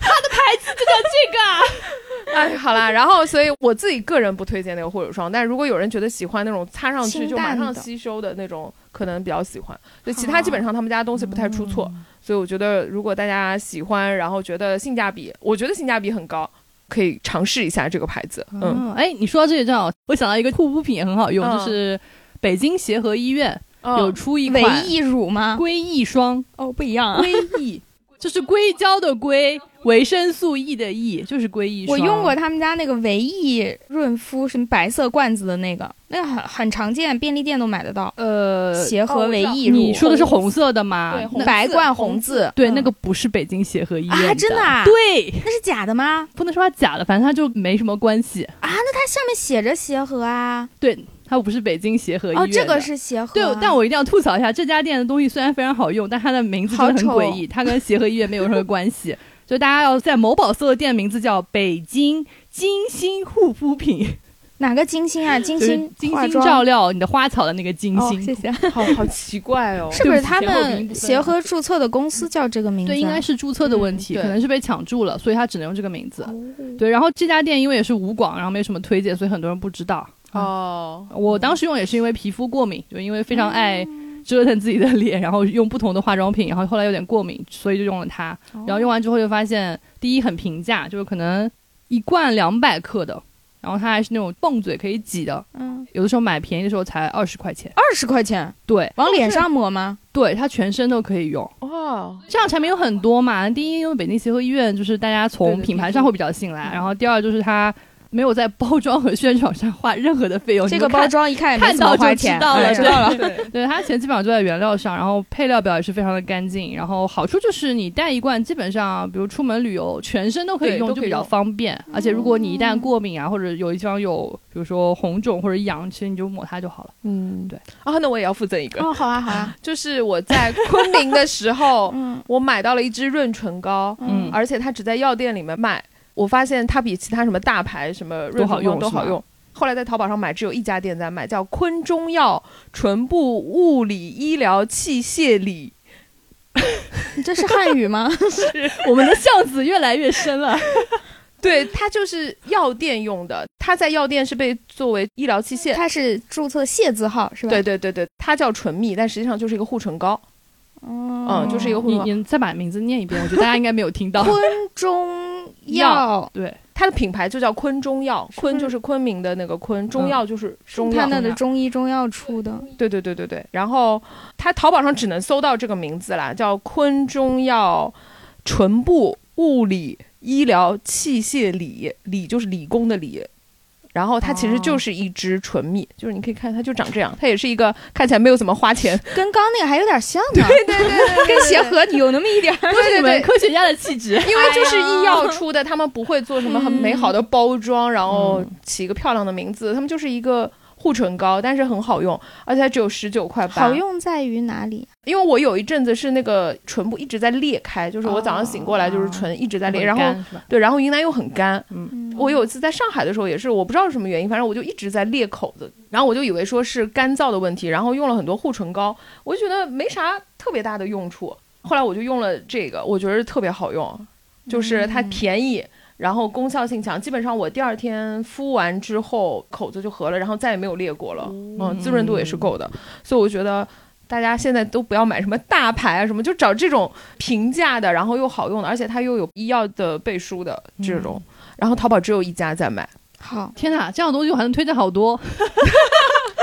[SPEAKER 5] 它的牌子就叫这个。 哎，好啦，然后所以我自己个人不推荐那个护手霜，但如果有人觉得喜欢那种擦上去就马
[SPEAKER 3] 清
[SPEAKER 5] 上
[SPEAKER 3] 淡的
[SPEAKER 5] 吸收的啊那种，可能比较喜欢。就其他基本上他们家东西不太出错，所以我觉得如果大家喜欢，然后觉得性价比，我觉得性价比很高，可以尝试一下这个牌子。嗯。
[SPEAKER 2] 嗯，哎，你说到这个正好，我想到一个护肤品也很好用，
[SPEAKER 5] 嗯
[SPEAKER 2] 就是北京协和医院
[SPEAKER 5] 嗯啊
[SPEAKER 2] 有出一
[SPEAKER 3] 维
[SPEAKER 2] 款
[SPEAKER 3] 艺乳吗？
[SPEAKER 2] 硅益 霜，
[SPEAKER 3] 哦，不一样啊，
[SPEAKER 2] 硅益就是硅胶的硅，维生素 E 的 E，就是硅益
[SPEAKER 3] 我
[SPEAKER 2] 霜。
[SPEAKER 3] 用过他们家那个维艺润肤，什么白色罐子的那个，那个很很常见，便利店都买得到。
[SPEAKER 2] 呃，
[SPEAKER 3] 协
[SPEAKER 5] 哦
[SPEAKER 3] 和维艺乳，
[SPEAKER 2] 你说的是红色的吗？
[SPEAKER 5] 对红
[SPEAKER 2] 那
[SPEAKER 5] 色
[SPEAKER 3] 白罐红字，
[SPEAKER 2] 对，
[SPEAKER 3] 嗯
[SPEAKER 2] 那个不是北京协和医院
[SPEAKER 3] 啊真的啊
[SPEAKER 2] 对，
[SPEAKER 3] 那是假的吗？
[SPEAKER 2] 不能说它假的，反正它就没什么关系。
[SPEAKER 3] 啊，那它上面写着协和啊，
[SPEAKER 2] 对，它不是北京协和医院
[SPEAKER 3] 哦，
[SPEAKER 2] 的。
[SPEAKER 3] 这个是啊协和，
[SPEAKER 2] 对，但我一定要吐槽一下，这家店的东西虽然非常好用，但它的名字真的很诡异，它跟协和医院没有任何关系。就大家要在某宝搜的店名字叫北京金星护肤品，
[SPEAKER 3] 哪个金星啊？金
[SPEAKER 2] 就是
[SPEAKER 3] 星
[SPEAKER 2] 金
[SPEAKER 3] 化
[SPEAKER 2] 星
[SPEAKER 3] 妆
[SPEAKER 2] 照料你的花草的那个金星。
[SPEAKER 3] 哦，谢谢。
[SPEAKER 5] 好好奇怪哦
[SPEAKER 3] 是不
[SPEAKER 2] 对
[SPEAKER 3] 是
[SPEAKER 2] 不起
[SPEAKER 3] 他
[SPEAKER 2] 前后鼻音
[SPEAKER 3] 们
[SPEAKER 2] 不对
[SPEAKER 3] 协和注册的公司叫这个名字啊？
[SPEAKER 2] 对，应该是注册的问题，
[SPEAKER 5] 嗯对
[SPEAKER 2] 可能是被抢注了，所以他只能用这个名字。
[SPEAKER 3] 哦
[SPEAKER 2] 对，然后这家店因为也是无广，然后没什么推荐，所以很多人不知道。
[SPEAKER 5] 哦，
[SPEAKER 2] 我当时用也是因为皮肤过敏，就因为非常爱
[SPEAKER 5] 嗯
[SPEAKER 2] 折腾自己的脸，然后用不同的化妆品，然后后来有点过敏，所以就用了它。
[SPEAKER 5] 哦
[SPEAKER 3] 哦
[SPEAKER 2] 然后用完之后就发现，第一很平价，就是可能一罐两百克的，然后它还是那种泵嘴可以挤的，
[SPEAKER 3] 嗯，
[SPEAKER 2] 有的时候买便宜的时候才二十块钱。
[SPEAKER 3] 二十块钱
[SPEAKER 2] 对
[SPEAKER 3] 往脸上抹吗？
[SPEAKER 2] 对，它全身都可以用。
[SPEAKER 3] 哦
[SPEAKER 5] 哇，
[SPEAKER 2] 这样产品有很多嘛，第一，因为北京协和医院就是大家
[SPEAKER 5] 对
[SPEAKER 2] 从
[SPEAKER 5] 对嗯
[SPEAKER 2] 品牌上会比较信赖，然后第二就是它没有在包装和宣传上花任何的费用，哦
[SPEAKER 3] 这
[SPEAKER 2] 你
[SPEAKER 3] 个
[SPEAKER 2] 们看
[SPEAKER 3] 包装一看也没
[SPEAKER 2] 看
[SPEAKER 3] 怎么
[SPEAKER 2] 到就
[SPEAKER 3] 花
[SPEAKER 2] 知
[SPEAKER 3] 钱，
[SPEAKER 2] 道
[SPEAKER 5] 哦
[SPEAKER 2] 了，
[SPEAKER 3] 哎知道了。
[SPEAKER 2] 对 对，它钱基本上就在原料上，然后配料表也是非常的干净，然后好处就是你带一罐，基本上比如出门旅游，全身都可以
[SPEAKER 5] 对
[SPEAKER 2] 用，
[SPEAKER 5] 都
[SPEAKER 2] 就
[SPEAKER 5] 可以
[SPEAKER 2] 比较
[SPEAKER 5] 用嗯
[SPEAKER 2] 方便。而且如果你一旦过敏啊，或者有一地方有比如说红肿或者痒，其实你就抹它就好了。
[SPEAKER 5] 嗯，
[SPEAKER 2] 对
[SPEAKER 5] 啊，那我也要附赠一个，
[SPEAKER 3] 哦，好啊，好 啊，
[SPEAKER 5] 就是我在昆明的时候，
[SPEAKER 3] 嗯
[SPEAKER 5] 我买到了一支润唇膏，
[SPEAKER 2] 嗯
[SPEAKER 5] 而且它只在药店里面卖。我发现它比其他什么大牌什么
[SPEAKER 2] 都
[SPEAKER 5] 润唇膏
[SPEAKER 2] 好用
[SPEAKER 5] 都好
[SPEAKER 2] 是吗
[SPEAKER 5] 用，后来在淘宝上买，只有一家店在卖，叫昆中药唇部物理医疗器械礼。
[SPEAKER 3] 你这是汉语吗？
[SPEAKER 2] 我们的巷子越来越深 了。
[SPEAKER 5] 对，它就是药店用的，它在药店是被作为医疗器械。
[SPEAKER 3] 它是注册谢字号是吧？
[SPEAKER 5] 对，对对对，它叫唇蜜，但实际上就是一个护唇膏。
[SPEAKER 3] 嗯
[SPEAKER 5] 就是一个
[SPEAKER 2] 你你再把名字念一遍，我觉得大家应该没有听 到。
[SPEAKER 3] 昆中药，
[SPEAKER 2] 对，
[SPEAKER 5] 它的品牌就叫昆中药，昆就是昆明的那个昆，中药就是中
[SPEAKER 3] 他
[SPEAKER 5] 药。
[SPEAKER 3] 那的中医中药出的，
[SPEAKER 5] 对对对对对。然后它淘宝上只能搜到这个名字啦，叫昆中药唇部物理医疗器械理，理就是理工的理。然后它其实就是一支唇蜜，就是你可以看它就长这样，它也是一个看起来没有怎么花钱，
[SPEAKER 3] 跟刚那个还有点像呢，
[SPEAKER 5] 对对
[SPEAKER 3] 跟协和有那么一点 儿。
[SPEAKER 2] 都是你
[SPEAKER 5] 对
[SPEAKER 2] 们科学家的气质。
[SPEAKER 5] 因为就是医药出的，他们不会做什么很美好的包装，然
[SPEAKER 2] 嗯
[SPEAKER 5] 后起一个漂亮的名字，他们就是一个护唇膏，但是很好用，而且它只有十九块八。
[SPEAKER 3] 好，用在于哪里？
[SPEAKER 5] 因为我有一阵子是那个唇部一直在裂开，就是我早上醒过来
[SPEAKER 2] 啊
[SPEAKER 5] 就是唇一直在裂，然后
[SPEAKER 2] 是吧
[SPEAKER 5] 对，然后云南又很干。
[SPEAKER 3] 嗯
[SPEAKER 5] 我有一次在上海的时候也是，我不知道是什么原因，反正我就一直在裂口子，然后我就以为说是干燥的问题，然后用了很多护唇膏，我就觉得没啥特别大的用处。后来我就用了这个，我觉得特别好用，就是它便宜，然后功效性强，基本上我第二天敷完之后口子就合了，然后再也没有裂过了，嗯，滋润度也是够的，所以我觉得。大家现在都不要买什么大牌啊，什么就找这种平价的，然后又好用的，而且它又有医药的背书的这种。然后淘宝只有一家在卖，
[SPEAKER 3] 好，
[SPEAKER 2] 天哪，这样的东西我还能推荐好多。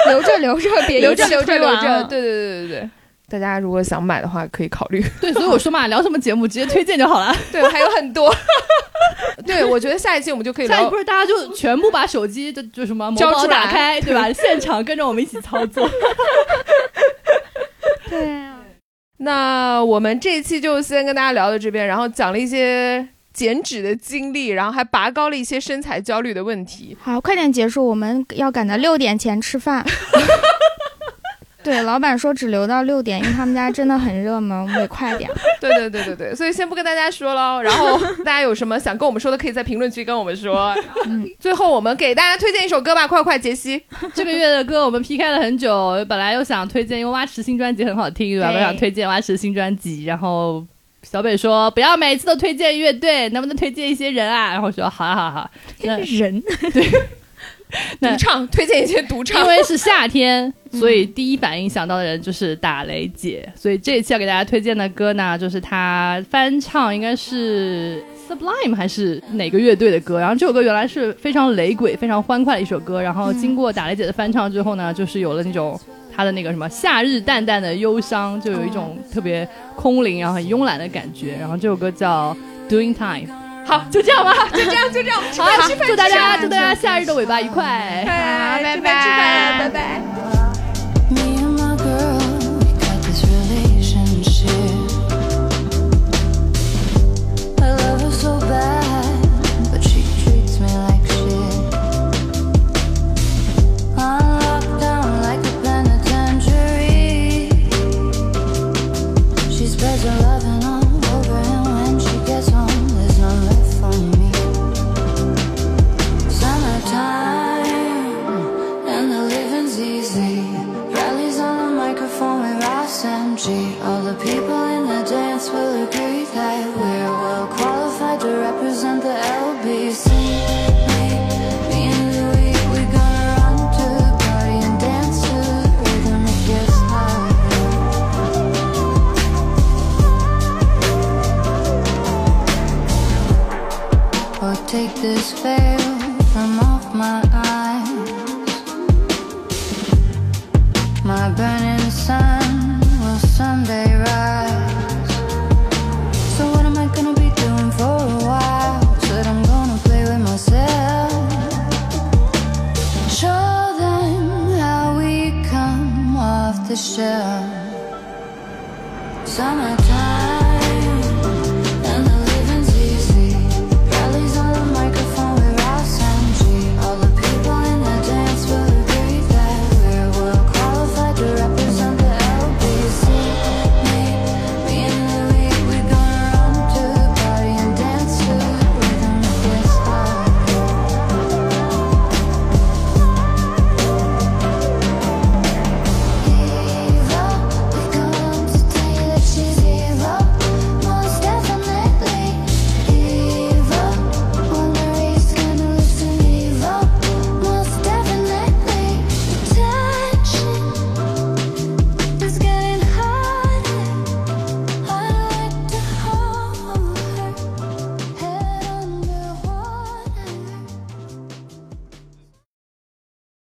[SPEAKER 3] 留着留着，别一
[SPEAKER 5] 留着
[SPEAKER 3] 次
[SPEAKER 5] 留着
[SPEAKER 3] 推完
[SPEAKER 5] 留着，
[SPEAKER 3] 了
[SPEAKER 5] 对对对对对。大家如果想买的话，可以考 虑。
[SPEAKER 2] 对，所以我说嘛，聊什么节目直接推荐就好了。
[SPEAKER 5] 对，还有很多。对，我觉得下一期我们就可以
[SPEAKER 2] 下一
[SPEAKER 5] 聊
[SPEAKER 2] 步。大家就全部把手机就就什么
[SPEAKER 5] 交
[SPEAKER 2] 某
[SPEAKER 5] 出
[SPEAKER 2] 宝打
[SPEAKER 5] 来
[SPEAKER 2] 开，对吧？现场跟着我们一起操作。
[SPEAKER 3] 对啊，
[SPEAKER 5] 那我们这一期就先跟大家聊到这边，然后讲了一些减脂的经历，然后还拔高了一些身材焦虑的问题。
[SPEAKER 3] 好，快点结束，我们要赶到六点前吃饭。 对，老板说只留到六点，因为他们家真的很热门，我们得快 点。
[SPEAKER 5] 对对对对对，所以先不跟大家说喽。然后大家有什么想跟我们说的，可以在评论区跟我们说。
[SPEAKER 3] 嗯
[SPEAKER 5] 最后我们给大家推荐一首歌吧，快快，杰西。
[SPEAKER 2] 这个月的歌我们 PK 了很久，本来又想推荐，因为蛙池新专辑很好听，对吧？
[SPEAKER 3] 对
[SPEAKER 2] 我想推荐蛙池新专辑，然后小北说不要每次都推荐乐队，能不能推荐一些人啊？然后我说好啊好啊好啊，那
[SPEAKER 3] 人
[SPEAKER 2] 对
[SPEAKER 5] 独唱，推荐一些独唱
[SPEAKER 2] 因。为是夏天，所以第一反应想到的人就是打雷姐。所以这一期要给大家推荐的歌呢，就是她翻唱应该是 Sublime 还是哪个乐队的歌。然后这首歌原来是非常雷鬼、非常欢快的一首歌，然后经过打雷姐的翻唱之后呢，就是有了那种。她的那个什么夏日淡淡的忧伤，就有一种特别空灵，然后很慵懒的感觉。然后这首歌叫《Doing Time》。好，就这样吧，就这样，就这样。好，祝大家祝大家夏日的尾巴愉快。
[SPEAKER 5] 拜拜
[SPEAKER 3] 拜拜
[SPEAKER 5] 拜拜。
[SPEAKER 6] Me and my girl, we got this relationship. I love her so bad, but she treats me like shit. I'm locked down like a planet tangerine. She spreads her loving all over, and when she gets home, there's no left for me. Summertime. And the living's easy. Rallies on the microphone with Ross MG. All the people in the dance will agree that we're well qualified to represent the LBC. Me, me and Louis, we gonna run to the party and dance to the rhythm that gets higher. Or take this veil from off my eyes. My burning sun will someday rise. So what am I gonna be doing for a while? Said I'm gonna play with myself. Show them how we come off the shelf. Summertime.